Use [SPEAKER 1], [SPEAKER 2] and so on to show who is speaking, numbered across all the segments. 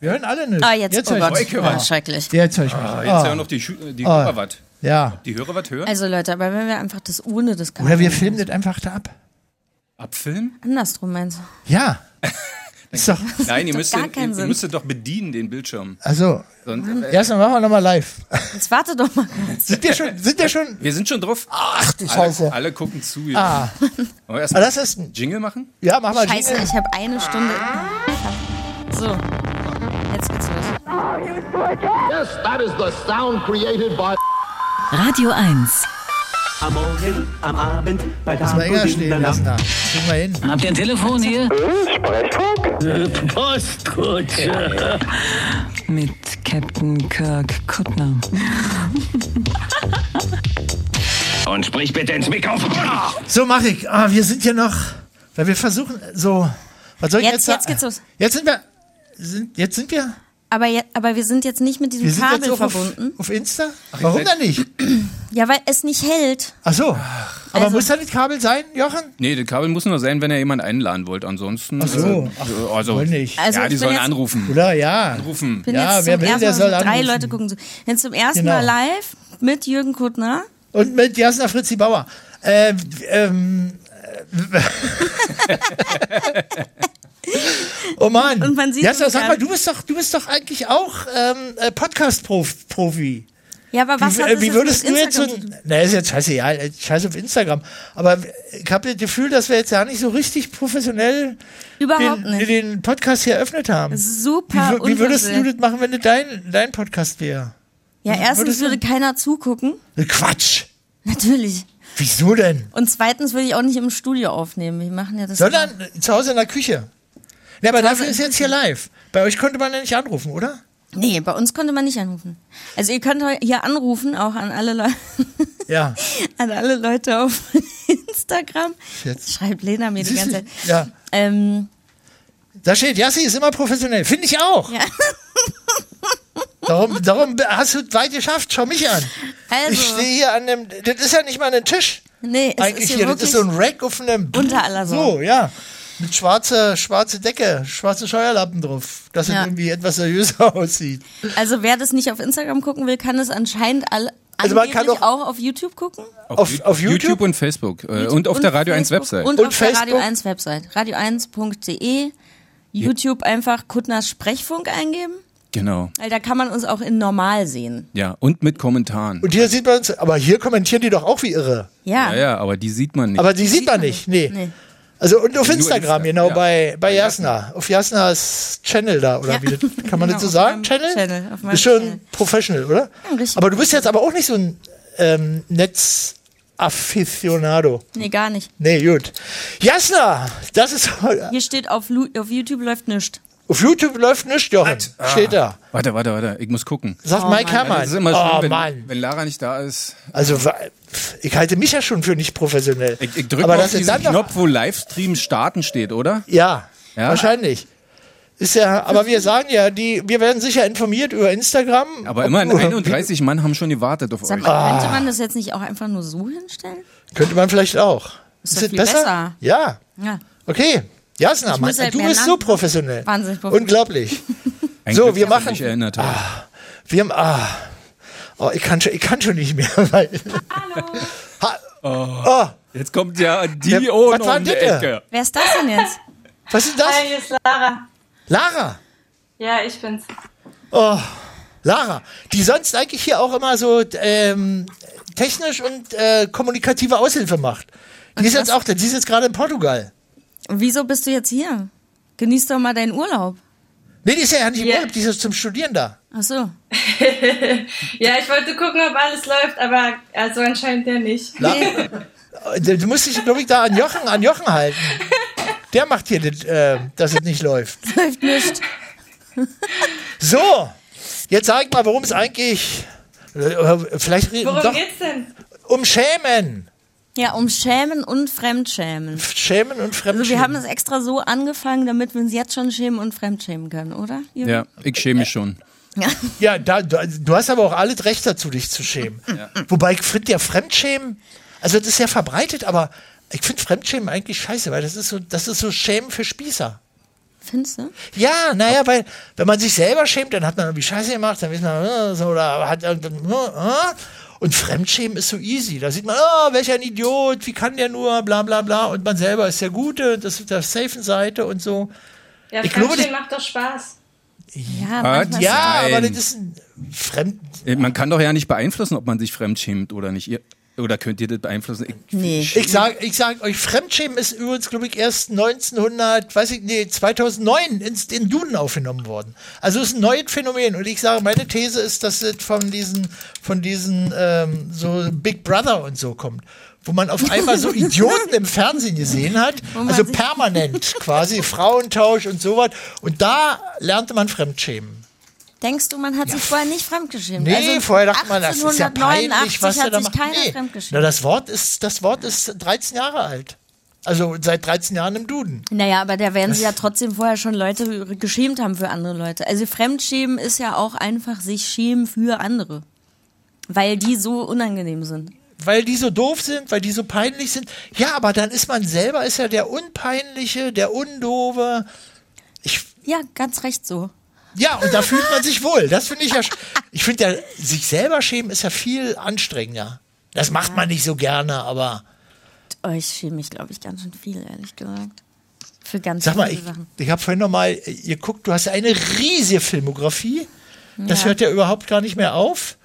[SPEAKER 1] Wir hören alle nicht.
[SPEAKER 2] Ah, jetzt, oh
[SPEAKER 1] höre
[SPEAKER 2] Gott,
[SPEAKER 1] ich
[SPEAKER 2] oh,
[SPEAKER 1] mich.
[SPEAKER 2] schrecklich.
[SPEAKER 1] Ja, jetzt höre ich mich.
[SPEAKER 3] Ah, jetzt
[SPEAKER 1] Ah,
[SPEAKER 3] hören noch die, Schü- die Hörer was.
[SPEAKER 1] ja.
[SPEAKER 3] Die Hörer was hören?
[SPEAKER 2] Also Leute, aber wenn wir einfach das ohne das
[SPEAKER 1] Oder wir filmen das einfach da ab.
[SPEAKER 2] Also,
[SPEAKER 3] Abfilmen?
[SPEAKER 2] Andersrum meinst du?
[SPEAKER 1] Ja. ist doch,
[SPEAKER 3] Nein, ihr
[SPEAKER 2] doch
[SPEAKER 3] müsst,
[SPEAKER 2] gar
[SPEAKER 3] den,
[SPEAKER 2] keinen
[SPEAKER 3] ihr, ihr
[SPEAKER 2] Sinn.
[SPEAKER 3] müsst den doch bedienen, den Bildschirm.
[SPEAKER 1] also,
[SPEAKER 3] Sonst,
[SPEAKER 1] erstmal machen wir nochmal live.
[SPEAKER 2] Jetzt warte doch mal kurz.
[SPEAKER 1] Sind wir schon, sind wir schon,
[SPEAKER 3] wir sind schon drauf.
[SPEAKER 1] ach du
[SPEAKER 3] alle,
[SPEAKER 1] Scheiße.
[SPEAKER 3] alle gucken zu. Jetzt.
[SPEAKER 1] Ah,
[SPEAKER 3] Aber erst
[SPEAKER 1] ah,
[SPEAKER 3] mal
[SPEAKER 1] das ist, ein-
[SPEAKER 3] Jingle machen?
[SPEAKER 1] ja, mach mal
[SPEAKER 2] Scheiße,
[SPEAKER 1] Jingle.
[SPEAKER 2] ich habe eine Stunde. So, jetzt geht's los.
[SPEAKER 4] Yes, that is the sound created by.
[SPEAKER 5] Radio 1.
[SPEAKER 6] Am Morgen, am Abend, bei Tag
[SPEAKER 1] Mal enger
[SPEAKER 6] und in der
[SPEAKER 1] stehen
[SPEAKER 6] Nacht.
[SPEAKER 1] lassen da. Kriegen wir hin.
[SPEAKER 5] Habt ihr ein Telefon hier?
[SPEAKER 6] Postkutsche.
[SPEAKER 5] Mit Captain Kirk Kuttner.
[SPEAKER 7] Und sprich bitte ins Mikrofon.
[SPEAKER 1] So mach ich. Ah, wir sind hier noch, weil wir versuchen, so, was soll ich
[SPEAKER 2] Jetzt-
[SPEAKER 1] jetzt, sagen?
[SPEAKER 2] jetzt geht's los.
[SPEAKER 1] Jetzt sind wir, sind, jetzt sind wir,
[SPEAKER 2] Aber, je, aber wir sind jetzt nicht mit diesem
[SPEAKER 1] wir sind
[SPEAKER 2] Kabel
[SPEAKER 1] jetzt auch auf,
[SPEAKER 2] verbunden.
[SPEAKER 1] auf Insta. Warum
[SPEAKER 3] seid-
[SPEAKER 1] denn nicht?
[SPEAKER 2] Ja, weil es nicht hält.
[SPEAKER 1] Ach so. Aber
[SPEAKER 2] Also-
[SPEAKER 1] muss da das Kabel sein, Jochen?
[SPEAKER 3] Nee, das Kabel muss nur sein, wenn ihr jemanden einladen wollt. Ansonsten. Ach
[SPEAKER 1] so.
[SPEAKER 3] Also, also,
[SPEAKER 1] wollen nicht.
[SPEAKER 2] Also
[SPEAKER 3] ja,
[SPEAKER 2] ich
[SPEAKER 3] die
[SPEAKER 2] bin
[SPEAKER 3] sollen
[SPEAKER 2] jetzt-
[SPEAKER 3] anrufen.
[SPEAKER 1] Oder ja.
[SPEAKER 3] Rufen.
[SPEAKER 2] Bin
[SPEAKER 1] Ja,
[SPEAKER 2] jetzt
[SPEAKER 1] wer
[SPEAKER 2] zum
[SPEAKER 1] will,
[SPEAKER 2] ersten
[SPEAKER 1] der
[SPEAKER 2] Mal,
[SPEAKER 1] soll
[SPEAKER 2] drei
[SPEAKER 1] anrufen.
[SPEAKER 2] Leute gucken zu. Jetzt zum ersten
[SPEAKER 1] Genau.
[SPEAKER 2] Mal live mit Jürgen Kuttner.
[SPEAKER 1] Und mit Jasna Fritzi Bauer. Ähm, ähm, äh, oh Mann.
[SPEAKER 2] Und man sieht
[SPEAKER 1] Jasna,
[SPEAKER 2] uns
[SPEAKER 1] sag
[SPEAKER 2] gar
[SPEAKER 1] mal,
[SPEAKER 2] nicht.
[SPEAKER 1] du bist doch, du bist doch eigentlich auch ähm, äh, Podcast-Profi.
[SPEAKER 2] Ja, aber was
[SPEAKER 1] wie,
[SPEAKER 2] hat
[SPEAKER 1] äh,
[SPEAKER 2] das
[SPEAKER 1] wie
[SPEAKER 2] jetzt
[SPEAKER 1] würdest
[SPEAKER 2] mit
[SPEAKER 1] du jetzt so.
[SPEAKER 2] Instagram zu tun?
[SPEAKER 1] Na, ist jetzt scheiße, ja, äh, scheiße auf Instagram. Aber ich habe das Gefühl, dass wir jetzt ja nicht so richtig professionell
[SPEAKER 2] Überhaupt
[SPEAKER 1] den,
[SPEAKER 2] nicht.
[SPEAKER 1] den Podcast hier eröffnet haben. Wie,
[SPEAKER 2] Super
[SPEAKER 1] wür- wie würdest du
[SPEAKER 2] unverschämt.
[SPEAKER 1] das machen, wenn das dein, dein Podcast wäre?
[SPEAKER 2] Ja, erstens
[SPEAKER 1] würdest du-
[SPEAKER 2] würde keiner zugucken.
[SPEAKER 1] Quatsch!
[SPEAKER 2] Natürlich.
[SPEAKER 1] Wieso denn?
[SPEAKER 2] Und zweitens würde ich auch nicht im Studio aufnehmen. Wir machen ja das.
[SPEAKER 1] Sondern äh, zu Hause in der Küche. Ja, aber dafür ist jetzt hier live. Bei euch konnte man ja nicht anrufen, oder?
[SPEAKER 2] Nee, bei uns konnte man nicht anrufen. Also ihr könnt heu- hier anrufen, auch an alle Leute.
[SPEAKER 1] Ja.
[SPEAKER 2] an alle Leute auf Instagram.
[SPEAKER 1] Jetzt.
[SPEAKER 2] Schreibt Lena mir die ganze Zeit.
[SPEAKER 1] Ja.
[SPEAKER 2] Ähm,
[SPEAKER 1] Da steht, Jassi ist immer professionell. Finde ich auch.
[SPEAKER 2] Ja.
[SPEAKER 1] Darum, darum hast du weit geschafft. Schau mich an.
[SPEAKER 2] also,
[SPEAKER 1] Ich stehe hier an dem. Das ist ja nicht mal ein Tisch.
[SPEAKER 2] nee, es
[SPEAKER 1] Eigentlich
[SPEAKER 2] ist hier,
[SPEAKER 1] hier. Das
[SPEAKER 2] wirklich
[SPEAKER 1] ist so ein Rack auf einem.
[SPEAKER 2] unter aller Sau.
[SPEAKER 1] So, ja. Mit schwarzer, schwarze Decke, schwarze Scheuerlappen drauf, dass es
[SPEAKER 2] Ja.
[SPEAKER 1] irgendwie etwas seriöser aussieht.
[SPEAKER 2] Also wer das nicht auf Instagram gucken will, kann es anscheinend alle
[SPEAKER 1] Also man kann
[SPEAKER 2] angeblich auch auf YouTube gucken.
[SPEAKER 1] Auf-
[SPEAKER 3] Ju-
[SPEAKER 1] auf YouTube?
[SPEAKER 3] und Facebook. äh, und auf der Radio 1
[SPEAKER 2] Facebook
[SPEAKER 3] Website.
[SPEAKER 2] Und,
[SPEAKER 1] Und
[SPEAKER 2] auf der Radio
[SPEAKER 1] Facebook?
[SPEAKER 2] 1 Website. Radio1.de. YouTube einfach Kuttners Sprechfunk eingeben,
[SPEAKER 3] genau.
[SPEAKER 2] weil da kann man uns auch in normal sehen.
[SPEAKER 3] Ja, und mit Kommentaren.
[SPEAKER 1] Und hier sieht man uns, aber hier kommentieren die doch auch wie irre.
[SPEAKER 2] Ja.
[SPEAKER 3] ja, ja, aber die sieht man nicht.
[SPEAKER 1] Aber die sieht man nicht, nee.
[SPEAKER 2] Nee.
[SPEAKER 1] Also und auf
[SPEAKER 3] Nur
[SPEAKER 1] Instagram,
[SPEAKER 3] Insta,
[SPEAKER 1] genau,
[SPEAKER 3] ja.
[SPEAKER 1] bei, bei Jasna. Auf Jasnas Channel da, oder
[SPEAKER 2] Ja.
[SPEAKER 1] wie? das- Kann man
[SPEAKER 2] Genau,
[SPEAKER 1] das so
[SPEAKER 2] auf
[SPEAKER 1] sagen?
[SPEAKER 2] meinem
[SPEAKER 1] Channel?
[SPEAKER 2] Channel, auf meinem
[SPEAKER 1] Ist schon
[SPEAKER 2] Channel.
[SPEAKER 1] professional, oder?
[SPEAKER 2] Ja, richtig.
[SPEAKER 1] aber du bist jetzt aber auch nicht so ein ähm, Netz-Afficionado.
[SPEAKER 2] Nee, gar nicht.
[SPEAKER 1] Nee, gut. Jasna, das ist.
[SPEAKER 2] Hier steht auf, Lu auf YouTube läuft nichts.
[SPEAKER 1] Auf YouTube läuft nichts, Jochen. Steht da.
[SPEAKER 3] Warte, warte, warte. Ich muss gucken.
[SPEAKER 1] Sagt
[SPEAKER 2] Oh,
[SPEAKER 1] Mike
[SPEAKER 2] Mann.
[SPEAKER 1] Herrmann.
[SPEAKER 3] Das ist immer schön,
[SPEAKER 1] oh
[SPEAKER 3] wenn,
[SPEAKER 1] Mann.
[SPEAKER 3] wenn Lara nicht da ist.
[SPEAKER 1] Also, wa- ich halte mich ja schon für nicht professionell.
[SPEAKER 3] Ich, ich drücke
[SPEAKER 1] aber
[SPEAKER 3] auf
[SPEAKER 1] dass ihr
[SPEAKER 3] diesen
[SPEAKER 1] dann noch-
[SPEAKER 3] Knopf, wo Livestream starten steht, oder?
[SPEAKER 1] Ja,
[SPEAKER 3] Ja?
[SPEAKER 1] wahrscheinlich. Ist ja, aber wir sagen ja, die, wir werden sicher informiert über Instagram.
[SPEAKER 3] Aber
[SPEAKER 1] Ob-
[SPEAKER 3] immerhin 31 Mann haben schon gewartet auf
[SPEAKER 2] Sag
[SPEAKER 3] euch.
[SPEAKER 2] mal, könnte man das jetzt nicht auch einfach nur so hinstellen?
[SPEAKER 1] Könnte man vielleicht auch.
[SPEAKER 2] Ist doch viel besser.
[SPEAKER 1] Ja.
[SPEAKER 2] Ja.
[SPEAKER 1] Okay. Jasna, Mann,
[SPEAKER 2] muss halt
[SPEAKER 1] du
[SPEAKER 2] mehr
[SPEAKER 1] bist
[SPEAKER 2] nach-
[SPEAKER 1] so professionell.
[SPEAKER 2] Wahnsinnig professionell.
[SPEAKER 1] Unglaublich.
[SPEAKER 3] Ein
[SPEAKER 1] So,
[SPEAKER 3] Glück,
[SPEAKER 1] wir
[SPEAKER 3] dass ich
[SPEAKER 1] machen-
[SPEAKER 3] mich erinnert habe.
[SPEAKER 1] Wir haben, ah, oh, ich kann schon, ich kann schon nicht mehr. Weil, ha, oh.
[SPEAKER 3] Jetzt kommt ja die
[SPEAKER 1] Wer-
[SPEAKER 3] Ohren
[SPEAKER 1] was war
[SPEAKER 3] um die
[SPEAKER 1] das denn?
[SPEAKER 3] Ecke.
[SPEAKER 2] Wer ist das denn jetzt?
[SPEAKER 1] was ist das?
[SPEAKER 8] Hi, hier ist Lara.
[SPEAKER 1] Lara. Oh,
[SPEAKER 8] Ja, ich bin's.
[SPEAKER 1] Lara, die sonst eigentlich hier auch immer so ähm, technisch und äh, kommunikative Aushilfe macht. Die ist jetzt auch, da- die ist jetzt gerade in Portugal.
[SPEAKER 2] Wieso bist du jetzt hier? Genieß doch mal deinen Urlaub.
[SPEAKER 1] Nee, die ist ja nicht im
[SPEAKER 8] Ja.
[SPEAKER 1] Urlaub, die ist jetzt zum Studieren da.
[SPEAKER 2] Ach so.
[SPEAKER 8] Ja, ich wollte gucken, ob alles läuft, aber also anscheinend ja nicht.
[SPEAKER 2] Nee.
[SPEAKER 1] Äh, Du du musst dich, glaube ich, da an Jochen, an Jochen halten. Der macht hier, das, äh, dass es nicht läuft.
[SPEAKER 2] Läuft nicht.
[SPEAKER 1] So, jetzt sag ich mal, worum es eigentlich. äh, Vielleicht reden
[SPEAKER 8] Worum
[SPEAKER 1] doch
[SPEAKER 8] geht's denn?
[SPEAKER 1] um Schämen.
[SPEAKER 2] Ja, um Schämen und Fremdschämen.
[SPEAKER 1] Schämen und Fremdschämen.
[SPEAKER 2] Also wir haben es extra so angefangen, damit wir uns jetzt schon schämen und fremdschämen können, oder? Jürgen?
[SPEAKER 3] Ja, ich schäme mich schon.
[SPEAKER 1] ja, da, du, du hast aber auch alles Recht dazu, dich zu schämen. Wobei ich finde ja Fremdschämen, also das ist ja verbreitet, aber ich finde Fremdschämen eigentlich scheiße, weil das ist so, das ist so Schämen für Spießer.
[SPEAKER 2] Findest du?
[SPEAKER 1] Ja, naja, weil wenn man sich selber schämt, dann hat man irgendwie Scheiße gemacht, dann ist man äh, so oder hat irgendein äh, und Fremdschämen ist so easy. Da sieht man, oh, welcher ein Idiot, wie kann der nur, bla bla bla. Und man selber ist der Gute, das ist der safen Seite und so.
[SPEAKER 8] Ja,
[SPEAKER 1] Ich glaube,
[SPEAKER 8] Fremdschämen
[SPEAKER 1] das-
[SPEAKER 8] macht doch Spaß.
[SPEAKER 2] Ja,
[SPEAKER 3] Ah,
[SPEAKER 2] manchmal-
[SPEAKER 1] Ja,
[SPEAKER 3] Nein.
[SPEAKER 1] aber das ist ein Fremd.
[SPEAKER 3] Äh, Man kann doch ja nicht beeinflussen, ob man sich fremdschämt oder nicht. Ihr, oder könnt ihr das beeinflussen? Ich,
[SPEAKER 2] Nee.
[SPEAKER 1] Ich sag, ich sag euch, Fremdschämen ist übrigens, glaube ich, erst 1900, weiß ich, nee, 2009 ins, in Duden aufgenommen worden. Also ist ein neues Phänomen. Und ich sage, meine These ist, dass es von diesen, von diesen ähm, so Big Brother und so kommt. Wo man auf einmal so Idioten im Fernsehen gesehen hat,
[SPEAKER 2] man
[SPEAKER 1] also
[SPEAKER 2] sich-
[SPEAKER 1] permanent quasi, Frauentausch und sowas. Und da lernte man Fremdschämen.
[SPEAKER 2] Denkst du, man hat sich vorher nicht fremdgeschämt?
[SPEAKER 1] Nee,
[SPEAKER 2] also
[SPEAKER 1] vorher dachte man, das ist ja
[SPEAKER 2] 1889
[SPEAKER 1] peinlich, was
[SPEAKER 2] hat
[SPEAKER 1] er da
[SPEAKER 2] sich
[SPEAKER 1] macht.
[SPEAKER 2] keiner
[SPEAKER 1] Nee. Na,
[SPEAKER 2] fremdgeschämt.
[SPEAKER 1] das Wort ist, das Wort ist 13 Jahre alt. Also seit 13 Jahren im Duden.
[SPEAKER 2] Naja, aber da werden sie ja trotzdem vorher schon Leute geschämt haben für andere Leute. Also Fremdschämen ist ja auch einfach sich schämen für andere. Weil die so unangenehm sind.
[SPEAKER 1] Weil die so doof sind, weil die so peinlich sind. Ja, aber dann ist man selber, ist ja der Unpeinliche, der Undove. Ich,
[SPEAKER 2] Ja, ganz recht so.
[SPEAKER 1] ja, und da fühlt man sich wohl. Das finde ich ja. sch- Ich finde ja, sich selber schämen ist ja viel anstrengender. Das macht man nicht so gerne, aber
[SPEAKER 2] Oh, ich schäme mich, glaube ich, ganz schön viel, ehrlich gesagt. Für ganz
[SPEAKER 1] sag mal,
[SPEAKER 2] viele
[SPEAKER 1] ich,
[SPEAKER 2] Sachen.
[SPEAKER 1] ich habe vorhin nochmal geguckt, du hast eine riesige Filmografie. Das hört ja überhaupt gar nicht mehr auf.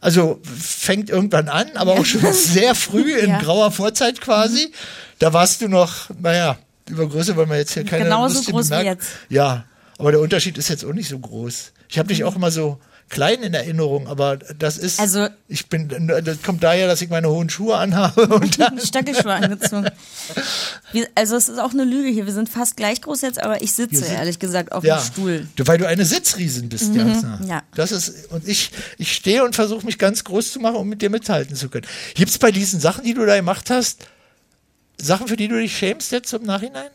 [SPEAKER 1] Also fängt irgendwann an, aber auch schon sehr früh in
[SPEAKER 2] Ja. Mhm.
[SPEAKER 1] grauer Vorzeit quasi. Da warst du noch, naja, über Größe wollen wir jetzt hier keine
[SPEAKER 2] Genauso
[SPEAKER 1] Lust
[SPEAKER 2] groß wie
[SPEAKER 1] bemerken.
[SPEAKER 2] jetzt.
[SPEAKER 1] Ja, aber der Unterschied ist jetzt auch nicht so groß. Ich
[SPEAKER 2] Mhm.
[SPEAKER 1] habe dich auch immer so klein in Erinnerung, aber das ist,
[SPEAKER 2] Also-
[SPEAKER 1] ich bin, das kommt daher, dass ich meine hohen Schuhe anhabe und dann,
[SPEAKER 2] Stöckelschuhe angezogen. Wir, also es ist auch eine Lüge hier. Wir sind fast gleich groß jetzt, aber ich sitze ehrlich gesagt auf
[SPEAKER 1] Ja.
[SPEAKER 2] dem Stuhl. Mhm.
[SPEAKER 1] Du, weil du eine Sitzriesen bist, Jasna.
[SPEAKER 2] ja.
[SPEAKER 1] Das ist, und ich, ich stehe und versuche mich ganz groß zu machen, um mit dir mithalten zu können. Gibt es bei diesen Sachen, die du da gemacht hast, Sachen, für die du dich schämst jetzt im Nachhinein?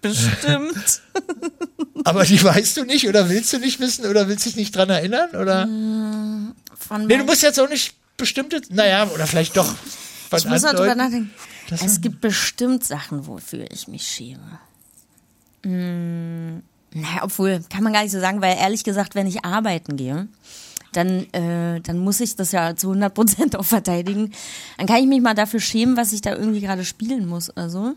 [SPEAKER 2] Bestimmt.
[SPEAKER 1] Aber die weißt du nicht oder willst du nicht wissen oder willst dich nicht dran erinnern? Oder?
[SPEAKER 2] Mhm. Von
[SPEAKER 1] Nee, du
[SPEAKER 2] meinem-
[SPEAKER 1] musst jetzt auch nicht bestimmte, naja, oder vielleicht doch. was
[SPEAKER 2] ich muss Also, mal drüber
[SPEAKER 1] andeuten.
[SPEAKER 2] nachdenken. Es gibt bestimmt Sachen, wofür ich mich schäme. Hm, naja, obwohl, kann man gar nicht so sagen, weil ehrlich gesagt, wenn ich arbeiten gehe, dann, äh, dann muss ich das ja zu 100% auch verteidigen. Dann kann ich mich mal dafür schämen, was ich da irgendwie gerade spielen muss oder so.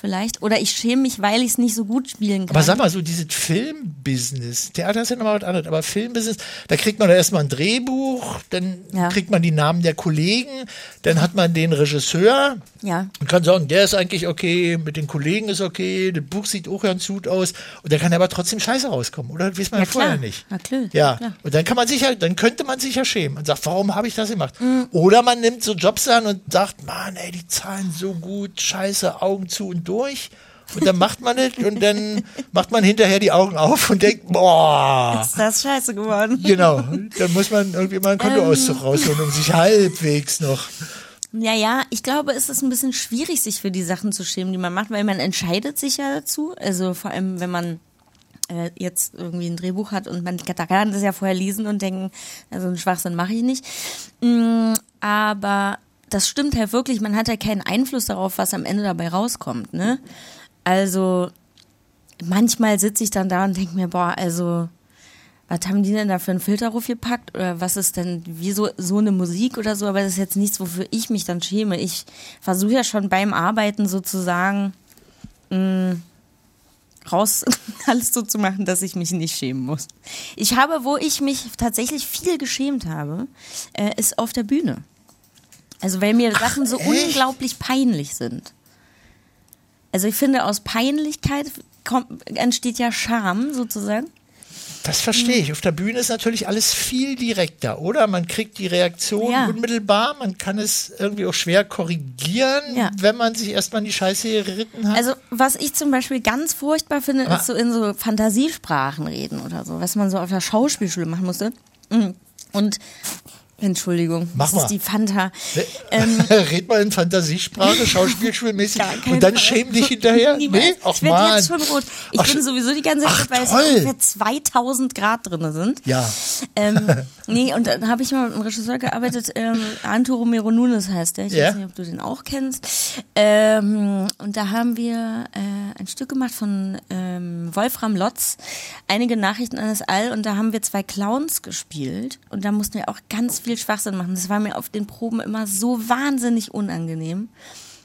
[SPEAKER 2] Vielleicht. Oder ich schäme mich, weil ich es nicht so gut spielen kann.
[SPEAKER 1] Aber sag mal so, dieses Filmbusiness, Theater ist ja nochmal was anderes, aber Filmbusiness, da kriegt man da erstmal ein Drehbuch, dann
[SPEAKER 2] Ja.
[SPEAKER 1] kriegt man die Namen der Kollegen, dann hat man den Regisseur
[SPEAKER 2] ja.
[SPEAKER 1] und kann sagen, der ist eigentlich okay, mit den Kollegen ist okay, das Buch sieht auch ganz gut aus und dann kann aber trotzdem Scheiße rauskommen, oder? Das weiß man ja,
[SPEAKER 2] Ja,
[SPEAKER 1] vorher
[SPEAKER 2] klar.
[SPEAKER 1] nicht.
[SPEAKER 2] Na klar,
[SPEAKER 1] Ja,
[SPEAKER 2] klar.
[SPEAKER 1] und dann kann man sich ja, dann könnte man sich ja schämen und sagt, warum habe ich das gemacht?
[SPEAKER 2] Mhm.
[SPEAKER 1] Oder man nimmt so Jobs an und sagt, Mann, ey, die zahlen so gut, scheiße, Augen zu und durch. Und dann macht man es und dann macht man hinterher die Augen auf und denkt, boah,
[SPEAKER 2] Ist das scheiße geworden?
[SPEAKER 1] genau. Dann muss man irgendwie mal einen
[SPEAKER 2] Ähm.
[SPEAKER 1] Kontoauszug rausholen, um sich halbwegs noch.
[SPEAKER 2] Ja, ja, ich glaube, es ist ein bisschen schwierig, sich für die Sachen zu schämen, die man macht, weil man entscheidet sich ja dazu. Also vor allem, wenn man äh, jetzt irgendwie ein Drehbuch hat und man da kann man das ja vorher lesen und denken, also einen Schwachsinn mache ich nicht. Mm, aber das stimmt halt wirklich, man hat ja keinen Einfluss darauf, was am Ende dabei rauskommt. Ne? Also manchmal sitze ich dann da und denke mir, boah, also was haben die denn da für einen Filter gepackt oder was ist denn, wieso so eine Musik oder so, aber das ist jetzt nichts, wofür ich mich dann schäme. Ich versuche ja schon beim Arbeiten sozusagen mh, raus alles so zu machen, dass ich mich nicht schämen muss. Ich habe, wo ich mich tatsächlich viel geschämt habe, äh, ist auf der Bühne. Also weil mir Sachen so
[SPEAKER 1] echt?
[SPEAKER 2] unglaublich peinlich sind. Also ich finde, aus Peinlichkeit kommt, entsteht ja Scham sozusagen.
[SPEAKER 1] Das verstehe
[SPEAKER 2] Mhm.
[SPEAKER 1] ich. Auf der Bühne ist natürlich alles viel direkter, oder? Man kriegt die Reaktion
[SPEAKER 2] Ja.
[SPEAKER 1] unmittelbar, man kann es irgendwie auch schwer korrigieren,
[SPEAKER 2] Ja.
[SPEAKER 1] wenn man sich erstmal in die Scheiße geritten hat.
[SPEAKER 2] Also, was ich zum Beispiel ganz furchtbar finde, ist so in so Fantasiesprachen reden oder so, was man so auf der Schauspielschule machen musste. Mhm. Und Entschuldigung,
[SPEAKER 1] Mach
[SPEAKER 2] das
[SPEAKER 1] mal. Äh.
[SPEAKER 2] ist die Fanta. Ähm,
[SPEAKER 1] Red mal in Fantasiesprache, schauspielschulmäßig
[SPEAKER 2] Gar kein
[SPEAKER 1] und dann
[SPEAKER 2] Fall.
[SPEAKER 1] schäm dich hinterher.
[SPEAKER 2] niemals.
[SPEAKER 1] Nee, ach
[SPEAKER 2] ich bin
[SPEAKER 1] man.
[SPEAKER 2] jetzt schon rot. Ich
[SPEAKER 1] Ach,
[SPEAKER 2] bin
[SPEAKER 1] sch-
[SPEAKER 2] sowieso die ganze Zeit,
[SPEAKER 1] Ach,
[SPEAKER 2] rot, weil es
[SPEAKER 1] toll.
[SPEAKER 2] ungefähr 2000 Grad drin sind.
[SPEAKER 1] Ja.
[SPEAKER 2] Ähm, nee, und dann habe ich mal mit einem Regisseur gearbeitet, ähm, Anto Romero Nunes heißt der. Ich
[SPEAKER 1] Ja.
[SPEAKER 2] weiß nicht, ob du den auch kennst. Ähm, und da haben wir äh, ein Stück gemacht von ähm, Wolfram Lotz, einige Nachrichten an das All und da haben wir zwei Clowns gespielt und da mussten wir auch ganz viel Schwachsinn machen. Das war mir auf den Proben immer so wahnsinnig unangenehm.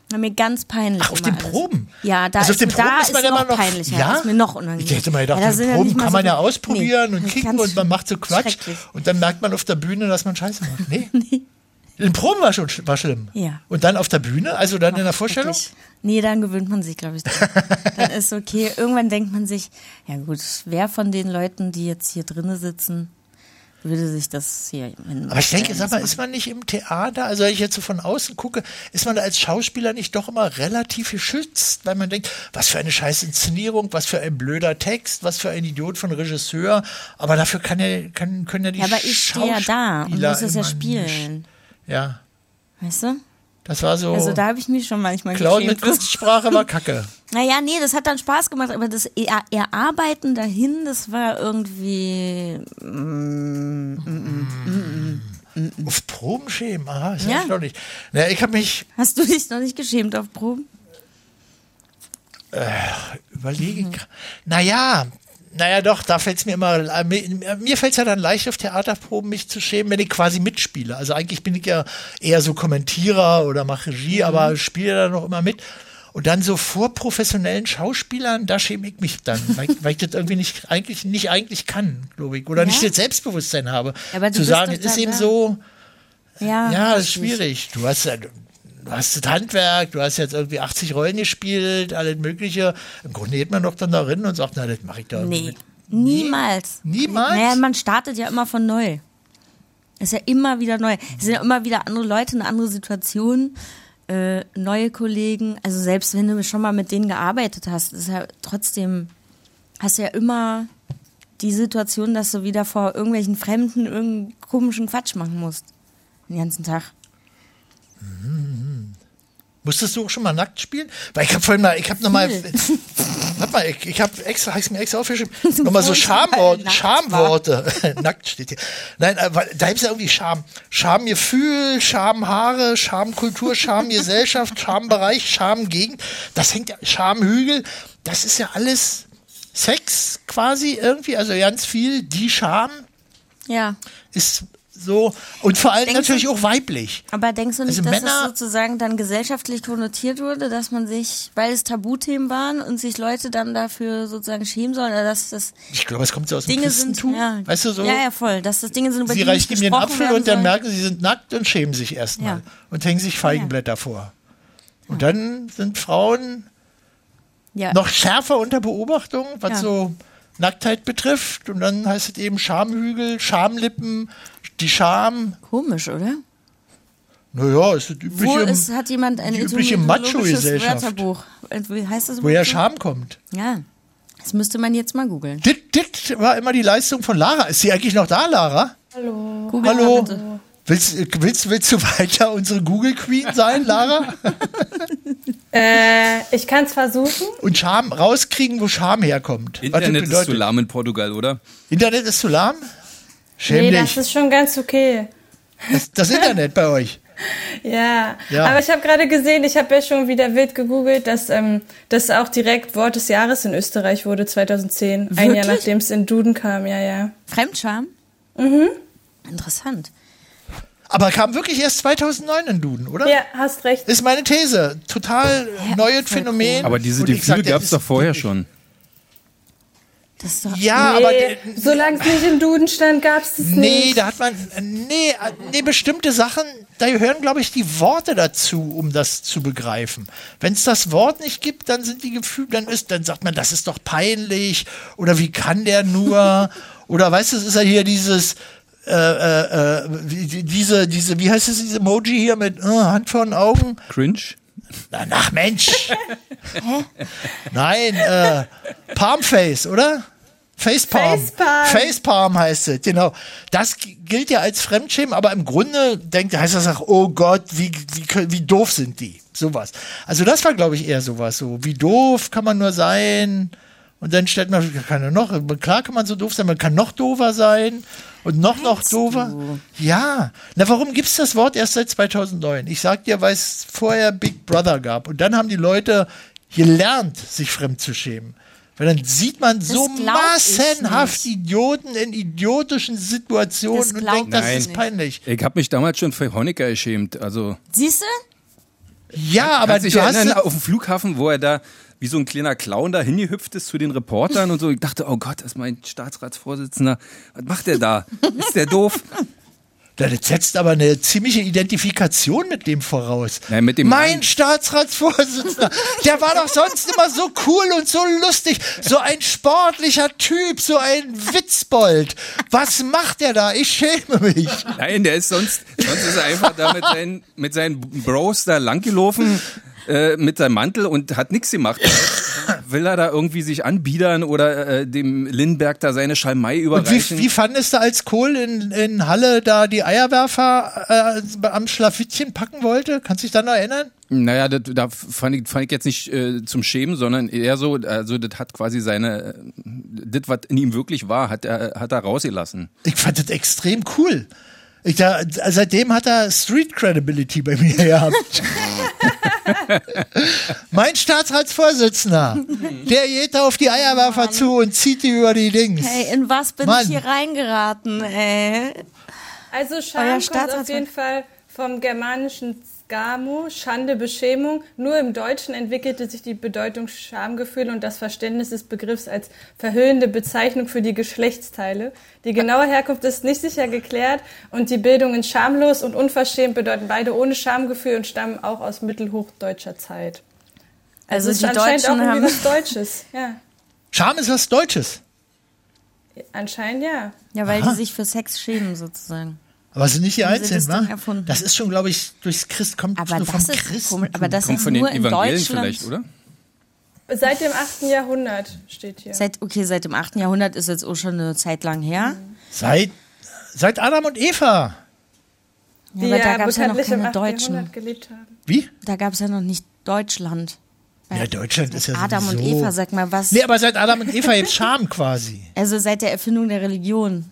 [SPEAKER 2] War mir ganz peinlich.
[SPEAKER 1] Ach, auf
[SPEAKER 2] immer
[SPEAKER 1] den
[SPEAKER 2] alles.
[SPEAKER 1] Proben?
[SPEAKER 2] Ja, da
[SPEAKER 1] Also auf
[SPEAKER 2] ist,
[SPEAKER 1] den Proben
[SPEAKER 2] da
[SPEAKER 1] ist man
[SPEAKER 2] noch
[SPEAKER 1] immer noch-
[SPEAKER 2] peinlicher.
[SPEAKER 1] Ja?
[SPEAKER 2] Ist mir noch unangenehm.
[SPEAKER 1] Ich hätte mal gedacht,
[SPEAKER 2] da
[SPEAKER 1] auf
[SPEAKER 2] sind
[SPEAKER 1] den
[SPEAKER 2] ja
[SPEAKER 1] Proben
[SPEAKER 2] nicht mal
[SPEAKER 1] kann
[SPEAKER 2] so
[SPEAKER 1] man ja
[SPEAKER 2] gut-
[SPEAKER 1] ausprobieren
[SPEAKER 2] Nee,
[SPEAKER 1] und
[SPEAKER 2] ganz
[SPEAKER 1] kicken und man
[SPEAKER 2] schlimm.
[SPEAKER 1] macht so Quatsch
[SPEAKER 2] Schrecklich.
[SPEAKER 1] und dann merkt man auf der Bühne, dass man Scheiße macht. Nee. In Proben war schon sch- war schlimm.
[SPEAKER 2] Ja.
[SPEAKER 1] Und dann auf der Bühne, also dann in der Vorstellung?
[SPEAKER 2] Wirklich. Nee, dann gewöhnt man sich, glaube ich. dran. dann ist okay. Irgendwann denkt man sich, ja gut, wer von den Leuten, die jetzt hier drinnen sitzen, würde sich das hier. wenn-
[SPEAKER 1] Aber ich denke, sag mal, ist man nicht im Theater, also wenn ich jetzt so von außen gucke, ist man da als Schauspieler nicht doch immer relativ geschützt, weil man denkt, was für eine scheiß Inszenierung, was für ein blöder Text, was für ein Idiot von Regisseur, aber dafür kann ja, kann, können ja die
[SPEAKER 2] ja, aber ich stehe ja da und
[SPEAKER 1] Schauspieler
[SPEAKER 2] muss es ja
[SPEAKER 1] immer nicht-
[SPEAKER 2] spielen.
[SPEAKER 1] Ja,
[SPEAKER 2] Weißt du?
[SPEAKER 1] das war so,
[SPEAKER 2] Also da habe ich mich schon manchmal
[SPEAKER 1] Clown Oh. mit
[SPEAKER 2] geschämt.
[SPEAKER 1] Kunstsprache war kacke.
[SPEAKER 2] Naja, nee, das hat dann Spaß gemacht, aber das Er- Erarbeiten dahin, das war irgendwie.
[SPEAKER 1] Auf Proben schämen, aha, ist ja
[SPEAKER 2] Ja.
[SPEAKER 1] erstaunlich. Naja, ich habe mich,
[SPEAKER 2] Hast du dich noch nicht geschämt auf Proben?
[SPEAKER 1] überlege. Mhm. Naja, naja, doch, da fällt es mir immer, äh, mir, mir fällt es ja dann leicht auf Theaterproben, mich zu schämen, wenn ich quasi mitspiele. Also eigentlich bin ich ja eher so Kommentierer oder mache Regie,
[SPEAKER 2] Mhm.
[SPEAKER 1] aber spiele da noch immer mit. Und dann so vor professionellen Schauspielern, da schäme ich mich dann, weil, ich- weil ich das irgendwie nicht eigentlich, nicht eigentlich kann, glaube ich. Oder
[SPEAKER 2] Ja?
[SPEAKER 1] nicht das Selbstbewusstsein habe,
[SPEAKER 2] Ja, aber du
[SPEAKER 1] zu
[SPEAKER 2] bist
[SPEAKER 1] sagen,
[SPEAKER 2] doch
[SPEAKER 1] es ist
[SPEAKER 2] da-
[SPEAKER 1] eben
[SPEAKER 2] da.
[SPEAKER 1] so,
[SPEAKER 2] Ja.
[SPEAKER 1] ja, das ist
[SPEAKER 2] richtig.
[SPEAKER 1] schwierig. Du hast ja. Du hast das Handwerk, du hast jetzt irgendwie 80 Rollen gespielt, alles Mögliche. Im Grunde geht man doch dann da rein und sagt, na, das mache ich da.
[SPEAKER 2] Nee,
[SPEAKER 1] mit.
[SPEAKER 2] niemals.
[SPEAKER 1] Niemals?
[SPEAKER 2] Naja, man startet ja immer von neu. Ist ja immer wieder neu. Es sind ja immer wieder andere Leute, eine andere Situation, äh, neue Kollegen. Also selbst wenn du schon mal mit denen gearbeitet hast, ist ja trotzdem, hast du ja immer die Situation, dass du wieder vor irgendwelchen Fremden irgendeinen komischen Quatsch machen musst. Den ganzen Tag.
[SPEAKER 1] Musstest du auch schon mal nackt spielen? Weil ich habe vorhin mal, ich habe nochmal,
[SPEAKER 2] Viel.
[SPEAKER 1] warte mal, ich, ich habe extra, habe ich mir extra aufgeschrieben, nochmal so
[SPEAKER 2] Wo ich
[SPEAKER 1] Schamwort,
[SPEAKER 2] mal nackt
[SPEAKER 1] Schamworte. nackt steht hier. Nein, aber da gibt's ja irgendwie Scham. Schamgefühl, Schamhaare, Schamkultur, Schamgesellschaft, Schambereich, Schamgegend. Das hängt ja, Schamhügel, das ist ja alles Sex quasi irgendwie, also ganz viel, die Scham
[SPEAKER 2] Ja.
[SPEAKER 1] ist so, und vor allem
[SPEAKER 2] Denkst du-
[SPEAKER 1] natürlich auch weiblich.
[SPEAKER 2] Aber denkst du nicht,
[SPEAKER 1] Also
[SPEAKER 2] dass
[SPEAKER 1] Männer-
[SPEAKER 2] das sozusagen dann gesellschaftlich konnotiert wurde, dass man sich, weil es Tabuthemen waren und sich Leute dann dafür sozusagen schämen sollen, oder dass das
[SPEAKER 1] Ich glaube, es kommt so aus dem
[SPEAKER 2] Dinge sind,
[SPEAKER 1] Christentum.
[SPEAKER 2] ja,
[SPEAKER 1] weißt du, so.
[SPEAKER 2] ja, ja, voll, dass das Dinge sind, über
[SPEAKER 1] Sie
[SPEAKER 2] die nicht
[SPEAKER 1] reichen ihm den
[SPEAKER 2] gesprochen
[SPEAKER 1] Apfel
[SPEAKER 2] werden
[SPEAKER 1] und dann
[SPEAKER 2] soll.
[SPEAKER 1] merken, sie sind nackt und schämen sich erstmal
[SPEAKER 2] Ja.
[SPEAKER 1] und hängen sich Feigenblätter vor. Und dann sind Frauen
[SPEAKER 2] ja.
[SPEAKER 1] noch schärfer unter Beobachtung, was
[SPEAKER 2] Ja.
[SPEAKER 1] so Nacktheit betrifft. Und dann heißt es eben Schamhügel, Schamlippen, die Scham.
[SPEAKER 2] komisch, oder?
[SPEAKER 1] Naja, ist das
[SPEAKER 2] Wo
[SPEAKER 1] übliche,
[SPEAKER 2] ist, hat jemand ein
[SPEAKER 1] die übliche
[SPEAKER 2] etymologisches
[SPEAKER 1] Macho-Gesellschaft,
[SPEAKER 2] Wörterbuch? Und Wie heißt das?
[SPEAKER 1] woher
[SPEAKER 2] überhaupt?
[SPEAKER 1] Scham kommt.
[SPEAKER 2] Ja, das müsste man jetzt mal googeln.
[SPEAKER 1] Dit, dit war immer die Leistung von Lara. Ist sie eigentlich noch da, Lara?
[SPEAKER 2] Google Mal
[SPEAKER 1] Hallo.
[SPEAKER 2] bitte.
[SPEAKER 1] Willst, willst, willst du weiter unsere Google Queen sein, Lara?
[SPEAKER 9] Äh, ich kann es versuchen.
[SPEAKER 1] und Scham rauskriegen, wo Scham herkommt. Was das
[SPEAKER 3] Internet ist zu
[SPEAKER 1] bedeutet.
[SPEAKER 3] lahm in Portugal, oder?
[SPEAKER 1] Internet ist zu lahm?
[SPEAKER 9] Nee,
[SPEAKER 1] Schäm
[SPEAKER 9] das
[SPEAKER 1] dich.
[SPEAKER 9] ist schon ganz okay.
[SPEAKER 1] Das, das Internet bei euch.
[SPEAKER 9] Ja.
[SPEAKER 1] Ja.
[SPEAKER 9] Aber ich habe gerade gesehen, ich habe ja schon wieder wild gegoogelt, dass ähm, das auch direkt Wort des Jahres in Österreich wurde 2010. Ein Jahr
[SPEAKER 2] Wirklich?
[SPEAKER 9] nachdem es in Duden kam, ja, ja.
[SPEAKER 2] Fremdscham? Mhm. Interessant.
[SPEAKER 1] Aber kam wirklich erst 2009 in Duden, oder?
[SPEAKER 9] Ja, hast recht.
[SPEAKER 1] Ist meine These. Total neues
[SPEAKER 2] voll
[SPEAKER 1] Phänomen.
[SPEAKER 3] Aber diese
[SPEAKER 1] Und ich sag,
[SPEAKER 3] Gefühle
[SPEAKER 1] das
[SPEAKER 3] gab es
[SPEAKER 1] ist-
[SPEAKER 3] doch vorher schon.
[SPEAKER 2] Das ist doch
[SPEAKER 1] Ja, Ah, aber.
[SPEAKER 9] nee, solange es nicht im Duden stand, gab es das
[SPEAKER 1] Nee,
[SPEAKER 9] nicht.
[SPEAKER 1] da hat man. Nee, äh, nee, bestimmte Sachen, da gehören, glaube ich, die Worte dazu, um das zu begreifen. Wenn es das Wort nicht gibt, dann sind die Gefühle, dann ist, dann sagt man, das ist doch peinlich oder wie kann der nur? oder weißt du, es ist ja hier dieses. Äh, äh, äh, wie- die- diese, diese, wie heißt es, diese Emoji hier mit äh, Hand vor den Augen?
[SPEAKER 3] Cringe?
[SPEAKER 1] Na, ach Mensch! Nein, äh, Palmface, oder? Facepalm.
[SPEAKER 9] Facepalm.
[SPEAKER 1] Facepalm heißt es, genau. Das g- gilt ja als Fremdschämen, aber im Grunde denkt, heißt das auch, oh Gott, wie, wie, kö- wie doof sind die? Sowas. Also das war, glaube ich, eher sowas. So, wie doof kann man nur sein? Und dann stellt man, kann er noch, klar kann man so doof sein, man kann noch doofer sein und noch, noch doofer. Ja. Na, warum gibt's das Wort erst seit 2009? Ich sag dir, weil es vorher Big Brother gab. Und dann haben die Leute gelernt, sich fremd zu schämen. Weil dann sieht man so
[SPEAKER 2] glaub ich
[SPEAKER 1] massenhaft Idioten in idiotischen
[SPEAKER 2] Das
[SPEAKER 1] Situationen und
[SPEAKER 2] glaub
[SPEAKER 1] denkt, das
[SPEAKER 3] ich
[SPEAKER 1] ist
[SPEAKER 3] nicht.
[SPEAKER 1] peinlich.
[SPEAKER 3] Ich habe mich damals schon für Honecker geschämt. Also,
[SPEAKER 2] Siehst du?
[SPEAKER 1] Ja, aber
[SPEAKER 3] kannst du dich
[SPEAKER 1] du hast
[SPEAKER 3] erinnern, auf dem Flughafen, wo er da wie so ein kleiner Clown da hingehüpft ist zu den Reportern und so. Ich dachte, oh Gott, das ist mein Staatsratsvorsitzender. Was macht der da? Ist der doof?
[SPEAKER 1] das setzt aber eine ziemliche Identifikation mit dem voraus.
[SPEAKER 3] Nein, mit dem
[SPEAKER 1] mein
[SPEAKER 3] Mann.
[SPEAKER 1] Staatsratsvorsitzender, der war doch sonst immer so cool und so lustig, so ein sportlicher Typ, so ein Witzbold. Was macht der da? Ich schäme mich.
[SPEAKER 3] Nein, der ist sonst, sonst ist er einfach da mit seinen, mit seinen Bros da langgelaufen, äh, mit seinem Mantel und hat nichts gemacht. Will er da irgendwie sich anbiedern oder äh, dem Lindberg da seine Schalmei
[SPEAKER 1] Und wie,
[SPEAKER 3] überreichen?
[SPEAKER 1] wie fandest du, als Kohl in, in Halle da die Eierwerfer äh, am Schlafittchen packen wollte? Kannst du dich dann noch erinnern?
[SPEAKER 3] Naja, das, da fand ich, fand ich jetzt nicht äh, zum Schämen, sondern eher so, also das hat quasi seine, äh, das, was in ihm wirklich war, hat er, hat er rausgelassen.
[SPEAKER 1] Ich fand das extrem cool. Ich da, seitdem hat er Street Credibility bei mir gehabt. mein Staatsratsvorsitzender, der geht da auf die Eierwerfer zu und zieht die über die Dings.
[SPEAKER 2] Ey, in was bin
[SPEAKER 1] Mann.
[SPEAKER 2] ich hier reingeraten, ey?
[SPEAKER 9] Also
[SPEAKER 2] Euer
[SPEAKER 9] Scham kommt auf
[SPEAKER 2] Staatsratsmann.
[SPEAKER 9] jeden Fall vom germanischen Skamo, Schande, Beschämung. Nur im Deutschen entwickelte sich die Bedeutung Schamgefühl und das Verständnis des Begriffs als verhöhnende Bezeichnung für die Geschlechtsteile. Die genaue Herkunft ist nicht sicher geklärt und die Bildungen schamlos und unverschämt bedeuten beide ohne Schamgefühl und stammen auch aus mittelhochdeutscher Zeit.
[SPEAKER 2] Also,
[SPEAKER 9] es ist
[SPEAKER 2] die
[SPEAKER 9] anscheinend
[SPEAKER 2] Deutschen
[SPEAKER 9] auch irgendwie
[SPEAKER 2] haben.
[SPEAKER 9] was Deutsches. Ja,
[SPEAKER 1] Scham ist was Deutsches.
[SPEAKER 9] anscheinend ja.
[SPEAKER 2] Ja, weil die sich für Sex schämen, sozusagen.
[SPEAKER 1] Aber sind nicht die
[SPEAKER 2] Haben sie
[SPEAKER 1] Einzigen,
[SPEAKER 2] Also das denn
[SPEAKER 1] wa?
[SPEAKER 2] erfunden?
[SPEAKER 1] Das ist schon, glaube ich, durchs Christ kommt
[SPEAKER 2] Aber
[SPEAKER 1] nur vom
[SPEAKER 2] das ist
[SPEAKER 1] Christen.
[SPEAKER 2] komisch. Aber das
[SPEAKER 3] Kommt
[SPEAKER 2] ist
[SPEAKER 3] von den
[SPEAKER 2] nur in
[SPEAKER 3] Evangelien
[SPEAKER 2] Deutschland.
[SPEAKER 3] vielleicht, oder?
[SPEAKER 9] Seit dem 8. Jahrhundert steht hier.
[SPEAKER 2] Seit, okay, seit dem 8. Jahrhundert ist jetzt auch schon eine Zeit lang her.
[SPEAKER 9] Mhm.
[SPEAKER 1] Seit, seit Adam und Eva.
[SPEAKER 9] die
[SPEAKER 2] aber da
[SPEAKER 9] ja
[SPEAKER 2] gab es ja noch
[SPEAKER 9] bekanntlich im
[SPEAKER 2] keine
[SPEAKER 9] 8.
[SPEAKER 2] Deutschen.
[SPEAKER 9] Jahrhundert gelebt haben.
[SPEAKER 1] Wie?
[SPEAKER 2] Da gab es ja noch nicht Deutschland.
[SPEAKER 1] Ja, Deutschland ist ja
[SPEAKER 2] Adam und
[SPEAKER 1] sowieso.
[SPEAKER 2] Eva, sag mal was.
[SPEAKER 1] Nee, aber seit Adam und Eva gibt's Scham quasi.
[SPEAKER 2] Also seit der Erfindung der Religion.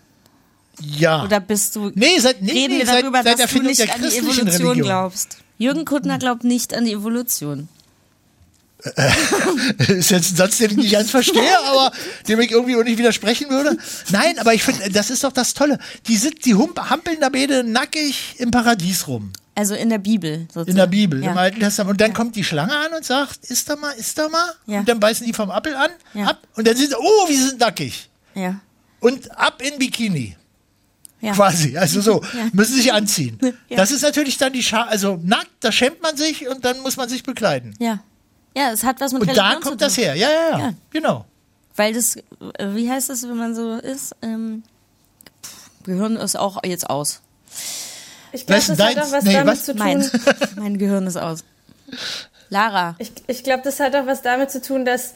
[SPEAKER 1] Ja.
[SPEAKER 2] Oder bist du.
[SPEAKER 1] Nee, seit- nee,
[SPEAKER 2] reden
[SPEAKER 1] nee,
[SPEAKER 2] wir
[SPEAKER 1] seit-
[SPEAKER 2] darüber,
[SPEAKER 1] seit der
[SPEAKER 2] dass du
[SPEAKER 1] Erfindung
[SPEAKER 2] nicht
[SPEAKER 1] der
[SPEAKER 2] an die
[SPEAKER 1] christlichen
[SPEAKER 2] Evolution
[SPEAKER 1] Religion.
[SPEAKER 2] glaubst. Jürgen Kuttner glaubt nicht an die Evolution.
[SPEAKER 1] ist jetzt ein Satz, den ich nicht ganz verstehe, aber dem ich irgendwie auch nicht widersprechen würde. Nein, aber ich finde, das ist doch das Tolle. Die sind, die hump, hampeln da beide nackig im Paradies rum.
[SPEAKER 2] Also in der Bibel sozusagen.
[SPEAKER 1] In der Bibel,
[SPEAKER 2] Ja.
[SPEAKER 1] im Alten Testament. Und dann kommt die Schlange an und sagt, ist da mal, ist da mal?
[SPEAKER 2] Ja.
[SPEAKER 1] Und dann beißen die vom Appel an,
[SPEAKER 2] Ja.
[SPEAKER 1] ab. Und dann sind sie, oh, wir sind nackig.
[SPEAKER 2] ja.
[SPEAKER 1] Und ab in Bikini.
[SPEAKER 2] ja.
[SPEAKER 1] Quasi, also so, müssen sich anziehen.
[SPEAKER 2] Ja.
[SPEAKER 1] Das ist natürlich dann die Scha also nackt, da schämt man sich und dann muss man sich bekleiden.
[SPEAKER 2] Ja. Ja, es hat was mit
[SPEAKER 1] Und
[SPEAKER 2] Religion
[SPEAKER 1] da
[SPEAKER 2] zu tun.
[SPEAKER 1] kommt das her, ja, ja, ja,
[SPEAKER 2] Ja.
[SPEAKER 1] genau.
[SPEAKER 2] Weil das, äh, wie heißt das, wenn man so ist? Ähm, pff, Gehirn ist auch jetzt aus.
[SPEAKER 9] Ich glaube,
[SPEAKER 1] Was
[SPEAKER 9] das
[SPEAKER 1] deins?
[SPEAKER 9] hat auch was
[SPEAKER 1] Nee,
[SPEAKER 9] damit
[SPEAKER 1] was?
[SPEAKER 9] zu tun.
[SPEAKER 2] Mein, mein Gehirn ist aus. Lara,
[SPEAKER 9] Ich, ich glaube, das hat auch was damit zu tun, dass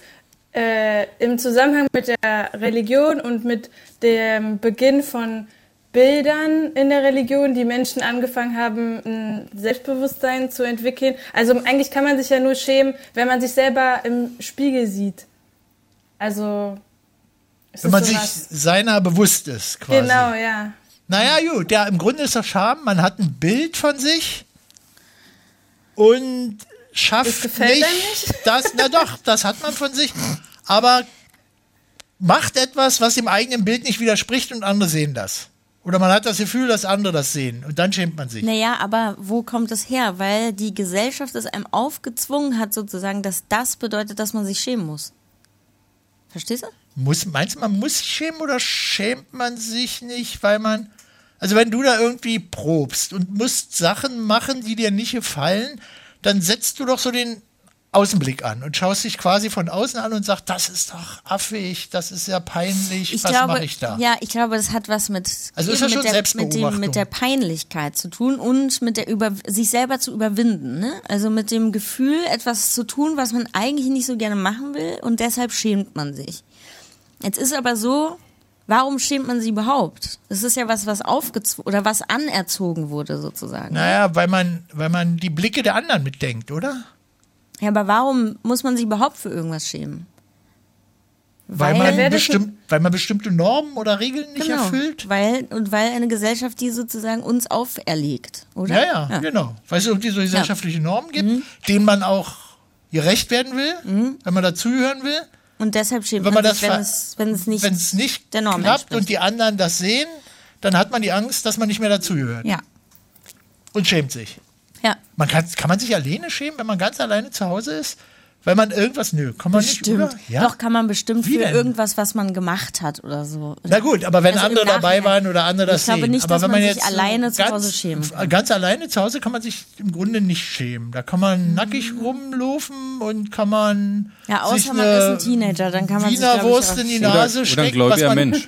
[SPEAKER 9] äh, im Zusammenhang mit der Religion und mit dem Beginn von Bildern in der Religion, die Menschen angefangen haben, ein Selbstbewusstsein zu entwickeln. Also eigentlich kann man sich ja nur schämen, wenn man sich selber im Spiegel sieht. Also es
[SPEAKER 1] Wenn
[SPEAKER 9] ist
[SPEAKER 1] man sich
[SPEAKER 9] sowas.
[SPEAKER 1] seiner bewusst ist, quasi.
[SPEAKER 9] genau, ja.
[SPEAKER 1] Naja, gut, ja, im Grunde ist das Scham. Man hat ein Bild von sich und schafft
[SPEAKER 9] Das gefällt
[SPEAKER 1] nicht,
[SPEAKER 9] einem nicht?
[SPEAKER 1] das. Na doch, das hat man von sich, aber macht etwas, was dem eigenen Bild nicht widerspricht und andere sehen das. Oder man hat das Gefühl, dass andere das sehen und dann schämt man sich.
[SPEAKER 2] naja, aber wo kommt das her? Weil die Gesellschaft es einem aufgezwungen hat, sozusagen, dass das bedeutet, dass man sich schämen muss. Verstehst du?
[SPEAKER 1] Muss, meinst du, man muss sich schämen oder schämt man sich nicht, weil man. Also, wenn du da irgendwie probst und musst Sachen machen, die dir nicht gefallen, dann setzt du doch so den Außenblick an und schaust dich quasi von außen an und sagst, das ist doch affig, das ist ja peinlich, was mache ich da?
[SPEAKER 2] Ja, ich glaube, das hat was mit,
[SPEAKER 1] Also ist das
[SPEAKER 2] eben
[SPEAKER 1] schon
[SPEAKER 2] mit, der, mit, dem,
[SPEAKER 1] Selbstbeobachtung.
[SPEAKER 2] mit der Peinlichkeit zu tun und mit der über sich selber zu überwinden. Ne? Also mit dem Gefühl, etwas zu tun, was man eigentlich nicht so gerne machen will und deshalb schämt man sich. Jetzt ist aber so, warum schämt man sie überhaupt? Es ist ja was, was aufgezogen oder was anerzogen wurde sozusagen.
[SPEAKER 1] Naja, weil man, weil man die Blicke der anderen mitdenkt, oder?
[SPEAKER 2] Ja, aber warum muss man sich überhaupt für irgendwas schämen?
[SPEAKER 1] Weil,
[SPEAKER 2] Weil-
[SPEAKER 1] man,
[SPEAKER 9] Wer das-
[SPEAKER 1] bestimmt, weil man bestimmte Normen oder Regeln nicht
[SPEAKER 2] Genau.
[SPEAKER 1] erfüllt.
[SPEAKER 2] Weil, und weil eine Gesellschaft die sozusagen uns auferlegt, oder?
[SPEAKER 1] Ja, ja, genau. Weißt du, ob die so gesellschaftliche Normen gibt,
[SPEAKER 2] Mhm.
[SPEAKER 1] denen man auch gerecht werden will, wenn man dazuhören will.
[SPEAKER 2] Und deshalb schämt
[SPEAKER 1] Wenn
[SPEAKER 2] man
[SPEAKER 1] man
[SPEAKER 2] sich,
[SPEAKER 1] das
[SPEAKER 2] wenn
[SPEAKER 1] ver-
[SPEAKER 2] es, wenn es nicht.
[SPEAKER 1] Wenn es nicht
[SPEAKER 2] der Norm
[SPEAKER 1] klappt
[SPEAKER 2] entspricht.
[SPEAKER 1] und die anderen das sehen, dann hat man die Angst, dass man nicht mehr dazuhört
[SPEAKER 2] ja,
[SPEAKER 1] und schämt sich.
[SPEAKER 2] ja.
[SPEAKER 1] Man kann, kann man sich alleine schämen, wenn man ganz alleine zu Hause ist? Weil man irgendwas, nö, kann man nicht,
[SPEAKER 2] Bestimmt.
[SPEAKER 1] oder? Ja?
[SPEAKER 2] Doch kann man bestimmt
[SPEAKER 1] Wie
[SPEAKER 2] für
[SPEAKER 1] denn?
[SPEAKER 2] irgendwas, was man gemacht hat oder so.
[SPEAKER 1] Na gut, aber wenn
[SPEAKER 2] Also im
[SPEAKER 1] andere dabei
[SPEAKER 2] Nachhinein.
[SPEAKER 1] waren oder andere das
[SPEAKER 2] Ich glaube
[SPEAKER 1] sehen.
[SPEAKER 2] nicht,
[SPEAKER 1] aber
[SPEAKER 2] dass
[SPEAKER 1] wenn
[SPEAKER 2] man sich
[SPEAKER 1] jetzt so
[SPEAKER 2] alleine zu
[SPEAKER 1] ganz,
[SPEAKER 2] Hause schämen kann.
[SPEAKER 1] Ganz alleine zu Hause kann man sich im Grunde nicht schämen. Da kann man nackig rumlaufen und kann man
[SPEAKER 2] Mhm. Ja, außer
[SPEAKER 1] sich
[SPEAKER 2] man
[SPEAKER 1] eine
[SPEAKER 2] ist ein Teenager, dann kann man sich,
[SPEAKER 1] Wiener
[SPEAKER 2] glaub ich,
[SPEAKER 1] Wurst
[SPEAKER 2] auch
[SPEAKER 1] in die
[SPEAKER 2] schämen.
[SPEAKER 1] Nase
[SPEAKER 3] oder ein
[SPEAKER 1] stecken. also was
[SPEAKER 3] gläubiger
[SPEAKER 1] man,
[SPEAKER 3] Mensch.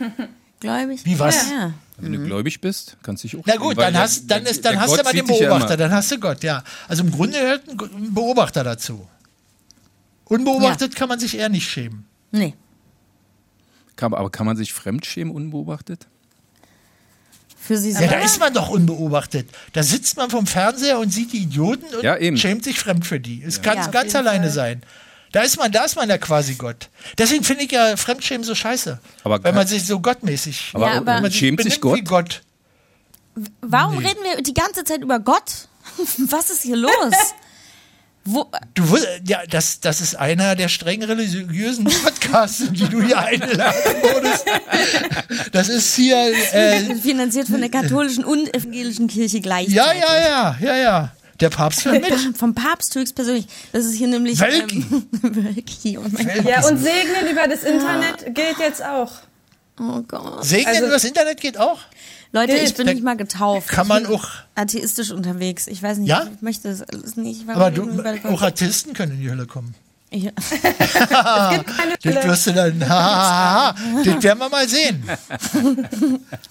[SPEAKER 2] Gläubig.
[SPEAKER 1] Wie, was?
[SPEAKER 2] Ja.
[SPEAKER 3] Wenn du gläubig bist, kannst du dich auch
[SPEAKER 1] Na
[SPEAKER 3] schämen,
[SPEAKER 1] gut,
[SPEAKER 3] weil
[SPEAKER 1] dann
[SPEAKER 3] der-
[SPEAKER 1] hast, dann
[SPEAKER 3] der-
[SPEAKER 1] ist, dann
[SPEAKER 3] der
[SPEAKER 1] hast
[SPEAKER 3] Gott
[SPEAKER 1] du aber den
[SPEAKER 3] sieht dich ja
[SPEAKER 1] Beobachter,
[SPEAKER 3] immer.
[SPEAKER 1] dann hast du Gott, ja. Also im Grunde gehört ein- ein Beobachter dazu. Unbeobachtet kann man sich eher nicht schämen.
[SPEAKER 2] Nee.
[SPEAKER 3] Kann, aber kann man sich fremdschämen unbeobachtet?
[SPEAKER 2] Für sie
[SPEAKER 1] Ja,
[SPEAKER 2] selber.
[SPEAKER 1] da ist man doch unbeobachtet. Da sitzt man vom Fernseher und sieht die Idioten und
[SPEAKER 3] Ja, eben.
[SPEAKER 1] schämt sich fremd für die. Es kann
[SPEAKER 2] Ja, auf
[SPEAKER 1] ganz alleine sein. Da ist man, da ist man ja quasi Gott. Deswegen finde ich ja Fremdschämen so scheiße.
[SPEAKER 3] Aber
[SPEAKER 1] weil
[SPEAKER 3] kann-
[SPEAKER 1] man sich so gottmäßig.
[SPEAKER 3] Aber,
[SPEAKER 2] Ja, aber-
[SPEAKER 1] wenn man
[SPEAKER 3] schämt
[SPEAKER 1] benimmt
[SPEAKER 3] sich Gott?
[SPEAKER 1] wie Gott.
[SPEAKER 2] Warum reden wir die ganze Zeit über Gott? Was ist hier los? Wo,
[SPEAKER 1] Du, wus- ja, das, das ist einer der streng religiösen Podcasts, in die du hier eingeladen wurdest. Das ist hier. Äh,
[SPEAKER 2] finanziert von der katholischen und evangelischen Kirche gleich.
[SPEAKER 1] ja, ja, ja, ja, ja. Der Papst hört mit.
[SPEAKER 2] Vom Papst höchstpersönlich. Das ist hier nämlich.
[SPEAKER 1] Welki.
[SPEAKER 2] Ähm, Welki, oh mein
[SPEAKER 9] Ja, und segnen über das Internet gilt jetzt auch.
[SPEAKER 2] Gott. Oh Gott.
[SPEAKER 1] Segnen
[SPEAKER 9] Also-
[SPEAKER 1] übers Internet geht auch.
[SPEAKER 2] Leute, ich bin
[SPEAKER 1] Äh, Da
[SPEAKER 2] nicht mal getauft.
[SPEAKER 1] Kann man auch.
[SPEAKER 2] Atheistisch unterwegs. Ich weiß nicht,
[SPEAKER 1] Ja?
[SPEAKER 2] ich möchte das alles nicht. Warum
[SPEAKER 1] Aber du,
[SPEAKER 2] reden wir über
[SPEAKER 1] auch
[SPEAKER 2] Gott?
[SPEAKER 1] Artisten können in die Hölle kommen.
[SPEAKER 2] Ich-
[SPEAKER 1] Das wirst du dann, ha, ha, ha, ha, das werden wir mal sehen.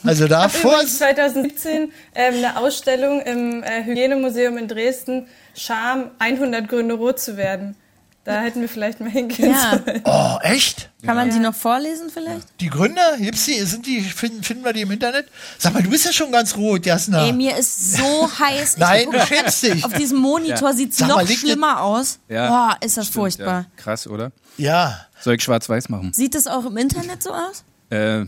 [SPEAKER 1] Also da
[SPEAKER 9] Übrigens
[SPEAKER 1] Vorsicht.
[SPEAKER 9] 2017 ähm, eine Ausstellung im äh, Hygienemuseum in Dresden, Scham, 100 Gründe rot zu werden. Da hätten wir vielleicht mal hingehen
[SPEAKER 2] Ja.
[SPEAKER 9] sollen.
[SPEAKER 1] Oh, echt?
[SPEAKER 2] Kann man die noch vorlesen vielleicht?
[SPEAKER 1] Die Gründer, Hipsi, sind die, finden, finden wir die im Internet? Sag mal, du bist ja schon ganz rot, Jasna.
[SPEAKER 2] Ey, mir ist so heiß. Ich
[SPEAKER 1] Nein,
[SPEAKER 2] guck
[SPEAKER 1] du schämst dich.
[SPEAKER 2] Auf diesem Monitor sieht's
[SPEAKER 1] Sag
[SPEAKER 2] noch
[SPEAKER 1] mal, liegt
[SPEAKER 2] schlimmer aus.
[SPEAKER 3] Ja.
[SPEAKER 2] Boah, ist das
[SPEAKER 3] Stimmt,
[SPEAKER 2] furchtbar.
[SPEAKER 3] Ja. Krass, oder?
[SPEAKER 1] Ja,
[SPEAKER 3] Soll ich schwarz-weiß machen?
[SPEAKER 2] Sieht das auch im Internet so aus?
[SPEAKER 3] Äh,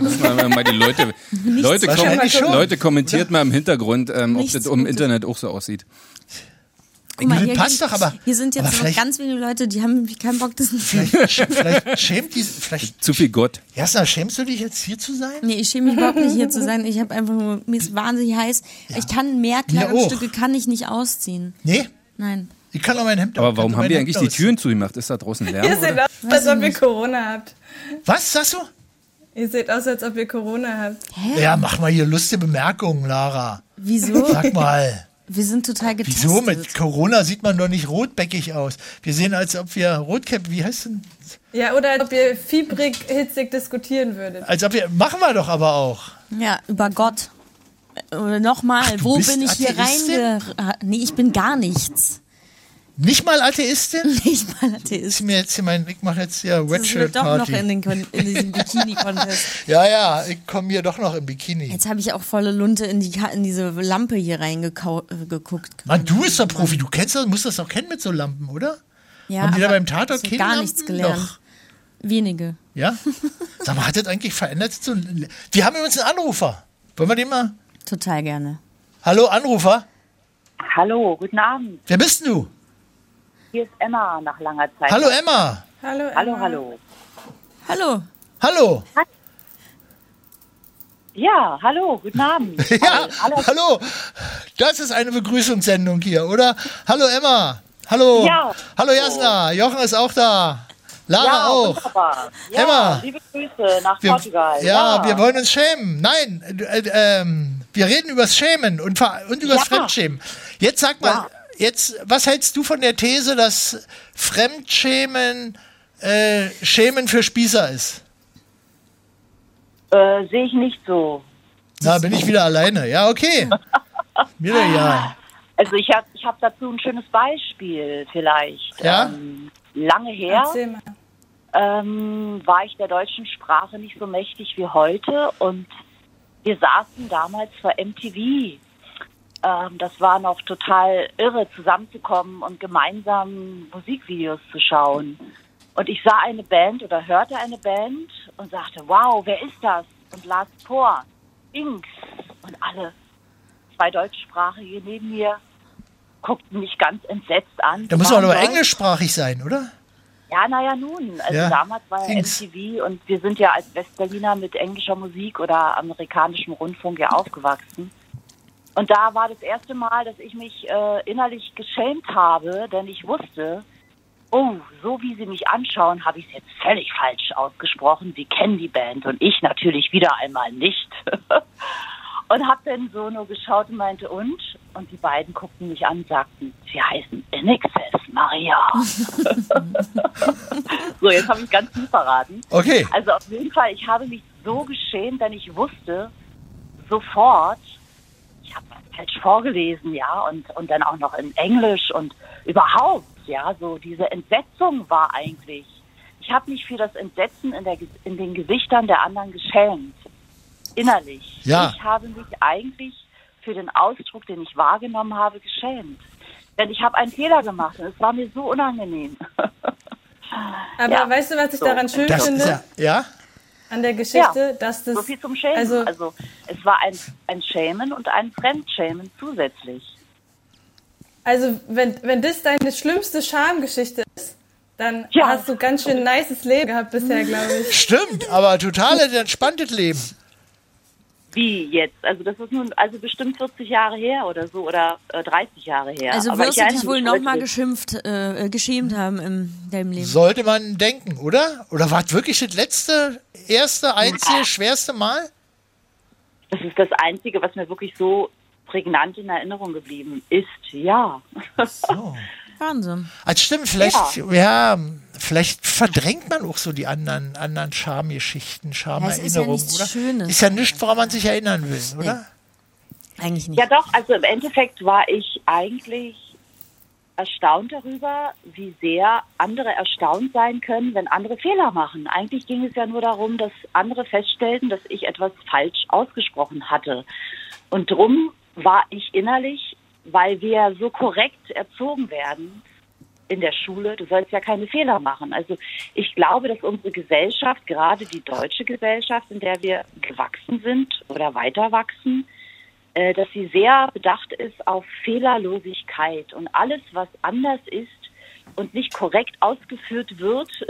[SPEAKER 3] müssen wir mal die Leute, Leute, kom
[SPEAKER 1] Wahrscheinlich schon,
[SPEAKER 3] Leute kommentiert mal im Hintergrund, ähm, ob
[SPEAKER 2] Nichts
[SPEAKER 3] das im
[SPEAKER 2] Gutes.
[SPEAKER 3] Internet auch so aussieht.
[SPEAKER 2] Guck mal, hier
[SPEAKER 1] passt
[SPEAKER 2] gibt-
[SPEAKER 1] doch aber-
[SPEAKER 2] Hier sind
[SPEAKER 1] aber
[SPEAKER 2] jetzt noch
[SPEAKER 1] vielleicht-
[SPEAKER 2] ganz wenige Leute, die haben keinen Bock, das nicht.
[SPEAKER 1] vielleicht, sch- vielleicht schämt die, vielleicht,
[SPEAKER 3] Zu viel Gott.
[SPEAKER 1] Jasna, schämst du dich jetzt hier zu sein?
[SPEAKER 2] Nee, ich schäme mich überhaupt nicht hier zu sein. Ich habe einfach nur, mir ist wahnsinnig heiß. Ich kann mehr
[SPEAKER 1] oh.
[SPEAKER 2] Kleidungsstücke kann ich nicht ausziehen.
[SPEAKER 1] Nee?
[SPEAKER 2] Nein.
[SPEAKER 1] Ich kann doch mein Hemd
[SPEAKER 3] Aber
[SPEAKER 1] ich
[SPEAKER 3] warum
[SPEAKER 1] kann doch
[SPEAKER 3] haben
[SPEAKER 1] mein
[SPEAKER 3] die
[SPEAKER 1] Hemd
[SPEAKER 3] eigentlich die
[SPEAKER 1] aus.
[SPEAKER 3] Türen zugemacht? Ist da draußen Lärm?
[SPEAKER 9] Ihr seht
[SPEAKER 3] Oder?
[SPEAKER 9] aus, als ob ihr Corona habt.
[SPEAKER 1] Was, sagst du?
[SPEAKER 9] Ihr seht aus, als ob ihr Corona habt.
[SPEAKER 1] Ja, mach mal hier lustige Bemerkungen, Lara.
[SPEAKER 2] Wieso?
[SPEAKER 1] Sag mal.
[SPEAKER 2] Wir sind total getestet.
[SPEAKER 1] Wieso? Mit Corona sieht man doch nicht rotbäckig aus. Wir sehen, als ob wir Rotkäpp, wie heißt denn?
[SPEAKER 9] Ja, oder als ob ihr fiebrig, hitzig diskutieren würdet.
[SPEAKER 1] Als ob wir, machen wir doch aber auch.
[SPEAKER 2] Ja, über Gott. Äh, Nochmal, wo
[SPEAKER 1] bist
[SPEAKER 2] bin ich hier
[SPEAKER 1] Atheistin?
[SPEAKER 2] reinge... Nee, ich bin gar nichts.
[SPEAKER 1] Nicht mal Atheistin?
[SPEAKER 2] Nicht mal Atheist.
[SPEAKER 1] Ich, mir jetzt hier mein, ich mache jetzt hier
[SPEAKER 2] Das ist mir
[SPEAKER 1] Redshirt
[SPEAKER 2] doch noch in,
[SPEAKER 1] Party. Ah,
[SPEAKER 2] den Kon in diesen Bikini-Contest.
[SPEAKER 1] Ja, ja, ich komme hier doch noch im Bikini.
[SPEAKER 2] Jetzt habe ich auch volle Lunte in, die, Ka- in diese Lampe hier äh, reingeguckt.
[SPEAKER 1] Mann, du bist doch Profi, du kennst das, musst das doch kennen mit so Lampen, oder?
[SPEAKER 2] Ja,
[SPEAKER 1] Haben die da
[SPEAKER 2] aber
[SPEAKER 1] beim Tatort
[SPEAKER 2] so
[SPEAKER 1] keine
[SPEAKER 2] gar
[SPEAKER 1] Lampen?
[SPEAKER 2] nichts gelernt.
[SPEAKER 1] Doch.
[SPEAKER 2] Wenige.
[SPEAKER 1] Ja? Sag mal, hat das eigentlich verändert? So ein- Wir haben übrigens einen Anrufer. Wollen wir den mal?
[SPEAKER 2] Total gerne.
[SPEAKER 1] Hallo, Anrufer?
[SPEAKER 10] Hallo, guten Abend.
[SPEAKER 1] Wer bist denn du?
[SPEAKER 10] Hier ist Emma nach langer Zeit.
[SPEAKER 1] Hallo, Emma.
[SPEAKER 9] Hallo,
[SPEAKER 10] Hallo,
[SPEAKER 9] Emma.
[SPEAKER 10] hallo.
[SPEAKER 2] Hallo.
[SPEAKER 1] Hallo.
[SPEAKER 10] Ja, hallo, guten Abend.
[SPEAKER 1] Ja,
[SPEAKER 10] hallo.
[SPEAKER 1] hallo. Das ist eine Begrüßungssendung hier, oder? Hallo Emma. Hallo.
[SPEAKER 10] Ja.
[SPEAKER 1] Hallo Jasna. Jochen ist auch da. Lara
[SPEAKER 10] Ja,
[SPEAKER 1] auch.
[SPEAKER 10] wunderbar. Ja,
[SPEAKER 1] Emma.
[SPEAKER 10] Liebe Grüße nach Portugal.
[SPEAKER 1] ja, wir wollen uns schämen. Nein, äh, äh, ähm, wir reden übers Schämen und, ver- und übers
[SPEAKER 10] Ja.
[SPEAKER 1] Fremdschämen. Jetzt sag mal,
[SPEAKER 10] Ja.
[SPEAKER 1] jetzt, was hältst du von der These, dass Fremdschämen äh, Schämen für Spießer ist?
[SPEAKER 10] äh, sehe ich nicht so.
[SPEAKER 1] Na, bin ich wieder alleine. Ja, okay. Mir doch ja.
[SPEAKER 10] Also ich habe ich hab dazu ein schönes Beispiel vielleicht.
[SPEAKER 1] Ja?
[SPEAKER 10] Ähm, lange her
[SPEAKER 9] Erzähl mal.
[SPEAKER 10] ähm, war ich der deutschen Sprache nicht so mächtig wie heute und wir saßen damals vor MTV. Ähm, das war noch total irre, zusammenzukommen und gemeinsam Musikvideos zu schauen. Und ich sah eine Band oder hörte eine Band und sagte, wow, wer ist das? Und las vor, Inks. Und alle, zwei deutschsprachige neben mir, guckten mich ganz entsetzt an.
[SPEAKER 1] Da muss man
[SPEAKER 10] Waren
[SPEAKER 1] aber
[SPEAKER 10] Deutsch.
[SPEAKER 1] englischsprachig sein, oder?
[SPEAKER 10] Ja, naja, nun. Also
[SPEAKER 1] Ja,
[SPEAKER 10] damals war ja
[SPEAKER 1] Dings.
[SPEAKER 10] MTV und wir sind ja als Westberliner mit englischer Musik oder amerikanischem Rundfunk ja aufgewachsen. Und da war das erste Mal, dass ich mich äh, innerlich geschämt habe, denn ich wusste, oh, so wie sie mich anschauen, habe ich es jetzt völlig falsch ausgesprochen. Sie kennen die Band und ich natürlich wieder einmal nicht. und habe dann so nur geschaut und meinte, und? Und die beiden guckten mich an und sagten, sie heißen Inixes Maria. So, jetzt habe ich ganz viel verraten.
[SPEAKER 1] Okay.
[SPEAKER 10] Also auf jeden Fall, ich habe mich so geschämt, denn ich wusste sofort, ich habe das falsch vorgelesen, ja, und, und dann auch noch in Englisch und überhaupt, ja, so diese Entsetzung war eigentlich. Ich habe mich für das Entsetzen in, der, in den Gesichtern der anderen geschämt. Innerlich.
[SPEAKER 1] Ja.
[SPEAKER 10] Ich habe mich eigentlich für den Ausdruck, den ich wahrgenommen habe, geschämt. Denn ich habe einen Fehler gemacht und es war mir so unangenehm.
[SPEAKER 9] Aber
[SPEAKER 10] Ja.
[SPEAKER 9] weißt du, was ich
[SPEAKER 10] So.
[SPEAKER 9] daran schön
[SPEAKER 1] Das
[SPEAKER 9] finde?
[SPEAKER 1] ist
[SPEAKER 2] ne?
[SPEAKER 1] ja, ja?
[SPEAKER 9] An der Geschichte,
[SPEAKER 10] Ja.
[SPEAKER 9] dass das.
[SPEAKER 10] So viel zum Schämen. Also,
[SPEAKER 9] Also,
[SPEAKER 10] es war ein, ein Schämen und ein Fremdschämen zusätzlich.
[SPEAKER 9] also wenn, wenn das deine schlimmste Schamgeschichte ist, dann
[SPEAKER 10] Ja.
[SPEAKER 9] hast du ganz schön ein nices Leben gehabt bisher, glaube ich.
[SPEAKER 1] Stimmt, aber total ein entspanntes Leben.
[SPEAKER 10] Wie jetzt? Also das ist nun also bestimmt 40 Jahre her oder so oder äh, 30 Jahre her.
[SPEAKER 2] Also
[SPEAKER 10] Aber
[SPEAKER 2] wirst
[SPEAKER 10] ich
[SPEAKER 2] du
[SPEAKER 10] erinnere
[SPEAKER 2] dich wohl
[SPEAKER 10] mich
[SPEAKER 2] nochmal
[SPEAKER 10] heute-
[SPEAKER 2] geschimpft, äh, geschämt haben in deinem Leben.
[SPEAKER 1] Sollte man denken, oder? Oder war es wirklich das letzte, erste, einzige, schwerste Mal?
[SPEAKER 10] Das ist das Einzige, was mir wirklich so prägnant in Erinnerung geblieben ist. Ja.
[SPEAKER 2] Wahnsinn.
[SPEAKER 1] Also stimmt, vielleicht, ja. vielleicht verdrängt man auch so die anderen, anderen Schamgeschichten,
[SPEAKER 2] Ja, es ist ja
[SPEAKER 1] Schamerinnerungen,
[SPEAKER 2] nichts
[SPEAKER 1] oder?
[SPEAKER 2] Schönes.
[SPEAKER 1] Ist ja nichts, woran man sich erinnern will, oder?
[SPEAKER 2] Eigentlich nicht.
[SPEAKER 10] Ja doch, also im Endeffekt war ich eigentlich erstaunt darüber, wie sehr andere erstaunt sein können, wenn andere Fehler machen. Eigentlich ging es ja nur darum, dass andere feststellten, dass ich etwas falsch ausgesprochen hatte. Und drum war ich innerlich, weil wir so korrekt erzogen werden in der Schule, du sollst ja keine Fehler machen. Also ich glaube, dass unsere Gesellschaft, gerade die deutsche Gesellschaft, in der wir gewachsen sind oder weiter wachsen, äh, dass sie sehr bedacht ist auf Fehlerlosigkeit und alles, was anders ist und nicht korrekt ausgeführt wird,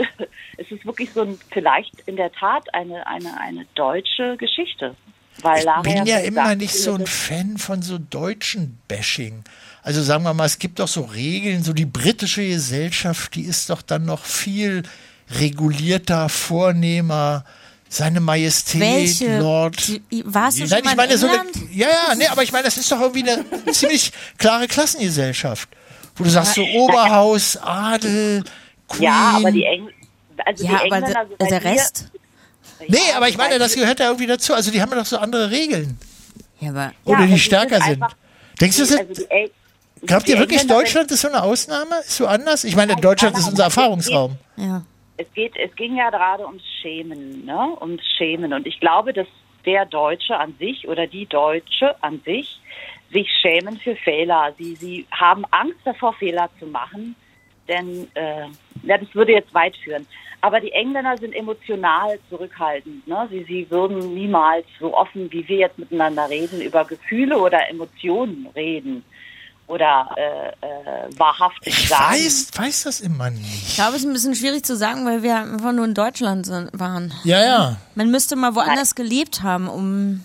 [SPEAKER 10] es ist wirklich so ein, vielleicht in der Tat eine, eine, eine deutsche Geschichte. Weil Lara
[SPEAKER 1] Ich bin ja
[SPEAKER 10] gesagt
[SPEAKER 1] immer nicht
[SPEAKER 10] hat,
[SPEAKER 1] so ein Fan von so deutschen Bashing. Also sagen wir mal, es gibt doch so Regeln, so die britische Gesellschaft, die ist doch dann noch viel regulierter, vornehmer, seine Majestät,
[SPEAKER 2] Welche?
[SPEAKER 1] Lord.
[SPEAKER 2] Die- die- Warst du
[SPEAKER 1] Nein,
[SPEAKER 2] schon mal
[SPEAKER 1] ich meine,
[SPEAKER 2] in
[SPEAKER 1] so eine,
[SPEAKER 2] England?
[SPEAKER 1] ja, ja, nee, aber ich meine, das ist doch irgendwie eine ziemlich klare Klassengesellschaft. Wo du sagst, so Oberhaus, Adel, Queen.
[SPEAKER 10] Ja, aber die, Engl also
[SPEAKER 2] ja,
[SPEAKER 10] die
[SPEAKER 2] aber
[SPEAKER 10] Engländer...
[SPEAKER 2] der,
[SPEAKER 10] soweit
[SPEAKER 2] der
[SPEAKER 10] wir-
[SPEAKER 2] Rest?
[SPEAKER 1] nee, aber ich meine,
[SPEAKER 10] soweit
[SPEAKER 1] das
[SPEAKER 10] wir-
[SPEAKER 1] gehört ja irgendwie dazu. Also die haben ja doch so andere Regeln.
[SPEAKER 2] Ja, aber
[SPEAKER 10] Ja,
[SPEAKER 1] oder
[SPEAKER 10] also
[SPEAKER 1] die
[SPEAKER 10] die
[SPEAKER 1] stärker
[SPEAKER 10] sind
[SPEAKER 1] sind.
[SPEAKER 10] einfach-
[SPEAKER 1] Denkst du, das
[SPEAKER 10] also die Eng-
[SPEAKER 1] Glaubt
[SPEAKER 10] die
[SPEAKER 1] ihr wirklich,
[SPEAKER 10] Engländer sind-
[SPEAKER 1] Deutschland ist so eine Ausnahme? Ist so anders? Ich meine, Deutschland ist unser Erfahrungsraum.
[SPEAKER 2] ja.
[SPEAKER 10] es geht, es ging ja gerade ums Schämen, ne? Ums Schämen. Und ich glaube, dass der Deutsche an sich oder die Deutsche an sich sich schämen für Fehler. Sie, sie haben Angst davor, Fehler zu machen, denn äh, ja, das würde jetzt weit führen. Aber die Engländer sind emotional zurückhaltend. Ne? Sie, sie würden niemals so offen, wie wir jetzt miteinander reden, über Gefühle oder Emotionen reden oder äh, äh, wahrhaftig
[SPEAKER 1] Ich
[SPEAKER 10] sagen.
[SPEAKER 1] weiß, weiß das immer
[SPEAKER 2] Ich
[SPEAKER 1] nicht.
[SPEAKER 2] glaube, es ist ein bisschen schwierig zu sagen, weil wir einfach nur in Deutschland sind, waren.
[SPEAKER 1] Ja, ja.
[SPEAKER 2] Man müsste mal woanders gelebt haben, um.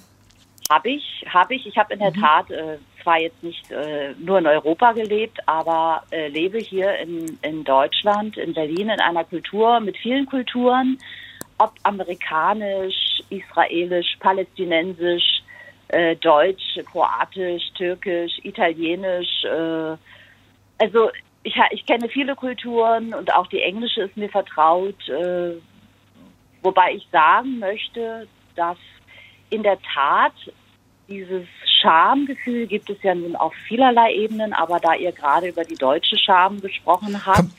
[SPEAKER 10] Habe ich, habe ich. Ich habe in der Tat äh, zwar jetzt nicht äh, nur in Europa gelebt, aber äh, lebe hier in, in Deutschland, in Berlin, in einer Kultur mit vielen Kulturen, ob amerikanisch, israelisch, palästinensisch, äh, deutsch, kroatisch, türkisch, italienisch. Äh, also ich, ha- ich kenne viele Kulturen und auch die englische ist mir vertraut. Äh, Wobei ich sagen möchte, dass in der Tat dieses Schamgefühl gibt es ja nun auf vielerlei Ebenen, aber da ihr gerade über die deutsche Scham gesprochen habt,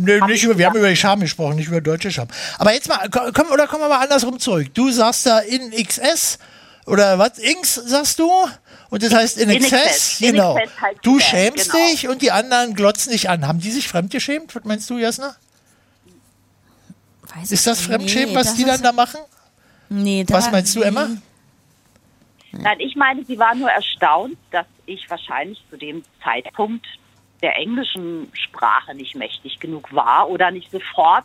[SPEAKER 1] Nö, nicht über, wir haben über die Scham gesprochen, nicht über deutsche Scham. Aber jetzt mal, ko- komm, oder kommen wir mal andersrum zurück. Du sagst da in XS oder was? Inks sagst du? Und das heißt in,
[SPEAKER 11] In
[SPEAKER 1] excess,
[SPEAKER 11] excess, in
[SPEAKER 1] genau.
[SPEAKER 11] excess heißt
[SPEAKER 1] du
[SPEAKER 11] die Band,
[SPEAKER 1] schämst
[SPEAKER 11] genau.
[SPEAKER 1] dich und die anderen glotzen dich an. Haben die sich fremdgeschämt? Was meinst du, Jasna?
[SPEAKER 2] Weiß
[SPEAKER 1] Ist das
[SPEAKER 2] ich-
[SPEAKER 1] Fremdschämen,
[SPEAKER 2] nee,
[SPEAKER 1] was
[SPEAKER 2] das
[SPEAKER 1] die dann
[SPEAKER 2] ist-
[SPEAKER 1] da machen?
[SPEAKER 2] Nee, da-
[SPEAKER 1] Was meinst du, Emma?
[SPEAKER 10] Nein, ich meine, sie war nur erstaunt, dass ich wahrscheinlich zu dem Zeitpunkt der englischen Sprache nicht mächtig genug war oder nicht sofort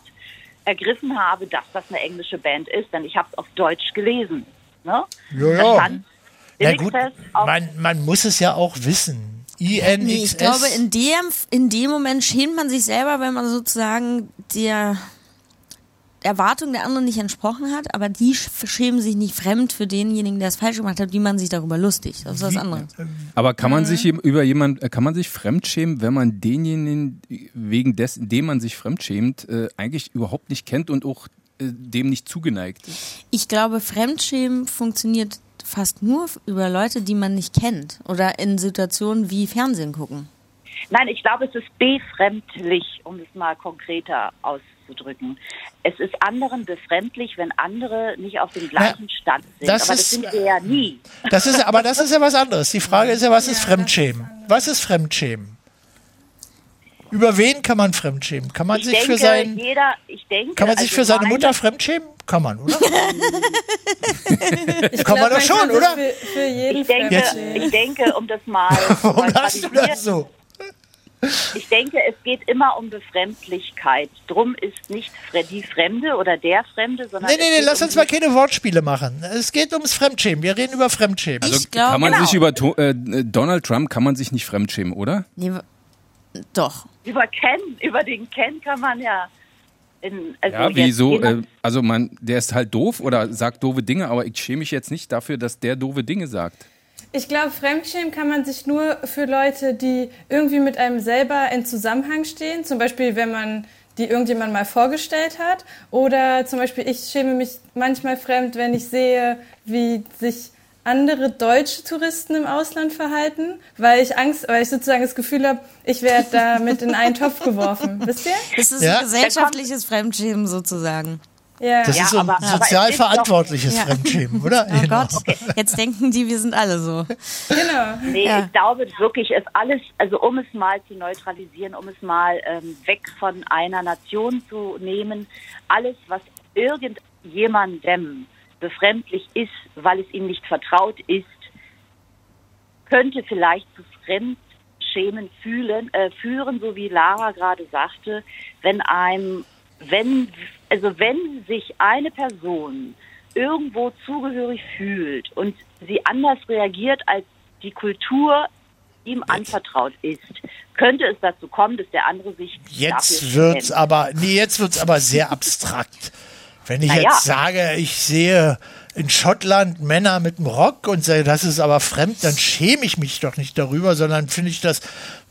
[SPEAKER 10] ergriffen habe, dass das eine englische Band ist, denn ich habe es auf Deutsch gelesen. Ne?
[SPEAKER 1] Ja, ja.
[SPEAKER 10] Da stand
[SPEAKER 1] Na
[SPEAKER 10] in
[SPEAKER 1] gut,
[SPEAKER 10] excess
[SPEAKER 1] man, man muss es ja auch wissen. INXS.
[SPEAKER 2] Nee, ich glaube, in dem, in dem Moment schämt man sich selber, wenn man sozusagen der Erwartung der anderen nicht entsprochen hat, aber die sch- schämen sich nicht fremd für denjenigen, der es falsch gemacht hat, wie man sich darüber lustig. Das ist was anderes.
[SPEAKER 3] Aber kann man sich eben über jemand, äh, kann man sich fremdschämen, wenn man denjenigen, wegen dessen, dem man sich fremdschämt, äh, eigentlich überhaupt nicht kennt und auch äh, dem nicht zugeneigt ist?
[SPEAKER 2] Ich glaube, Fremdschämen funktioniert fast nur f- über Leute, die man nicht kennt oder in Situationen wie Fernsehen gucken.
[SPEAKER 10] Nein, ich glaube, es ist befremdlich, um es mal konkreter auszudrücken. Es ist anderen befremdlich, wenn andere nicht auf dem gleichen Stand sind.
[SPEAKER 1] das
[SPEAKER 10] Aber
[SPEAKER 1] ist-
[SPEAKER 10] das sind wir ja nie.
[SPEAKER 1] Das ist, aber das ist ja was anderes. Die Frage ist ja, was ist Fremdschämen? Was ist Fremdschämen? Über wen kann man fremdschämen? Kann man
[SPEAKER 10] Ich
[SPEAKER 1] sich
[SPEAKER 10] denke,
[SPEAKER 1] für sein,
[SPEAKER 10] jeder, ich denke,
[SPEAKER 1] kann man sich
[SPEAKER 10] also
[SPEAKER 1] für seine
[SPEAKER 10] meine-
[SPEAKER 1] Mutter fremdschämen? Kann man, oder?
[SPEAKER 9] Ich
[SPEAKER 1] kann man
[SPEAKER 9] glaub,
[SPEAKER 1] doch schon,
[SPEAKER 9] kann sich
[SPEAKER 1] oder?
[SPEAKER 9] Für, für jeden
[SPEAKER 10] Ich denke,
[SPEAKER 1] Jetzt-
[SPEAKER 10] ich denke, um das mal. zu
[SPEAKER 1] Warum hast du das
[SPEAKER 10] neutralisieren,
[SPEAKER 1] so?
[SPEAKER 10] Ich denke, es geht immer um Befremdlichkeit. Drum ist nicht fre- die Fremde oder der Fremde, sondern.
[SPEAKER 1] Nee, nee,
[SPEAKER 10] es
[SPEAKER 1] nee,
[SPEAKER 10] geht
[SPEAKER 1] lass
[SPEAKER 10] um
[SPEAKER 1] uns
[SPEAKER 10] die-
[SPEAKER 1] mal keine Wortspiele machen. Es geht ums Fremdschämen. Wir reden über Fremdschämen.
[SPEAKER 3] Also kann
[SPEAKER 10] genau.
[SPEAKER 3] man sich über To- äh, Donald Trump kann man sich nicht fremdschämen, oder?
[SPEAKER 2] Nee, w- doch.
[SPEAKER 10] Über Ken, über den Ken kann man ja. In, also
[SPEAKER 3] Ja,
[SPEAKER 10] jetzt
[SPEAKER 3] wieso?
[SPEAKER 10] jemand-
[SPEAKER 3] Äh, also man, der ist halt doof oder sagt doofe Dinge, aber ich schäme mich jetzt nicht dafür, dass der doofe Dinge sagt.
[SPEAKER 9] Ich glaube, Fremdschämen kann man sich nur für Leute, die irgendwie mit einem selber in Zusammenhang stehen. Zum Beispiel, wenn man die irgendjemand mal vorgestellt hat. Oder zum Beispiel, ich schäme mich manchmal fremd, wenn ich sehe, wie sich andere deutsche Touristen im Ausland verhalten, weil ich Angst, weil ich sozusagen das Gefühl habe, ich werde damit in einen Topf geworfen. Wisst ihr?
[SPEAKER 2] Das ist ein gesellschaftliches Fremdschämen sozusagen.
[SPEAKER 9] Ja.
[SPEAKER 1] Das ist so ein sozial verantwortliches Fremdschämen, oder? Genau.
[SPEAKER 2] Oh Gott, jetzt denken die, wir sind alle so.
[SPEAKER 9] Genau.
[SPEAKER 10] Nee,
[SPEAKER 2] Ja.
[SPEAKER 10] ich glaube wirklich, es alles, also um es mal zu neutralisieren, um es mal ähm, weg von einer Nation zu nehmen, alles, was irgendjemandem befremdlich ist, weil es ihm nicht vertraut ist, könnte vielleicht zu Fremdschämen fühlen, äh, führen, so wie Lara gerade sagte, wenn einem, wenn, also wenn sich eine Person irgendwo zugehörig fühlt und sie anders reagiert, als die Kultur ihm anvertraut ist, könnte es dazu kommen, dass der andere sich
[SPEAKER 1] Jetzt
[SPEAKER 10] dafür
[SPEAKER 1] wird's
[SPEAKER 10] schämt.
[SPEAKER 1] aber, nee, jetzt wird's aber sehr abstrakt. Wenn ich
[SPEAKER 10] Naja.
[SPEAKER 1] jetzt sage, ich sehe in Schottland Männer mit einem Rock und sage, das ist aber fremd, dann schäme ich mich doch nicht darüber, sondern finde ich das,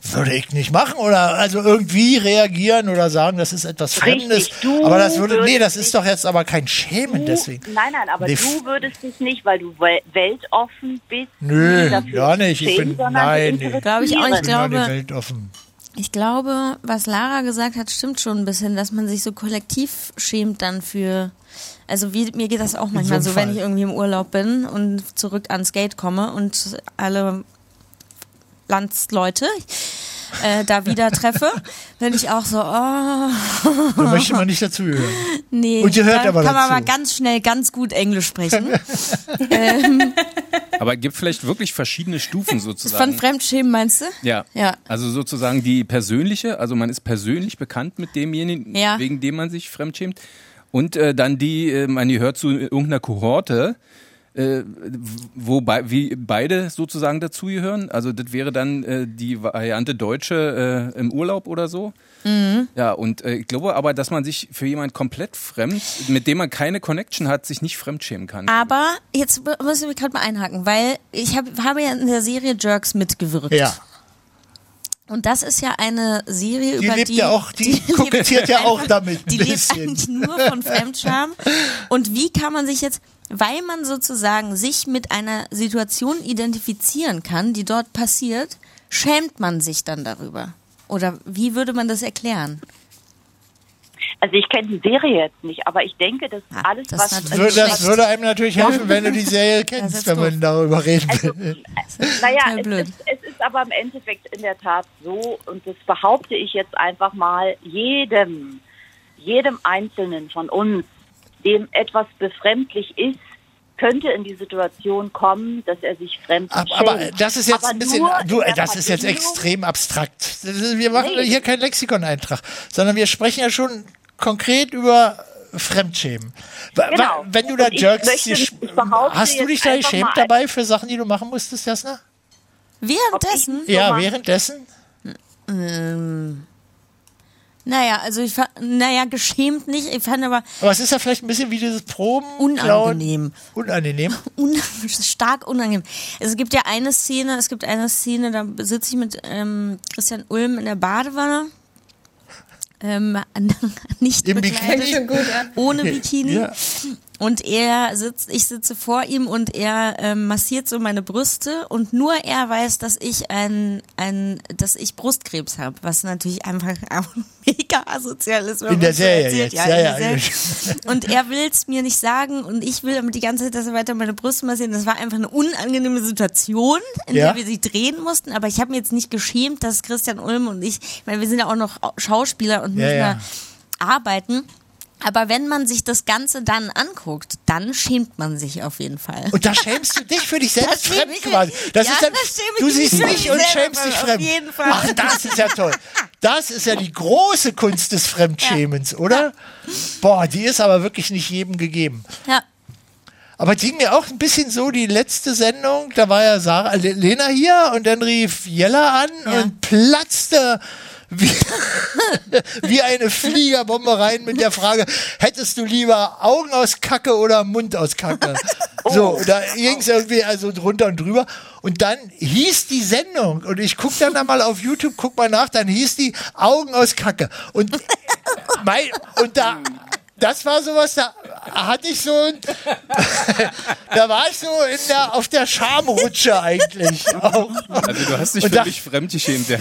[SPEAKER 1] würde ich nicht machen oder also irgendwie reagieren oder sagen, das ist etwas Fremdes.
[SPEAKER 10] Richtig, du
[SPEAKER 1] aber das würde, nee, das
[SPEAKER 10] würdest
[SPEAKER 1] ist doch jetzt aber kein Schämen deswegen.
[SPEAKER 10] Du, nein, nein, aber
[SPEAKER 1] Nee,
[SPEAKER 10] du würdest dich nicht, weil du wel- weltoffen bist.
[SPEAKER 1] Nö,
[SPEAKER 10] nie dafür
[SPEAKER 1] gar nicht. Ich
[SPEAKER 10] schämen,
[SPEAKER 1] bin,
[SPEAKER 10] sondern
[SPEAKER 1] nein,
[SPEAKER 10] dich
[SPEAKER 1] nee.
[SPEAKER 2] Glaube ich auch, ich
[SPEAKER 1] bin
[SPEAKER 2] glaube-
[SPEAKER 1] nur die Welt offen.
[SPEAKER 2] Ich glaube, was Lara gesagt hat, stimmt schon ein bisschen, dass man sich so kollektiv schämt dann für. Also wie, mir geht das auch manchmal
[SPEAKER 11] so
[SPEAKER 2] so,
[SPEAKER 11] einem Fall.
[SPEAKER 2] wenn ich irgendwie im Urlaub bin und zurück ans Gate komme und alle Landsleute äh, da wieder treffe, bin ich auch so, oh.
[SPEAKER 1] Da möchte man nicht dazugehören.
[SPEAKER 2] Nee,
[SPEAKER 1] Und ihr hört
[SPEAKER 2] da
[SPEAKER 1] aber
[SPEAKER 2] kann man
[SPEAKER 1] dazu.
[SPEAKER 2] mal ganz schnell, ganz gut Englisch sprechen. ähm,
[SPEAKER 3] Aber es gibt vielleicht wirklich verschiedene
[SPEAKER 2] von
[SPEAKER 3] Stufen sozusagen.
[SPEAKER 2] Fremdschämen meinst du?
[SPEAKER 3] Ja.
[SPEAKER 2] Ja.
[SPEAKER 3] Also sozusagen die persönliche, also man ist persönlich bekannt mit demjenigen,
[SPEAKER 2] Ja.
[SPEAKER 3] wegen dem man sich fremdschämt. Und äh, dann die, äh, man gehört zu irgendeiner Kohorte, äh, wo bei, wie beide sozusagen dazugehören. Also das wäre dann äh, die Variante Deutsche äh, im Urlaub oder so.
[SPEAKER 2] Mhm.
[SPEAKER 3] Ja, und äh, ich glaube aber, dass man sich für jemand komplett fremd, mit dem man keine Connection hat, sich nicht fremdschämen kann.
[SPEAKER 2] Aber jetzt b- müssen wir gerade mal einhaken, weil ich hab, habe ja in der Serie Jerks mitgewirkt.
[SPEAKER 1] Ja.
[SPEAKER 2] Und das ist ja eine Serie
[SPEAKER 1] Die
[SPEAKER 2] über
[SPEAKER 1] lebt
[SPEAKER 2] die.
[SPEAKER 1] ja auch, die,
[SPEAKER 2] lebt
[SPEAKER 1] kokettiert ja auch damit. ein
[SPEAKER 2] Die lebt
[SPEAKER 1] bisschen.
[SPEAKER 2] eigentlich nur von Fremdscham. Und wie kann man sich jetzt, weil man sozusagen sich mit einer Situation identifizieren kann, die dort passiert, schämt man sich dann darüber? Oder wie würde man das erklären?
[SPEAKER 10] Also ich kenne die Serie jetzt nicht, aber ich denke, dass alles,
[SPEAKER 1] Ah, Das,
[SPEAKER 10] was...
[SPEAKER 2] Also
[SPEAKER 1] würde, das würde einem natürlich helfen, wenn du die Serie kennst, wenn man darüber reden
[SPEAKER 10] Also
[SPEAKER 1] will.
[SPEAKER 10] äh, Naja,
[SPEAKER 1] Total
[SPEAKER 10] es
[SPEAKER 1] blöd.
[SPEAKER 10] ist, es ist aber im Endeffekt in der Tat so, und das behaupte ich jetzt einfach mal, jedem, jedem Einzelnen von uns, dem etwas befremdlich ist, könnte in die Situation kommen, dass er sich fremd
[SPEAKER 1] Aber äh,
[SPEAKER 10] stellt.
[SPEAKER 1] das ist jetzt
[SPEAKER 10] Aber
[SPEAKER 1] ein bisschen,
[SPEAKER 10] nur
[SPEAKER 1] du,
[SPEAKER 10] in der
[SPEAKER 1] äh, das ist jetzt
[SPEAKER 10] Verbindung-
[SPEAKER 1] extrem abstrakt. Das ist- Wir machen
[SPEAKER 10] Nee.
[SPEAKER 1] hier keinen Lexikoneintrag, sondern wir sprechen ja schon konkret über Fremdschämen. Wa- wa-
[SPEAKER 10] Genau.
[SPEAKER 1] Wenn du da
[SPEAKER 10] Und ich
[SPEAKER 1] jerkst,
[SPEAKER 10] möchte-
[SPEAKER 1] die sch-
[SPEAKER 10] ich behaupte
[SPEAKER 1] hast du
[SPEAKER 10] jetzt
[SPEAKER 1] dich da
[SPEAKER 10] einfach
[SPEAKER 1] geschämt
[SPEAKER 10] mal-
[SPEAKER 1] dabei für Sachen, die du machen musstest, Jasna?
[SPEAKER 2] Währenddessen?
[SPEAKER 1] Ja, währenddessen?
[SPEAKER 2] Ähm, naja, also ich fand, naja, geschämt nicht. Ich fand aber
[SPEAKER 1] Aber es ist ja vielleicht ein bisschen wie dieses Proben.
[SPEAKER 2] Unangenehm.
[SPEAKER 1] Unangenehm.
[SPEAKER 2] un stark unangenehm. Es gibt ja eine Szene, es gibt eine Szene, da sitze ich mit ähm, Christian Ulm in der Badewanne. Ähm, nicht
[SPEAKER 1] Im
[SPEAKER 2] bekleidet,
[SPEAKER 1] Bikini? Fängt schon gut an.
[SPEAKER 2] ohne Bikini.
[SPEAKER 1] Ja.
[SPEAKER 2] Und er sitzt, ich sitze vor ihm und er ähm, massiert so meine Brüste und nur er weiß, dass ich ein, ein dass ich Brustkrebs habe, was natürlich einfach auch mega asozial ist. wenn
[SPEAKER 1] In der
[SPEAKER 2] man so
[SPEAKER 1] Serie jetzt.
[SPEAKER 2] erzählt.
[SPEAKER 1] Ja,
[SPEAKER 2] in
[SPEAKER 1] ja, genau.
[SPEAKER 2] der
[SPEAKER 1] gut.
[SPEAKER 2] Serie. Und er will es mir nicht sagen und ich will aber die ganze Zeit, dass er weiter meine Brüste massiert. Das war einfach eine unangenehme Situation, in
[SPEAKER 1] Ja.
[SPEAKER 2] der wir sie drehen mussten, aber ich habe mir jetzt nicht geschämt, dass Christian Ulm und ich, ich meine, wir sind ja auch noch Schauspieler und
[SPEAKER 1] Ja,
[SPEAKER 2] müssen
[SPEAKER 1] ja.
[SPEAKER 2] da arbeiten. Aber wenn man sich das Ganze dann anguckt, dann schämt man sich auf jeden Fall.
[SPEAKER 1] Und da schämst du dich für dich selbst
[SPEAKER 2] schäme
[SPEAKER 1] fremd
[SPEAKER 2] ich mich.
[SPEAKER 1] quasi. Das
[SPEAKER 2] Ja,
[SPEAKER 1] ist dann,
[SPEAKER 2] das schäme ich
[SPEAKER 1] du
[SPEAKER 2] mich
[SPEAKER 1] siehst
[SPEAKER 2] für
[SPEAKER 1] mich
[SPEAKER 2] mich
[SPEAKER 1] und
[SPEAKER 2] selber,
[SPEAKER 1] schämst dich
[SPEAKER 2] auf
[SPEAKER 1] fremd.
[SPEAKER 2] jeden Fall.
[SPEAKER 1] Ach, das ist ja toll. Das ist ja die große Kunst des Fremdschämens, oder? Boah, die ist aber wirklich nicht jedem gegeben.
[SPEAKER 2] Ja.
[SPEAKER 1] Aber es ging mir auch ein bisschen so, die letzte Sendung, da war ja Sarah, Le- Lena hier und dann rief Jella an und platzte wie, wie eine Fliegerbombe rein mit der Frage, hättest du lieber Augen aus Kacke oder Mund aus Kacke? So, und da ging es irgendwie also drunter und drüber. Und dann hieß die Sendung, und ich guck dann da mal auf YouTube, guck mal nach, dann hieß die Augen aus Kacke. Und äh, mein, und da, das war sowas, da hatte ich so ein, da war ich so in der, auf der Schamrutsche eigentlich. Auch.
[SPEAKER 3] Also du hast dich
[SPEAKER 1] Und
[SPEAKER 3] für
[SPEAKER 1] da-
[SPEAKER 3] mich fremdgeschämt. Ja.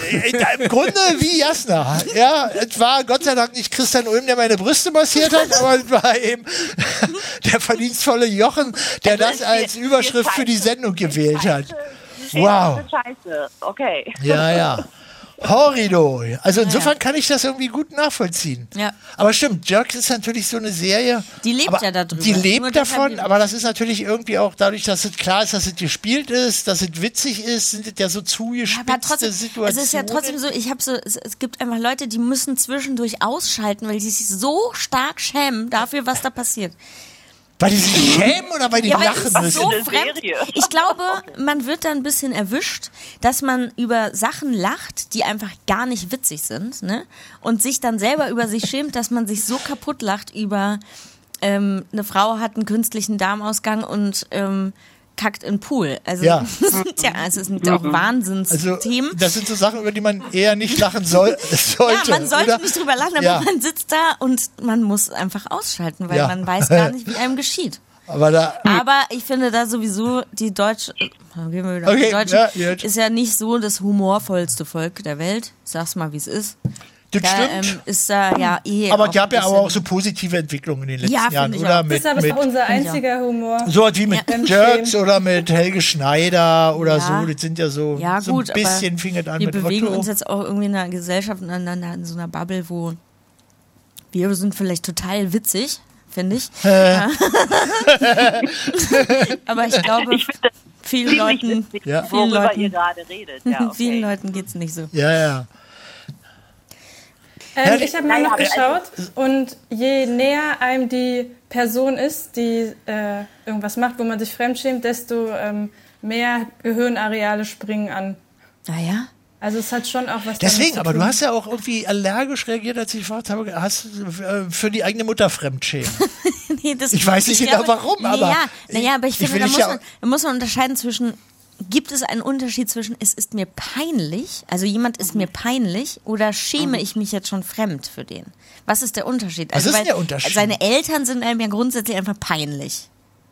[SPEAKER 1] Im Grunde wie Jasna. Ja, es war Gott sei Dank nicht Christian Ulm, der meine Brüste massiert hat, aber es war eben der verdienstvolle Jochen,
[SPEAKER 10] Also
[SPEAKER 1] der das als Überschrift für die Sendung gewählt hat. Wow.
[SPEAKER 10] Scheiße, okay.
[SPEAKER 1] Ja, ja. Horrido. Also insofern kann ich das irgendwie gut nachvollziehen.
[SPEAKER 2] Ja.
[SPEAKER 1] Aber stimmt, Jerks ist natürlich so eine Serie.
[SPEAKER 2] Die lebt
[SPEAKER 1] aber
[SPEAKER 2] ja darüber.
[SPEAKER 1] Die
[SPEAKER 2] Nur
[SPEAKER 1] lebt
[SPEAKER 2] deshalb
[SPEAKER 1] davon,
[SPEAKER 2] lebt-
[SPEAKER 1] aber das ist natürlich irgendwie auch dadurch, dass es klar ist, dass es gespielt ist, dass es witzig ist, sind es ja so zugespitzte
[SPEAKER 2] Aber trotzdem,
[SPEAKER 1] Situationen.
[SPEAKER 2] es ist ja trotzdem so, ich habe so, es, es gibt einfach Leute, die müssen zwischendurch ausschalten, weil die sich so stark schämen dafür, was da passiert.
[SPEAKER 1] Weil die sich schämen oder weil die
[SPEAKER 2] Ja, weil
[SPEAKER 1] lachen
[SPEAKER 2] es ist
[SPEAKER 1] müssen?
[SPEAKER 2] so fremd. Ich glaube, man wird da ein bisschen erwischt, dass man über Sachen lacht, die einfach gar nicht witzig sind, ne? Und sich dann selber über sich schämt, dass man sich so kaputt lacht über ähm, eine Frau hat einen künstlichen Darmausgang und ähm, kackt in den Pool. Also
[SPEAKER 1] Ja.
[SPEAKER 2] tja, es sind auch
[SPEAKER 1] also,
[SPEAKER 2] Wahnsinnsthemen.
[SPEAKER 1] das sind so Sachen, über die man eher nicht lachen soll, äh, sollte.
[SPEAKER 2] ja, man sollte
[SPEAKER 1] oder?
[SPEAKER 2] nicht drüber lachen, aber
[SPEAKER 1] Ja.
[SPEAKER 2] man sitzt da und man muss einfach ausschalten, weil
[SPEAKER 1] Ja.
[SPEAKER 2] man weiß gar nicht, wie einem geschieht.
[SPEAKER 1] Aber da,
[SPEAKER 2] Aber ich finde da sowieso die Deutsche, äh, gehen wir wieder auf
[SPEAKER 1] Okay,
[SPEAKER 2] die Deutschen,
[SPEAKER 1] ja, gut.
[SPEAKER 2] ist ja nicht so das humorvollste Volk der Welt. Sag's mal, wie es ist.
[SPEAKER 1] Das
[SPEAKER 2] da,
[SPEAKER 1] stimmt.
[SPEAKER 2] Ähm, ist da ja eh.
[SPEAKER 1] aber
[SPEAKER 2] auch
[SPEAKER 1] es gab ja
[SPEAKER 2] ein
[SPEAKER 1] aber auch so
[SPEAKER 2] bisschen-
[SPEAKER 1] positive Entwicklungen in den letzten
[SPEAKER 2] Ja, finde
[SPEAKER 1] Jahren,
[SPEAKER 2] ich
[SPEAKER 1] oder?
[SPEAKER 2] auch.
[SPEAKER 9] Das
[SPEAKER 1] Mit,
[SPEAKER 9] ist aber
[SPEAKER 1] mit,
[SPEAKER 9] unser
[SPEAKER 2] Finde ich auch.
[SPEAKER 9] einziger Humor.
[SPEAKER 1] So was wie mit
[SPEAKER 2] Ja.
[SPEAKER 1] Jerks oder mit Helge Schneider oder
[SPEAKER 2] Ja.
[SPEAKER 1] so. Das sind ja so,
[SPEAKER 2] ja,
[SPEAKER 1] so
[SPEAKER 2] gut,
[SPEAKER 1] ein bisschen fingert an
[SPEAKER 2] Wir
[SPEAKER 1] mit
[SPEAKER 2] bewegen
[SPEAKER 1] Otto.
[SPEAKER 2] uns jetzt auch irgendwie in einer Gesellschaft und einander in so einer Bubble, wo wir sind vielleicht total witzig, finde ich. Ja. aber ich glaube, vielen
[SPEAKER 10] Ziemlich
[SPEAKER 2] Leuten,
[SPEAKER 10] witzig,
[SPEAKER 1] Ja.
[SPEAKER 2] vielen
[SPEAKER 10] worüber ihr
[SPEAKER 2] Leuten,
[SPEAKER 10] gerade redet. Ja, okay.
[SPEAKER 2] vielen Leuten geht's nicht so.
[SPEAKER 1] Ja, ja.
[SPEAKER 9] Ähm, ich habe mal
[SPEAKER 10] Naja,
[SPEAKER 9] noch
[SPEAKER 10] aber
[SPEAKER 9] geschaut
[SPEAKER 1] also-
[SPEAKER 9] und je näher einem die Person ist, die äh, irgendwas macht, wo man sich fremdschämt, desto ähm, mehr Gehirnareale springen an.
[SPEAKER 2] Naja.
[SPEAKER 9] Also es hat schon auch was damit
[SPEAKER 1] Deswegen,
[SPEAKER 9] zu
[SPEAKER 1] aber du
[SPEAKER 9] tun.
[SPEAKER 1] hast ja auch irgendwie allergisch reagiert, als ich gefragt habe, hast du äh, für die eigene Mutter Fremdschämen?
[SPEAKER 2] Nee, das-
[SPEAKER 1] Ich weiß nicht
[SPEAKER 2] glaube-
[SPEAKER 1] genau warum, aber
[SPEAKER 2] Naja, naja aber ich
[SPEAKER 1] ich
[SPEAKER 2] finde,
[SPEAKER 1] will
[SPEAKER 2] da,
[SPEAKER 1] nicht
[SPEAKER 2] muss
[SPEAKER 1] ja-
[SPEAKER 2] man, da muss man unterscheiden zwischen. Gibt es einen Unterschied zwischen, es ist mir peinlich, also jemand ist
[SPEAKER 1] Mhm.
[SPEAKER 2] mir peinlich, oder schäme ich mich jetzt schon fremd für den? Was ist der Unterschied?
[SPEAKER 1] Was
[SPEAKER 2] Also
[SPEAKER 1] ist
[SPEAKER 2] weil
[SPEAKER 1] denn der Unterschied?
[SPEAKER 2] Seine Eltern sind einem ja grundsätzlich einfach peinlich.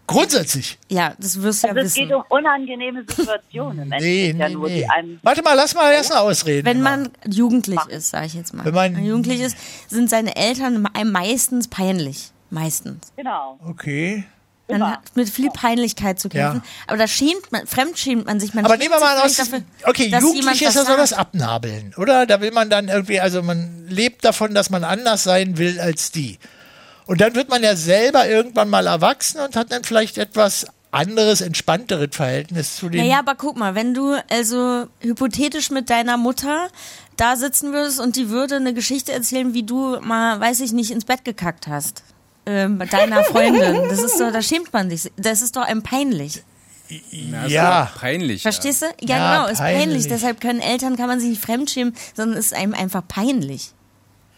[SPEAKER 1] Grundsätzlich.
[SPEAKER 2] Ja, das wirst du ja
[SPEAKER 10] Also es
[SPEAKER 2] wissen.
[SPEAKER 10] geht um unangenehme Situationen. Menschen
[SPEAKER 1] Nee,
[SPEAKER 10] ja
[SPEAKER 1] nee,
[SPEAKER 10] nur,
[SPEAKER 1] nee.
[SPEAKER 10] die einem
[SPEAKER 1] Warte mal, lass mal erst mal ausreden.
[SPEAKER 2] Wenn man jugendlich ist, sage ich jetzt mal.
[SPEAKER 1] Wenn man-
[SPEAKER 2] jugendlich ist, sind seine Eltern einem meistens peinlich. Meistens.
[SPEAKER 10] Genau.
[SPEAKER 1] Okay.
[SPEAKER 2] Man hat mit viel Peinlichkeit zu kämpfen.
[SPEAKER 1] Ja.
[SPEAKER 2] Aber da schämt man, fremdschämt man sich. Man
[SPEAKER 1] Aber
[SPEAKER 2] schämt
[SPEAKER 1] nehmen wir
[SPEAKER 2] sich
[SPEAKER 1] mal an, aus,
[SPEAKER 2] vielleicht dafür,
[SPEAKER 1] okay,
[SPEAKER 2] dass jemand
[SPEAKER 1] Jugendliche ist ja
[SPEAKER 2] was
[SPEAKER 1] so das
[SPEAKER 2] sagt.
[SPEAKER 1] Abnabeln, oder? Da will man dann irgendwie, also man lebt davon, dass man anders sein will als die. Und dann wird man ja selber irgendwann mal erwachsen und hat dann vielleicht etwas anderes, entspannteres Verhältnis zu den.
[SPEAKER 2] Naja, aber guck mal, wenn du also hypothetisch mit deiner Mutter da sitzen würdest und die würde eine Geschichte erzählen, wie du mal, weiß ich nicht, ins Bett gekackt hast. Ähm, bei deiner Freundin. Das ist doch, da schämt man sich. Das ist doch einem peinlich.
[SPEAKER 3] Na, ist
[SPEAKER 1] Ja.
[SPEAKER 3] doch Peinlich.
[SPEAKER 2] Verstehst du? Ja,
[SPEAKER 1] Ja,
[SPEAKER 2] genau, ist peinlich.
[SPEAKER 1] peinlich.
[SPEAKER 2] Deshalb können Eltern, kann man sich nicht fremdschämen, sondern ist einem einfach peinlich.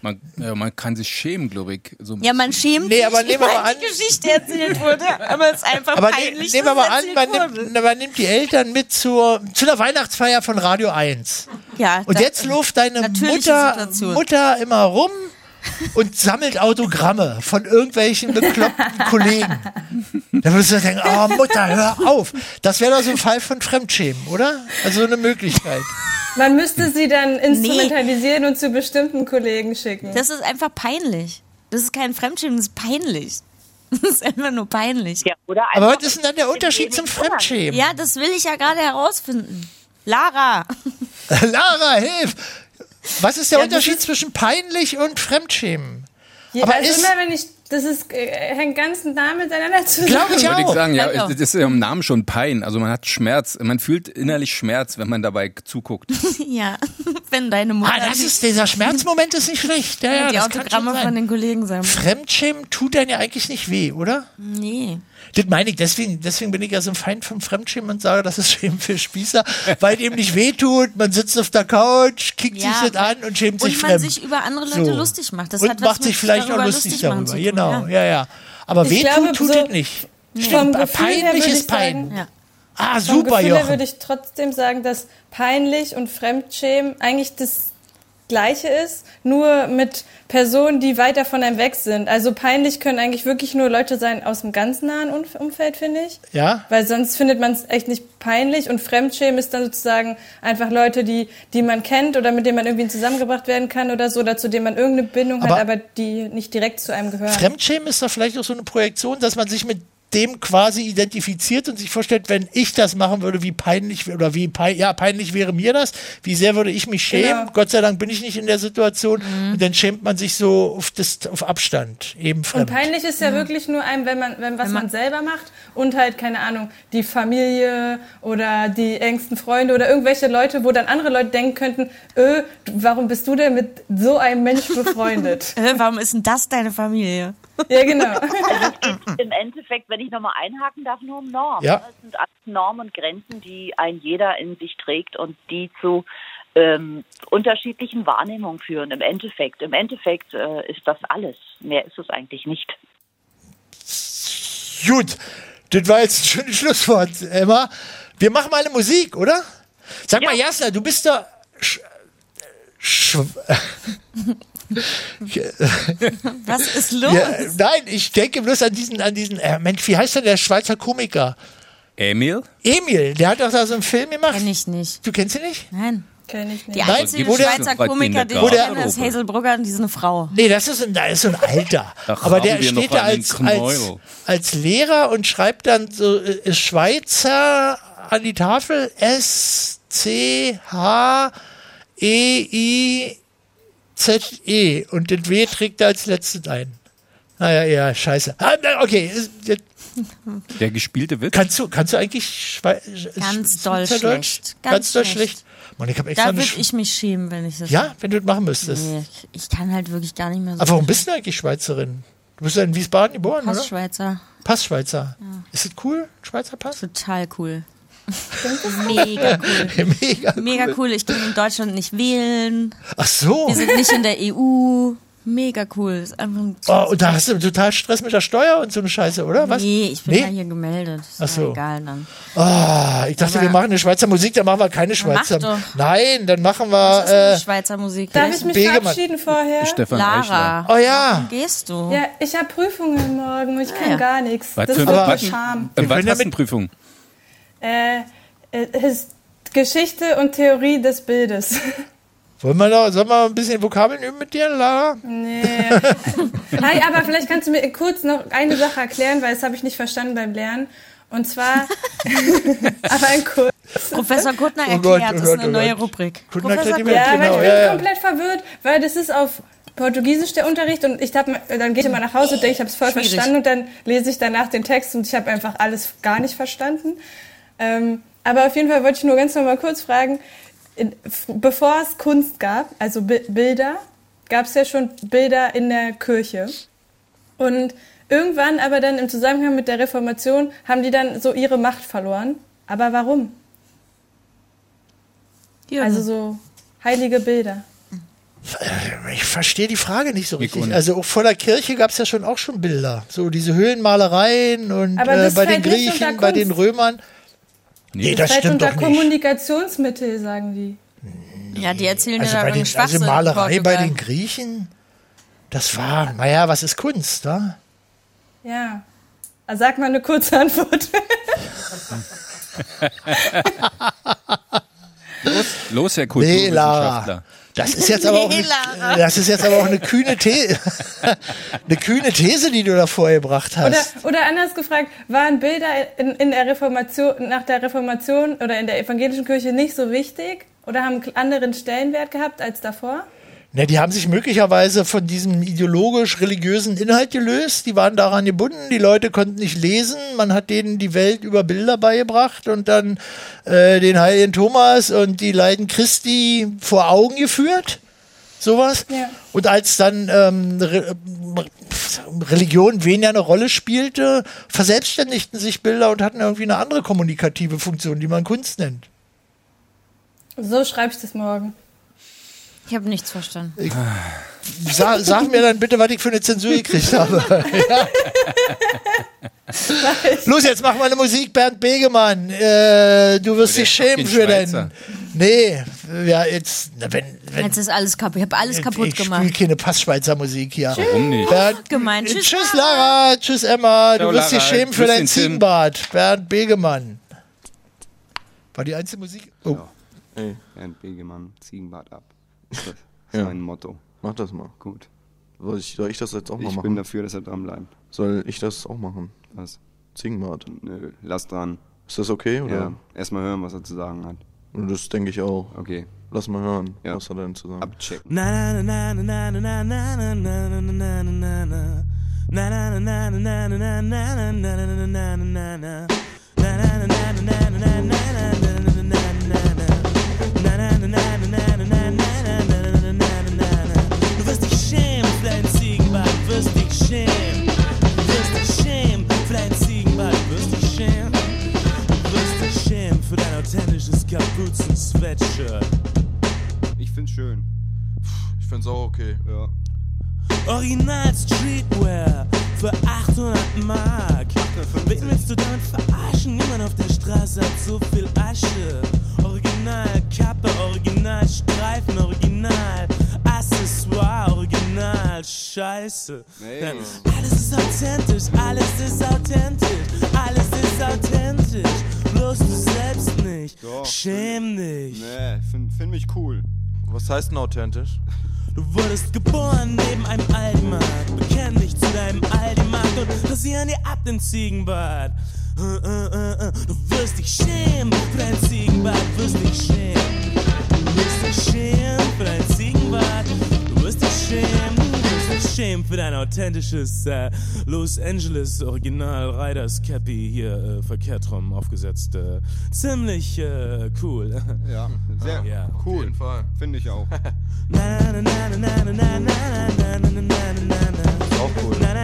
[SPEAKER 3] Man, ja, man kann sich schämen, glaube ich. So ein
[SPEAKER 2] Ja, man
[SPEAKER 3] bisschen.
[SPEAKER 2] schämt
[SPEAKER 1] Nee,
[SPEAKER 2] sich,
[SPEAKER 1] aber nehmen wir
[SPEAKER 2] weil
[SPEAKER 1] mal an-
[SPEAKER 2] die Geschichte erzählt wurde, aber es ist einfach
[SPEAKER 1] aber ne,
[SPEAKER 2] peinlich,
[SPEAKER 1] nehmen wir mal
[SPEAKER 2] dass
[SPEAKER 1] an,
[SPEAKER 2] erzählt
[SPEAKER 1] man
[SPEAKER 2] wurde.
[SPEAKER 1] nimmt, man nimmt die Eltern mit zur, zu der Weihnachtsfeier von Radio 1.
[SPEAKER 2] Ja,
[SPEAKER 1] Und
[SPEAKER 2] da-
[SPEAKER 1] jetzt läuft deine
[SPEAKER 2] natürliche
[SPEAKER 1] Mutter,
[SPEAKER 2] Situation.
[SPEAKER 1] Mutter immer rum und sammelt Autogramme von irgendwelchen bekloppten Kollegen. Da würdest du denken, oh Mutter, hör auf. Das wäre doch so ein Fall von Fremdschämen, oder? Also so eine Möglichkeit.
[SPEAKER 9] Man müsste sie dann instrumentalisieren und zu bestimmten Kollegen schicken.
[SPEAKER 2] Das ist einfach peinlich. Das ist kein Fremdschämen, das ist peinlich. Das ist einfach nur peinlich.
[SPEAKER 10] Ja, oder
[SPEAKER 1] Aber
[SPEAKER 10] einfach-
[SPEAKER 1] was ist denn dann der Unterschied zum Fremdschämen?
[SPEAKER 2] Ja, das will ich ja gerade herausfinden. Lara,
[SPEAKER 1] Lara, hilf! Was ist der
[SPEAKER 9] Ja, das
[SPEAKER 1] Unterschied zwischen peinlich und Fremdschämen?
[SPEAKER 9] Je-
[SPEAKER 1] aber
[SPEAKER 9] also
[SPEAKER 1] ist-
[SPEAKER 9] immer wenn ich, das ist, äh, hängt ganz nah miteinander zusammen.
[SPEAKER 1] Glaube ich
[SPEAKER 3] Würde ich
[SPEAKER 1] auch.
[SPEAKER 3] sagen, ja,
[SPEAKER 2] Danke.
[SPEAKER 3] das ist ja im Namen schon Pein. Also man hat Schmerz, man fühlt innerlich Schmerz, wenn man dabei zuguckt.
[SPEAKER 2] ja, wenn deine Mutter
[SPEAKER 1] Ah, das ist, dieser Schmerzmoment ist nicht schlecht. Ja, ja,
[SPEAKER 2] die
[SPEAKER 1] das kann schon
[SPEAKER 2] Autogramme von
[SPEAKER 1] sein.
[SPEAKER 2] den Kollegen sammelt.
[SPEAKER 1] Fremdschämen tut dann ja eigentlich nicht weh, oder?
[SPEAKER 2] Nee.
[SPEAKER 1] Das meine ich, deswegen, deswegen bin ich ja so ein Feind vom Fremdschämen und sage, das ist Schämen für Spießer, weil dem nicht wehtut, man sitzt auf der Couch, kickt
[SPEAKER 2] Ja.
[SPEAKER 1] sich das an und schämt
[SPEAKER 2] Und
[SPEAKER 1] sich
[SPEAKER 2] man
[SPEAKER 1] fremd.
[SPEAKER 2] sich über andere Leute
[SPEAKER 1] So.
[SPEAKER 2] lustig macht. Das
[SPEAKER 1] und
[SPEAKER 2] hat was
[SPEAKER 1] macht
[SPEAKER 2] mit
[SPEAKER 1] sich vielleicht auch
[SPEAKER 2] darüber
[SPEAKER 1] lustig
[SPEAKER 2] lustig machen
[SPEAKER 1] darüber,
[SPEAKER 2] zu tun,
[SPEAKER 1] genau, ja,
[SPEAKER 2] ja.
[SPEAKER 1] ja. Aber
[SPEAKER 9] Ich
[SPEAKER 1] wehtut
[SPEAKER 9] glaube,
[SPEAKER 1] tut
[SPEAKER 9] so
[SPEAKER 1] das nicht.
[SPEAKER 9] Vom
[SPEAKER 1] Stimmt,
[SPEAKER 9] Gefühl her
[SPEAKER 1] peinlich
[SPEAKER 9] würde
[SPEAKER 1] ist
[SPEAKER 9] ich
[SPEAKER 1] Pein.
[SPEAKER 9] sagen-
[SPEAKER 2] Ja.
[SPEAKER 1] Ah,
[SPEAKER 9] Vom
[SPEAKER 1] super,
[SPEAKER 9] Gefühl her
[SPEAKER 1] Jochen.
[SPEAKER 9] würde ich trotzdem sagen, dass peinlich und Fremdschämen eigentlich das Gleiche ist, nur mit Personen, die weiter von einem weg sind. Also peinlich können eigentlich wirklich nur Leute sein aus dem ganz nahen Umf- Umfeld, finde ich.
[SPEAKER 1] Ja.
[SPEAKER 9] Weil sonst findet man es echt nicht peinlich und Fremdschämen ist dann sozusagen einfach Leute, die, die man kennt oder mit denen man irgendwie zusammengebracht werden kann oder so, oder zu denen man irgendeine Bindung
[SPEAKER 1] Aber-
[SPEAKER 9] hat, aber die nicht direkt zu einem gehören.
[SPEAKER 1] Fremdschämen ist doch vielleicht auch so eine Projektion, dass man sich mit dem quasi identifiziert und sich vorstellt, wenn ich das machen würde, wie peinlich oder wie pein, ja, peinlich wäre mir das, wie sehr würde ich mich schämen.
[SPEAKER 9] Genau. Mhm.
[SPEAKER 1] Gott sei Dank bin ich nicht in der Situation und dann schämt man sich so auf, das, auf Abstand, eben
[SPEAKER 9] Und
[SPEAKER 1] fremd.
[SPEAKER 9] peinlich ist ja wirklich nur einem, wenn man, wenn was
[SPEAKER 2] man-
[SPEAKER 9] man, selber macht und halt, keine Ahnung, die Familie oder die engsten Freunde oder irgendwelche Leute, wo dann andere Leute denken könnten, öh, du- warum bist du denn mit so einem Mensch befreundet?
[SPEAKER 2] Äh, Warum ist denn das deine Familie?
[SPEAKER 9] ja, genau.
[SPEAKER 10] im Endeffekt, wenn ich nochmal einhaken darf, nur um Normen.
[SPEAKER 1] Ja.
[SPEAKER 10] Das sind alles Normen und Grenzen, die ein jeder in sich trägt und die zu ähm, unterschiedlichen Wahrnehmungen führen. Im Endeffekt, im Endeffekt äh, ist das alles. Mehr ist es eigentlich nicht.
[SPEAKER 1] Gut, das war jetzt ein schönes Schlusswort, Emma. Wir machen mal eine Musik, oder? Sag mal, Jasna, du bist da. Sch Sch
[SPEAKER 9] Oh.
[SPEAKER 2] Was ist los?
[SPEAKER 1] ja, nein, ich denke bloß an diesen, an diesen, äh, Mensch, wie heißt denn der Schweizer Komiker?
[SPEAKER 3] Emil?
[SPEAKER 1] Emil, der hat doch da so einen Film gemacht.
[SPEAKER 2] Kenn ich nicht.
[SPEAKER 1] Du kennst ihn nicht?
[SPEAKER 2] Nein.
[SPEAKER 9] Kenn ich nicht.
[SPEAKER 2] Die einzige
[SPEAKER 1] wo der-
[SPEAKER 2] Schweizer
[SPEAKER 3] Wo
[SPEAKER 2] Komiker,
[SPEAKER 3] der-
[SPEAKER 2] den ich
[SPEAKER 3] wo der-
[SPEAKER 2] kenne, ist Hazel Brugger und die ist eine Frau.
[SPEAKER 1] Nee, das ist, ein, da ist so ein Alter.
[SPEAKER 3] Da
[SPEAKER 1] Aber der
[SPEAKER 3] haben wir
[SPEAKER 1] steht
[SPEAKER 3] noch
[SPEAKER 1] da
[SPEAKER 3] einen
[SPEAKER 1] als, als,
[SPEAKER 3] Knäuel.
[SPEAKER 1] als Lehrer und schreibt dann so äh, ist Schweizer an die Tafel S C H E I Z E und den W trägt er als letztes ein. Naja, ja, scheiße. Ah, na, Okay, ist- jetzt-
[SPEAKER 3] Der gespielte Witz?
[SPEAKER 1] kannst du, kannst du eigentlich Schwe
[SPEAKER 2] Ganz
[SPEAKER 1] Sch-
[SPEAKER 2] doll
[SPEAKER 1] Schweizerdeutsch?
[SPEAKER 2] schlecht.
[SPEAKER 1] Ganz,
[SPEAKER 2] Ganz
[SPEAKER 1] doll
[SPEAKER 2] schlecht.
[SPEAKER 1] schlecht. Mann, ich habe extra
[SPEAKER 2] Da
[SPEAKER 1] eine
[SPEAKER 2] würde
[SPEAKER 1] Sch-
[SPEAKER 2] ich mich schämen, wenn ich das.
[SPEAKER 1] Ja, wenn du das machen müsstest.
[SPEAKER 2] Nee, ich- ich kann halt wirklich gar nicht mehr so.
[SPEAKER 1] Aber warum bist du eigentlich Schweizerin? Du bist ja in Wiesbaden geboren,
[SPEAKER 2] Pass
[SPEAKER 1] oder?
[SPEAKER 2] Schweizer.
[SPEAKER 1] Passschweizer. Ist das cool? Schweizer Pass?
[SPEAKER 2] Total cool. Mega cool.
[SPEAKER 1] Mega.
[SPEAKER 2] Mega cool. Ich kann in Deutschland nicht wählen.
[SPEAKER 1] Ach so.
[SPEAKER 2] Wir sind nicht in der EU. Mega cool. Ist einfach ein
[SPEAKER 1] Oh, und da hast du total Stress mit der Steuer und so eine Scheiße, oder? Was?
[SPEAKER 2] Nee, ich bin ja hier gemeldet. Ist
[SPEAKER 1] Ach
[SPEAKER 2] Ach
[SPEAKER 1] so.
[SPEAKER 2] egal dann.
[SPEAKER 1] Ah, ich dachte,
[SPEAKER 2] Aber-
[SPEAKER 1] wir machen eine Schweizer Musik, dann machen wir keine Schweizer.
[SPEAKER 2] doch.
[SPEAKER 1] Nein, dann machen
[SPEAKER 2] Das ist
[SPEAKER 1] wir.
[SPEAKER 2] die Schweizer Musik.
[SPEAKER 9] Darf ich mich
[SPEAKER 1] Begemann.
[SPEAKER 9] verabschieden vorher?
[SPEAKER 3] Stefan Eichler.
[SPEAKER 2] Lara.
[SPEAKER 1] Äh, oh ja.
[SPEAKER 2] Gehst du?
[SPEAKER 9] Ja, ich habe Prüfungen morgen und ich kann
[SPEAKER 2] ja.
[SPEAKER 9] gar nichts.
[SPEAKER 3] Was
[SPEAKER 9] Das ist
[SPEAKER 3] für
[SPEAKER 9] wirklich
[SPEAKER 3] was,
[SPEAKER 9] eine Scham.
[SPEAKER 1] Wir
[SPEAKER 3] äh, was
[SPEAKER 1] können ja
[SPEAKER 3] hast du
[SPEAKER 1] mit-
[SPEAKER 3] Prüfung?
[SPEAKER 9] Äh, äh, His- Geschichte und Theorie des Bildes.
[SPEAKER 1] Wollen wir noch, sollen wir ein bisschen Vokabeln üben mit dir, Lara?
[SPEAKER 9] Nee. Hi, aber vielleicht kannst du mir kurz noch eine Sache erklären, weil das habe ich nicht verstanden beim Lernen. Und zwar, aber ein kurz.
[SPEAKER 2] Professor Kuttner
[SPEAKER 1] Oh
[SPEAKER 2] erklärt,
[SPEAKER 1] Gott, oh
[SPEAKER 2] ist
[SPEAKER 1] Gott,
[SPEAKER 2] eine
[SPEAKER 1] oh
[SPEAKER 2] neue
[SPEAKER 1] Gott.
[SPEAKER 2] Rubrik.
[SPEAKER 1] Kuttner erklärt die Welt,
[SPEAKER 9] Ja,
[SPEAKER 1] genau,
[SPEAKER 9] weil ich
[SPEAKER 1] ja,
[SPEAKER 9] bin
[SPEAKER 1] ja.
[SPEAKER 9] komplett verwirrt, weil das ist auf Portugiesisch der Unterricht und ich hab, dann gehe ich immer nach Hause und denke, ich habe es voll
[SPEAKER 2] Schwierig.
[SPEAKER 9] verstanden und dann lese ich danach den Text und ich habe einfach alles gar nicht verstanden. Ähm, aber auf jeden Fall wollte ich nur ganz normal kurz fragen, in, f- bevor es Kunst gab, also Bi Bilder, gab es ja schon Bilder in der Kirche. Und irgendwann aber dann im Zusammenhang mit der Reformation haben die dann so ihre Macht verloren. Aber warum?
[SPEAKER 2] Jürgen.
[SPEAKER 9] Also so heilige Bilder.
[SPEAKER 1] Ich verstehe die Frage nicht so richtig.
[SPEAKER 3] ohne.
[SPEAKER 1] Also auch vor der Kirche gab es ja schon auch schon Bilder. So diese Höhlenmalereien und
[SPEAKER 9] Aber
[SPEAKER 1] äh,
[SPEAKER 9] das
[SPEAKER 1] bei den
[SPEAKER 9] fällt nicht
[SPEAKER 1] Griechen,
[SPEAKER 9] unter
[SPEAKER 1] bei den
[SPEAKER 9] Kunst.
[SPEAKER 1] Römern. Nee, das
[SPEAKER 9] Seid
[SPEAKER 1] stimmt
[SPEAKER 9] unter
[SPEAKER 1] doch nicht.
[SPEAKER 9] Kommunikationsmittel, sagen die.
[SPEAKER 2] ja, die erzählen
[SPEAKER 1] Also,
[SPEAKER 2] ja
[SPEAKER 1] bei
[SPEAKER 2] da
[SPEAKER 1] den,
[SPEAKER 2] irgendeinen
[SPEAKER 1] also
[SPEAKER 2] Schwachsinn. in
[SPEAKER 1] Malerei bei
[SPEAKER 2] Portugal.
[SPEAKER 1] den Griechen, das war, naja, was ist Kunst, da?
[SPEAKER 9] Ja. Also Sag mal eine kurze Antwort.
[SPEAKER 3] Los, Herr
[SPEAKER 1] Nee,
[SPEAKER 3] Kulturwissenschaftler.
[SPEAKER 1] Lara. Das ist jetzt aber auch
[SPEAKER 2] Nee,
[SPEAKER 1] eine, das ist jetzt aber auch eine kühne These, eine kühne These, die du da vorgebracht hast.
[SPEAKER 9] Oder, oder anders gefragt, waren Bilder in, in der Reformation, nach der Reformation oder in der evangelischen Kirche nicht so wichtig oder haben einen anderen Stellenwert gehabt als davor?
[SPEAKER 1] Ne, die haben sich möglicherweise von diesem ideologisch-religiösen Inhalt gelöst. Die waren daran gebunden. Die Leute konnten nicht lesen. Man hat denen die Welt über Bilder beigebracht und dann äh, den heiligen Thomas und die Leiden Christi vor Augen geführt. Sowas.
[SPEAKER 9] Ja.
[SPEAKER 1] Und als dann ähm, Re Religion weniger eine Rolle spielte, verselbstständigten sich Bilder und hatten irgendwie eine andere kommunikative Funktion, die man Kunst nennt.
[SPEAKER 9] So schreibe ich das morgen.
[SPEAKER 2] Ich habe nichts verstanden.
[SPEAKER 1] Sa sag mir dann bitte, was ich für eine Zensur gekriegt habe. Los, jetzt mach mal eine Musik, Bernd Begemann. Äh, du wirst dich schämen
[SPEAKER 3] fucking
[SPEAKER 1] für
[SPEAKER 3] Schweizer.
[SPEAKER 1] deinen. Nee, ja, jetzt, na, wenn, wenn
[SPEAKER 2] Jetzt ist alles kaputt. Ich habe alles kaputt
[SPEAKER 1] Äh, ich spiele
[SPEAKER 2] gemacht.
[SPEAKER 1] keine Passschweizer Musik hier.
[SPEAKER 3] Warum nicht?
[SPEAKER 1] Bernd,
[SPEAKER 2] Gemein.
[SPEAKER 1] tschüss,
[SPEAKER 2] Tschüss.
[SPEAKER 1] Lara, tschüss Emma,
[SPEAKER 3] Ciao,
[SPEAKER 1] du wirst dich
[SPEAKER 3] Lara.
[SPEAKER 1] schämen für
[SPEAKER 3] Grüß
[SPEAKER 1] dein
[SPEAKER 3] den Tim.
[SPEAKER 1] Ziegenbart. Bernd Begemann. War die einzige Musik? Oh.
[SPEAKER 11] Bernd Begemann, Ziegenbart ab. Das ist mein Motto.
[SPEAKER 12] Mach das mal.
[SPEAKER 11] Gut.
[SPEAKER 12] Soll ich, soll ich das jetzt auch mal
[SPEAKER 11] ich
[SPEAKER 12] machen?
[SPEAKER 11] bin dafür, dass er dranbleibt.
[SPEAKER 12] Soll ich das auch machen?
[SPEAKER 11] Was?
[SPEAKER 12] Ziegenbart.
[SPEAKER 11] Nö, lass dran.
[SPEAKER 12] Ist das okay? Oder?
[SPEAKER 11] Ja, erstmal hören, was er zu sagen hat.
[SPEAKER 12] Das denke ich auch.
[SPEAKER 11] Okay.
[SPEAKER 12] Lass mal hören,
[SPEAKER 11] Ja.
[SPEAKER 12] was hat er denn zu sagen?
[SPEAKER 11] Abchecken.
[SPEAKER 6] Na na na na na na na na na na na na na na na na na na na na na na na na Du wirst dich schämen für deinen Ziegenbart, wirst dich schämen. Du wirst dich schämen für deinen Ziegenbart, wirst dich schämen. Du wirst dich schämen für dein authentisches Kapuzen-Sweatshirt.
[SPEAKER 11] Ich find's schön.
[SPEAKER 12] Ich find's auch okay.
[SPEAKER 11] Ja.
[SPEAKER 6] Original Streetwear für 800 Mark. Wen willst du damit verarschen? Niemand auf der Straße hat so viel Asche. Original Kappe, Original Streifen, Original Accessoire, Original Scheiße. Ja, Alles ist authentisch, alles ist authentisch, alles ist authentisch. Bloß du selbst nicht. Schäm dich.
[SPEAKER 11] Nee, find, find mich cool.
[SPEAKER 12] Was heißt denn authentisch?
[SPEAKER 6] Du wurdest geboren neben einem Aldi-Markt. Bekenn dich zu deinem Aldi-Markt und rasieren dir ab den Ziegenbart. Äh, äh, äh, äh. Du wirst dich schämen für dein Ziegenbart, wirst dich schämen. Du wirst dich schämen für dein Ziegenbart, du wirst dich schämen, du wirst dich schämen für dein authentisches äh, Los Angeles Original Riders Cappy hier äh, verkehrt rum aufgesetzt. Äh, ziemlich äh, cool.
[SPEAKER 11] Ja, sehr
[SPEAKER 6] Ja.
[SPEAKER 11] cool. Auf jeden Fall. Finde ich auch.
[SPEAKER 6] Na, na, na, na, na, na, na, na, na, na, na, na, na, na.
[SPEAKER 12] Ist auch cool.
[SPEAKER 11] Ja?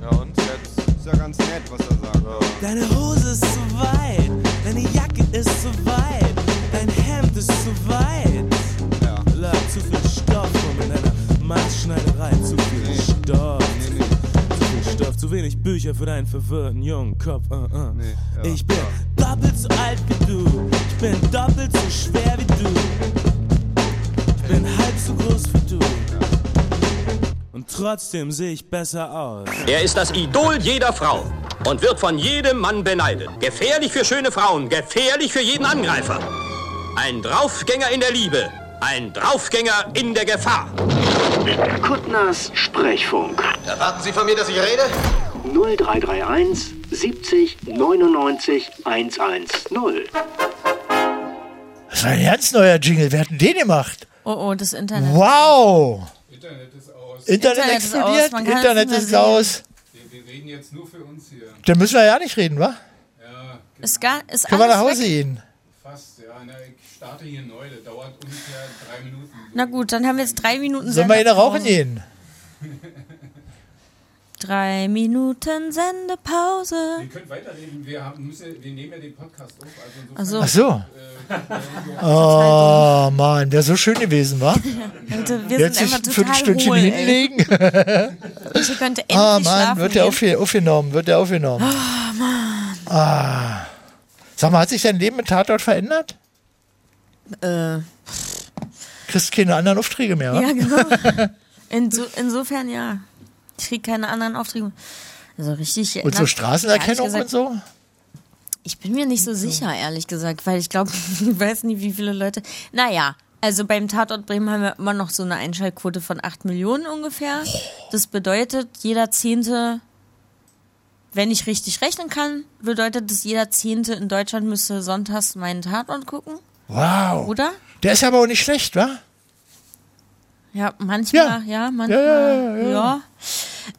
[SPEAKER 12] Ja und jetzt?
[SPEAKER 11] Ist ja ganz nett, was er sagt. aber-
[SPEAKER 6] Deine Hose ist zu weit, deine Jacke ist zu weit, dein Hemd ist zu weit. um Stoff. Zu viel Stoff, zu wenig Bücher für deinen verwirrten jungen Kopf. Uh, uh. ich bin doppelt so alt wie du. Ich bin doppelt so schwer wie du. Ich bin halb so groß wie du. Und trotzdem sehe ich besser aus.
[SPEAKER 13] Er ist das Idol jeder Frau und wird von jedem Mann beneidet. Gefährlich für schöne Frauen, gefährlich für jeden Angreifer. Ein Draufgänger in der Liebe, ein Draufgänger in der Gefahr.
[SPEAKER 14] Kuttners Sprechfunk.
[SPEAKER 13] Erwarten Sie von mir, dass ich rede?
[SPEAKER 14] 0331 70 99 110.
[SPEAKER 1] Das war ein ganz neuer Jingle. Wer hat denn den gemacht?
[SPEAKER 2] Oh, oh, das
[SPEAKER 1] Mhm.
[SPEAKER 2] Internet.
[SPEAKER 1] Wow!
[SPEAKER 2] Internet ist aus.
[SPEAKER 1] Internet explodiert, Internet ist aus.
[SPEAKER 12] Wir, reden jetzt nur für uns hier.
[SPEAKER 1] Da müssen wir ja nicht reden, wa?
[SPEAKER 2] Ist gar, ist
[SPEAKER 1] Können wir
[SPEAKER 2] alles
[SPEAKER 1] nach Hause
[SPEAKER 2] weg.
[SPEAKER 1] gehen?
[SPEAKER 12] Fast, ja. Na, ich starte hier neu. Das dauert ungefähr drei Minuten.
[SPEAKER 2] Na gut, dann haben wir jetzt drei Minuten
[SPEAKER 1] Sollen wir hier rauchen
[SPEAKER 2] Sendepause.
[SPEAKER 1] gehen?
[SPEAKER 2] Drei Minuten Sendepause.
[SPEAKER 12] Ihr könnt weiterreden. Wir, haben, müssen, wir nehmen ja den Podcast auf.
[SPEAKER 2] Ach
[SPEAKER 12] Also
[SPEAKER 2] so. Äh,
[SPEAKER 1] Ach so. Oh Mann, wäre so schön gewesen, wa?
[SPEAKER 2] Leute, halt äh, wir
[SPEAKER 1] Jetzt
[SPEAKER 2] sind
[SPEAKER 1] sich
[SPEAKER 2] einfach
[SPEAKER 1] ein
[SPEAKER 2] total
[SPEAKER 1] Viertelstündchen
[SPEAKER 2] hohl, ey.
[SPEAKER 1] hinlegen.
[SPEAKER 2] Ich könnte endlich
[SPEAKER 1] ah Mann,
[SPEAKER 2] schlafen
[SPEAKER 1] wird der
[SPEAKER 2] gehen.
[SPEAKER 1] aufge aufgenommen, wird der aufgenommen.
[SPEAKER 2] Ah, Mann.
[SPEAKER 1] Ah. Sag mal, hat sich dein Leben mit Tatort verändert?
[SPEAKER 2] Äh.
[SPEAKER 1] Kriegst keine anderen Aufträge mehr, wa?
[SPEAKER 2] Ja, genau. Inso, insofern ja. Ich kriege keine anderen Aufträge. Also richtig.
[SPEAKER 1] Und so
[SPEAKER 2] na,
[SPEAKER 1] Straßenerkennung
[SPEAKER 2] ehrlich
[SPEAKER 1] und so?
[SPEAKER 2] Ich bin mir nicht so sicher, ehrlich gesagt, weil ich glaube, ich weiß nicht, wie viele Leute. Naja, also beim Tatort Bremen haben wir immer noch so eine Einschaltquote von 8 Millionen ungefähr. Das bedeutet, jeder Zehnte, wenn ich richtig rechnen kann, bedeutet das, jeder Zehnte in Deutschland müsste sonntags meinen Tatort gucken.
[SPEAKER 1] Wow.
[SPEAKER 2] Oder?
[SPEAKER 1] Der ist aber auch nicht schlecht, wa?
[SPEAKER 2] Ja, manchmal, ja, manchmal,
[SPEAKER 1] ja,
[SPEAKER 2] ja.
[SPEAKER 1] ja, ja.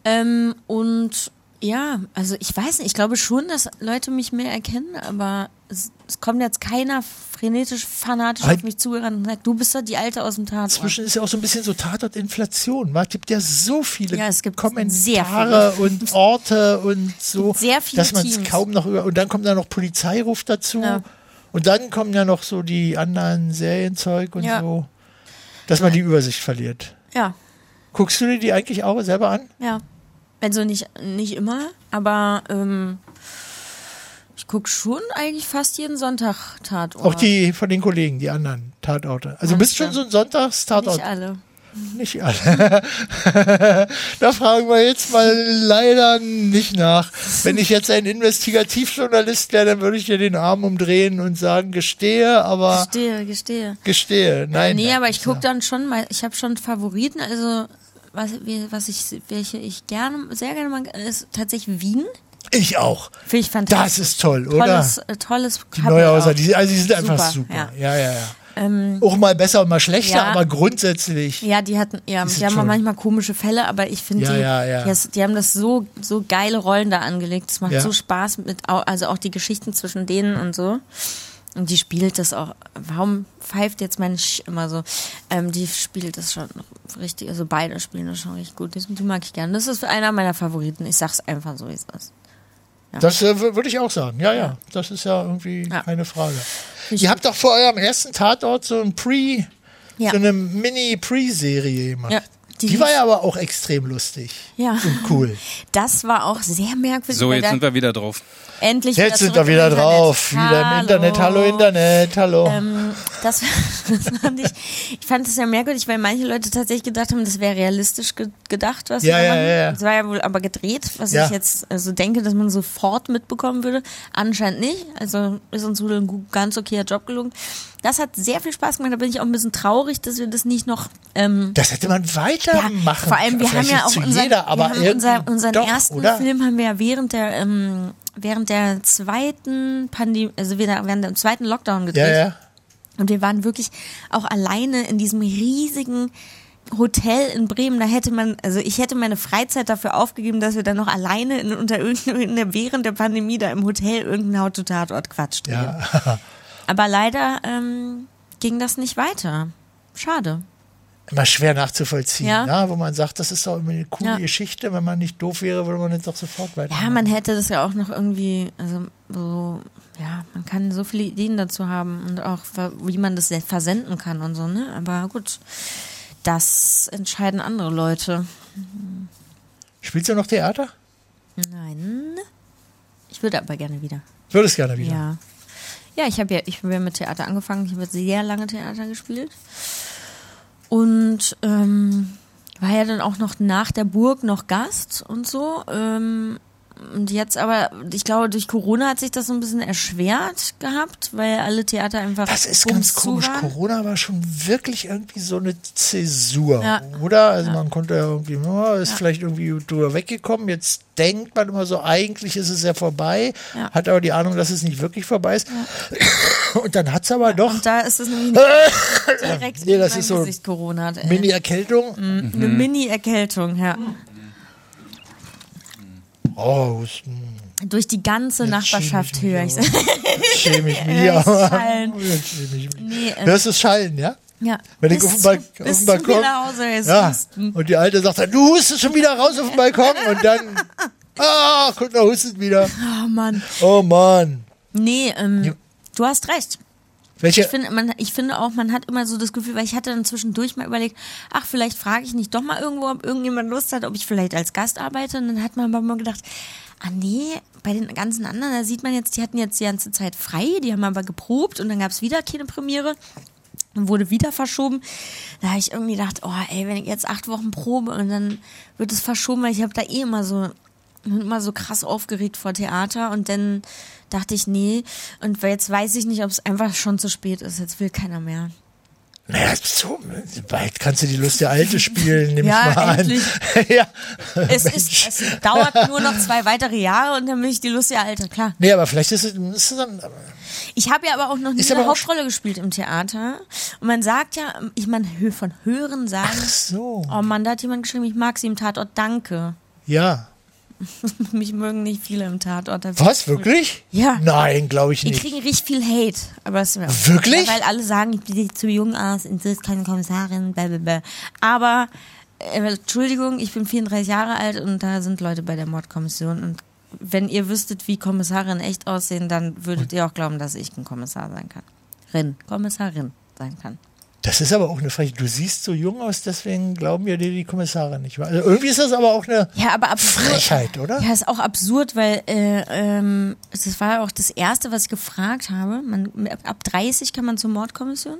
[SPEAKER 2] Ähm, und ja, also ich weiß nicht, ich glaube schon, dass Leute mich mehr erkennen, aber es, es kommt jetzt keiner frenetisch, fanatisch
[SPEAKER 1] Aber-
[SPEAKER 2] auf mich zugerannt und sagt, du bist doch die Alte aus dem Tatort.
[SPEAKER 1] Zwischen ist ja auch so ein bisschen so Tatort-Inflation, wa? Gibt ja so viele
[SPEAKER 2] Ja, es gibt sehr
[SPEAKER 1] Kommentare
[SPEAKER 2] viele.
[SPEAKER 1] und Orte und so,
[SPEAKER 2] sehr viele
[SPEAKER 1] dass man es
[SPEAKER 2] Teams.
[SPEAKER 1] kaum noch über. Und dann kommt da noch Polizeiruf dazu.
[SPEAKER 2] Ja.
[SPEAKER 1] Und dann kommen ja noch so die anderen Serienzeug und
[SPEAKER 2] Ja.
[SPEAKER 1] so, dass man die Übersicht verliert.
[SPEAKER 2] Ja,
[SPEAKER 1] Guckst du dir die eigentlich auch selber an?
[SPEAKER 2] ja. Also nicht, nicht immer, aber ähm, ich gucke schon eigentlich fast jeden Sonntag Tatort.
[SPEAKER 1] Auch die von den Kollegen, die anderen Tatorte. Also du bist schon so ein Sonntags-Tatort.
[SPEAKER 2] Nicht alle.
[SPEAKER 1] Nicht alle. da fragen wir jetzt mal leider nicht nach. Wenn ich jetzt ein Investigativjournalist wäre, dann würde ich dir den Arm umdrehen und sagen, gestehe, aber
[SPEAKER 2] Gestehe, gestehe.
[SPEAKER 1] gestehe. Nein.
[SPEAKER 2] nee, aber ich gucke dann schon mal, ich habe schon Favoriten, also was, wie- was ich, welche ich gerne, sehr gerne mag, ist tatsächlich Wien.
[SPEAKER 1] Ich auch.
[SPEAKER 2] Finde ich fantastisch.
[SPEAKER 1] Das ist toll, oder?
[SPEAKER 2] Tolles, äh, tolles
[SPEAKER 1] Die
[SPEAKER 2] Couple
[SPEAKER 1] Neuhauser,
[SPEAKER 2] auch.
[SPEAKER 1] die, also die sind einfach super.
[SPEAKER 2] Ja,
[SPEAKER 1] Ja, ja, ja.
[SPEAKER 2] ähm,
[SPEAKER 1] Auch mal besser und mal schlechter,
[SPEAKER 2] Ja.
[SPEAKER 1] aber grundsätzlich.
[SPEAKER 2] ja die hatten, ja,
[SPEAKER 1] Die sind
[SPEAKER 2] die haben
[SPEAKER 1] schon-
[SPEAKER 2] manchmal komische Fälle, aber ich finde,
[SPEAKER 1] Ja,
[SPEAKER 2] die,
[SPEAKER 1] ja, ja.
[SPEAKER 2] Die, has- die haben das so, so geile Rollen da angelegt. Es macht
[SPEAKER 1] Ja.
[SPEAKER 2] so Spaß mit, au- also auch die Geschichten zwischen denen und so. Und die spielt das auch. Warum pfeift jetzt mein Sch immer so? Ähm, die spielt das schon richtig, also beide spielen das schon richtig gut. Das, die mag ich gerne. Das ist einer meiner Favoriten. Ich sag's einfach so, wie es ist. Ja.
[SPEAKER 1] Das äh, wür- würde ich auch sagen. Ja, ja, Das ist ja irgendwie keine Frage. Ihr habt doch vor eurem ersten Tatort so ein Pre,
[SPEAKER 2] Ja.
[SPEAKER 1] so eine Mini-Pre-Serie gemacht.
[SPEAKER 2] Ja,
[SPEAKER 1] die
[SPEAKER 2] die
[SPEAKER 1] war
[SPEAKER 2] lief-
[SPEAKER 1] ja aber auch extrem lustig
[SPEAKER 2] Ja.
[SPEAKER 1] und cool.
[SPEAKER 2] Das war auch sehr merkwürdig.
[SPEAKER 3] So,
[SPEAKER 2] weil
[SPEAKER 3] jetzt
[SPEAKER 2] da-
[SPEAKER 3] sind wir wieder drauf.
[SPEAKER 2] Endlich wieder
[SPEAKER 1] Jetzt sind wir
[SPEAKER 2] zurück im
[SPEAKER 1] wieder
[SPEAKER 2] Internet.
[SPEAKER 1] drauf. Wieder im Internet. Hallo, Internet. Hallo.
[SPEAKER 2] Ähm, das, das fand ich, ich fand es ja merkwürdig, weil manche Leute tatsächlich gedacht haben, das wäre realistisch ge gedacht, was
[SPEAKER 1] Ja,
[SPEAKER 2] wir
[SPEAKER 1] ja,
[SPEAKER 2] machen.
[SPEAKER 1] ja, ja.
[SPEAKER 2] Das war ja wohl aber gedreht, was
[SPEAKER 1] Ja.
[SPEAKER 2] ich jetzt also denke, dass man sofort mitbekommen würde. Anscheinend nicht. Also ist uns wohl ein gu- ganz okayer Job gelungen. Das hat sehr viel Spaß gemacht. Da bin ich auch ein bisschen traurig, dass wir das nicht noch. Ähm,
[SPEAKER 1] das hätte man weitermachen.
[SPEAKER 2] vor allem, wir
[SPEAKER 1] Vielleicht
[SPEAKER 2] haben ja
[SPEAKER 1] nicht
[SPEAKER 2] auch
[SPEAKER 1] zu
[SPEAKER 2] unseren,
[SPEAKER 1] jeder, aber
[SPEAKER 2] wir haben unser,
[SPEAKER 1] irgendwie
[SPEAKER 2] unseren
[SPEAKER 1] doch,
[SPEAKER 2] ersten
[SPEAKER 1] oder?
[SPEAKER 2] Film haben wir ja während der ähm, während der zweiten Pandemie, also wieder während dem zweiten Lockdown gedreht.
[SPEAKER 1] Ja, ja.
[SPEAKER 2] Und wir waren wirklich auch alleine in diesem riesigen Hotel in Bremen. Da hätte man, also ich hätte meine Freizeit dafür aufgegeben, dass wir dann noch alleine in, unter irgendeiner, während der Pandemie da im Hotel irgendeinen Autotatort quatscht.
[SPEAKER 1] Ja.
[SPEAKER 2] Aber leider ähm, ging das nicht weiter. Schade.
[SPEAKER 1] Immer schwer nachzuvollziehen, ja.
[SPEAKER 2] Ja.
[SPEAKER 1] wo man sagt, das ist doch immer eine coole
[SPEAKER 2] Ja.
[SPEAKER 1] Geschichte. Wenn man nicht doof wäre, würde man jetzt doch sofort
[SPEAKER 2] Ja,
[SPEAKER 1] weitermachen.
[SPEAKER 2] man hätte das ja auch noch irgendwie, also so, ja, man kann so viele Ideen dazu haben und auch, wie man das versenden kann und so, ne? Aber gut, das entscheiden andere Leute.
[SPEAKER 1] Spielst du noch Theater?
[SPEAKER 2] Nein. Ich würde aber gerne wieder.
[SPEAKER 1] Würdest gerne wieder.
[SPEAKER 2] Ja. Ja, ich habe ja, ich habe ja mit Theater angefangen. Ich habe sehr lange Theater gespielt. Und ähm, war ja dann auch noch nach der Burg noch Gast und so. Ähm, und jetzt aber, ich glaube, durch Corona hat sich das so ein bisschen erschwert gehabt, weil alle Theater einfach.
[SPEAKER 1] Das ist ganz komisch. Corona war schon wirklich irgendwie so eine Zäsur,
[SPEAKER 2] Ja.
[SPEAKER 1] oder? Also man konnte ja irgendwie, oh, ist vielleicht irgendwie drüber weggekommen. Jetzt denkt man immer so, eigentlich ist es ja vorbei,
[SPEAKER 2] Ja.
[SPEAKER 1] hat aber die Ahnung, dass es nicht wirklich vorbei ist. Und dann hat es aber doch.
[SPEAKER 2] Da ist es nämlich nicht direkt
[SPEAKER 1] Äh, Nee,
[SPEAKER 2] in
[SPEAKER 1] das
[SPEAKER 2] meinem
[SPEAKER 1] ist so
[SPEAKER 2] Gesicht Corona. Hat, ey.
[SPEAKER 1] Mini-Erkältung.
[SPEAKER 2] Mm, Eine
[SPEAKER 1] Mhm.
[SPEAKER 2] Mini-Erkältung, ja.
[SPEAKER 1] Oh, Husten.
[SPEAKER 2] Durch die ganze Nachbarschaft höre ich
[SPEAKER 1] schäme ich mich.
[SPEAKER 2] Ja,
[SPEAKER 1] Ja,
[SPEAKER 2] ich schallen.
[SPEAKER 1] Jetzt schäme ich mich.
[SPEAKER 2] Nee, ähm,
[SPEAKER 1] Hörst du das Schallen, ja?
[SPEAKER 2] halt- Ja.
[SPEAKER 1] Wenn ich
[SPEAKER 2] Bis
[SPEAKER 1] auf dem, Balk
[SPEAKER 2] zu-
[SPEAKER 1] auf
[SPEAKER 2] bis
[SPEAKER 1] dem
[SPEAKER 2] zu
[SPEAKER 1] Balkon.
[SPEAKER 2] mir nach Hause, es
[SPEAKER 1] ja.
[SPEAKER 2] husten.
[SPEAKER 1] Und die Alte sagt, dann, du hustest schon wieder raus auf dem Balkon. Und dann, ah, guck, da hustet wieder.
[SPEAKER 2] Oh Mann.
[SPEAKER 1] Oh Mann.
[SPEAKER 2] Nee, ähm, du hast recht.
[SPEAKER 1] Welche-
[SPEAKER 2] Ich, finde, man, ich finde auch, man hat immer so das Gefühl, weil ich hatte dann zwischendurch mal überlegt, ach, vielleicht frage ich nicht doch mal irgendwo, ob irgendjemand Lust hat, ob ich vielleicht als Gast arbeite. Und dann hat man aber mal gedacht, ah nee, bei den ganzen anderen, da sieht man jetzt, die hatten jetzt die ganze Zeit frei, die haben aber geprobt und dann gab es wieder keine Premiere. Dann wurde wieder verschoben. Da habe ich irgendwie gedacht, oh ey, wenn ich jetzt acht Wochen probe und dann wird es verschoben, weil ich habe da eh immer so bin immer so krass aufgeregt vor Theater und dann dachte ich, nee, und jetzt weiß ich nicht, ob es einfach schon zu spät ist. Jetzt will keiner mehr.
[SPEAKER 1] Naja, so, bald kannst du die Lust der Alte spielen, nehme
[SPEAKER 2] Ja,
[SPEAKER 1] ich mal
[SPEAKER 2] endlich.
[SPEAKER 1] an. ja.
[SPEAKER 2] Es,
[SPEAKER 1] Mensch.
[SPEAKER 2] ist, es dauert nur noch zwei weitere Jahre und dann bin ich die Lust ja alter, klar.
[SPEAKER 1] Nee, aber vielleicht ist es, ist es dann,
[SPEAKER 2] Ich habe ja aber auch noch nie
[SPEAKER 1] Ist
[SPEAKER 2] eine
[SPEAKER 1] aber auch
[SPEAKER 2] Hauptrolle gespielt im Theater. Und man sagt ja, ich meine, hö- von Hören sagen. Ach
[SPEAKER 1] so.
[SPEAKER 2] Oh Mann, da hat jemand geschrieben, ich mag sie im Tatort, danke.
[SPEAKER 1] ja.
[SPEAKER 2] Mich mögen nicht viele im Tatort.
[SPEAKER 1] Was, wirklich?
[SPEAKER 2] Ja.
[SPEAKER 1] Nein, glaube ich
[SPEAKER 2] Die
[SPEAKER 1] nicht.
[SPEAKER 2] kriegen richtig viel Hate, aber es ist mir auch-
[SPEAKER 1] Wirklich?
[SPEAKER 2] Ja, weil alle sagen, ich bin zu jung ah, aus, und das ist keine Kommissarin, blablabla. Aber äh, Entschuldigung, ich bin 34 Jahre alt und da sind Leute bei der Mordkommission und wenn ihr wüsstet, wie Kommissarinnen echt aussehen, dann würdet ihr auch glauben, dass ich ein Kommissar sein kann. Rin, Kommissarin sein kann.
[SPEAKER 1] Das ist aber auch eine Frechheit. Du siehst so jung aus, deswegen glauben ja dir die Kommissare nicht. wahr? Also irgendwie ist das aber auch eine
[SPEAKER 2] Ja, aber absurd.
[SPEAKER 1] Frechheit, oder?
[SPEAKER 2] Ja, ist auch absurd, weil äh, ähm, das war ja auch das Erste, was ich gefragt habe. Man, ab- ab 30 kann man zur Mordkommission.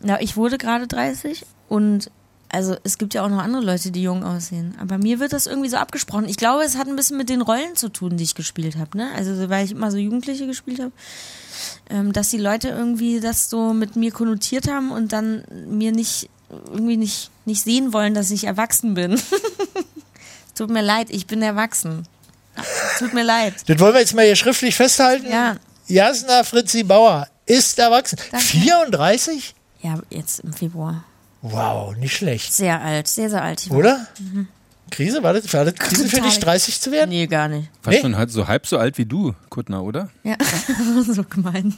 [SPEAKER 2] Na, ich wurde gerade 30 und also es gibt ja auch noch andere Leute, die jung aussehen. Aber mir wird das irgendwie so abgesprochen. Ich glaube, es hat ein bisschen mit den Rollen zu tun, die ich gespielt habe. Ne? Also so, weil ich immer so Jugendliche gespielt habe, ähm, dass die Leute irgendwie das so mit mir konnotiert haben und dann mir nicht irgendwie nicht, nicht sehen wollen, dass ich erwachsen bin. Tut mir leid, ich bin erwachsen. Tut mir leid.
[SPEAKER 1] Das wollen wir jetzt mal hier schriftlich festhalten.
[SPEAKER 2] Ja.
[SPEAKER 1] Jasna Fritzi Bauer ist erwachsen. 34?
[SPEAKER 2] Ja, jetzt im Februar.
[SPEAKER 1] Wow, nicht schlecht.
[SPEAKER 2] Sehr alt, sehr, sehr alt. Ich war-
[SPEAKER 1] Oder?
[SPEAKER 2] Mhm.
[SPEAKER 1] Krise? War das, war das Krise für dich,
[SPEAKER 2] Total.
[SPEAKER 1] 30 zu werden?
[SPEAKER 2] Nee, gar nicht.
[SPEAKER 3] Fast schon halb, so halb so alt wie du, Kuttner, oder?
[SPEAKER 2] Ja, so gemein.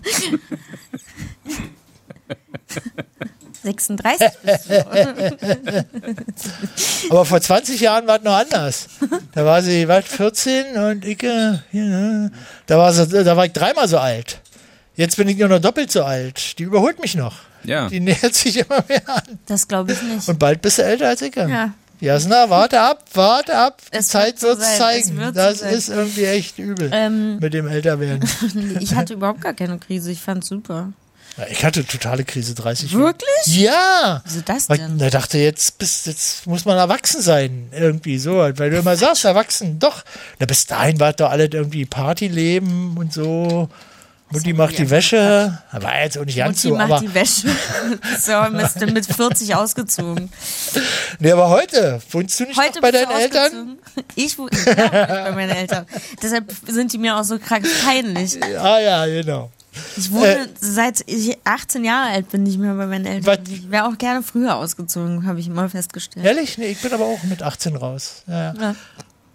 [SPEAKER 2] 36 bist du.
[SPEAKER 1] Aber vor 20 Jahren war es noch anders. Da war sie, war 14 und ich, äh, ja, da, war sie, da war ich dreimal so alt. Jetzt bin ich nur noch doppelt so alt. Die überholt mich noch.
[SPEAKER 3] Ja.
[SPEAKER 1] Die nähert sich immer mehr an.
[SPEAKER 2] Das glaube ich nicht.
[SPEAKER 1] Und bald bist du älter als ich.
[SPEAKER 2] Ja.
[SPEAKER 1] Jasna, warte ab, warte ab. Die Zeit
[SPEAKER 2] wird so
[SPEAKER 1] wird's
[SPEAKER 2] sein,
[SPEAKER 1] zeigen.
[SPEAKER 2] es wird so
[SPEAKER 1] das
[SPEAKER 2] sein.
[SPEAKER 1] ist irgendwie echt übel
[SPEAKER 2] Ähm.
[SPEAKER 1] mit dem Älterwerden.
[SPEAKER 2] ich hatte überhaupt gar keine Krise, ich fand's super.
[SPEAKER 1] Ja, Ich hatte totale Krise 30.
[SPEAKER 2] Wirklich?
[SPEAKER 1] Ja.
[SPEAKER 2] Wieso das
[SPEAKER 1] Weil ich-
[SPEAKER 2] denn?
[SPEAKER 1] Da dachte jetzt bist jetzt muss man erwachsen sein irgendwie so, halt, weil du immer sagst erwachsen, doch. Na bis dahin war doch alle irgendwie Partyleben und so. Mutti macht die Wäsche. War jetzt auch nicht ganz
[SPEAKER 2] Mutti
[SPEAKER 1] so,
[SPEAKER 2] macht
[SPEAKER 1] aber
[SPEAKER 2] die Wäsche. so, bist du mit 40 ausgezogen.
[SPEAKER 1] nee, aber heute wohnst du nicht noch bei
[SPEAKER 2] bist du
[SPEAKER 1] deinen Eltern?
[SPEAKER 2] ausgezogen. Ich wohne ja, heute bei meinen Eltern. Deshalb sind die mir auch so krank peinlich.
[SPEAKER 1] Ah ja, genau.
[SPEAKER 2] Ich wohne seit ich 18 Jahre alt bin nicht mehr bei meinen Eltern. Ich wäre auch gerne früher ausgezogen, habe ich immer festgestellt.
[SPEAKER 1] Ehrlich? Nee, ich bin aber auch mit 18 raus. Ja, ja.
[SPEAKER 2] Ja.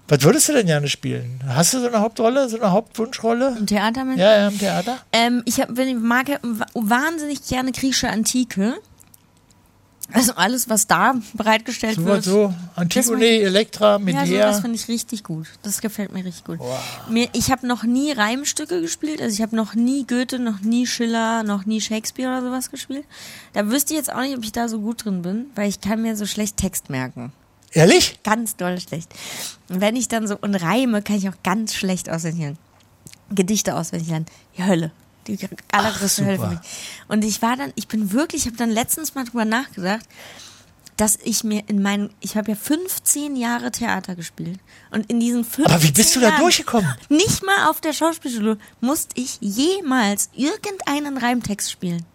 [SPEAKER 1] Was würdest du denn gerne spielen? Hast du so eine Hauptrolle, so eine Hauptwunschrolle?
[SPEAKER 2] Im Theater, meinst
[SPEAKER 1] Ja,
[SPEAKER 2] du?
[SPEAKER 1] ja, im Theater.
[SPEAKER 2] Ähm, ich hab, bin- mag ja wa- wahnsinnig gerne griechische Antike. Also alles, was da bereitgestellt
[SPEAKER 1] So,
[SPEAKER 2] wird.
[SPEAKER 1] so.
[SPEAKER 2] Das
[SPEAKER 1] Antigone,
[SPEAKER 2] mag-
[SPEAKER 1] Elektra,
[SPEAKER 2] Ja,
[SPEAKER 1] Medea.
[SPEAKER 2] so, das finde ich richtig gut. Das gefällt mir richtig gut. Mir, ich habe noch nie Reimstücke gespielt. Also ich habe noch nie Goethe, noch nie Schiller, noch nie Shakespeare oder sowas gespielt. Da wüsste ich jetzt auch nicht, ob ich da so gut drin bin, weil ich kann mir so schlecht Text merken.
[SPEAKER 1] Ehrlich?
[SPEAKER 2] Ganz doll schlecht. Und wenn ich dann so und reime, kann ich auch ganz schlecht auswendig lernen. Gedichte auswendig lernen. Die Hölle. Die allergrößte
[SPEAKER 1] Ach,
[SPEAKER 2] Hölle für
[SPEAKER 1] super.
[SPEAKER 2] mich. Und ich war dann, ich bin wirklich, ich habe dann letztens mal drüber nachgedacht, dass ich mir in meinen, ich habe ja 15 Jahre Theater gespielt. Und in diesen 15
[SPEAKER 1] Aber wie bist du da
[SPEAKER 2] Jahren-
[SPEAKER 1] durchgekommen?
[SPEAKER 2] Nicht mal auf der Schauspielschule musste ich jemals irgendeinen Reimtext spielen.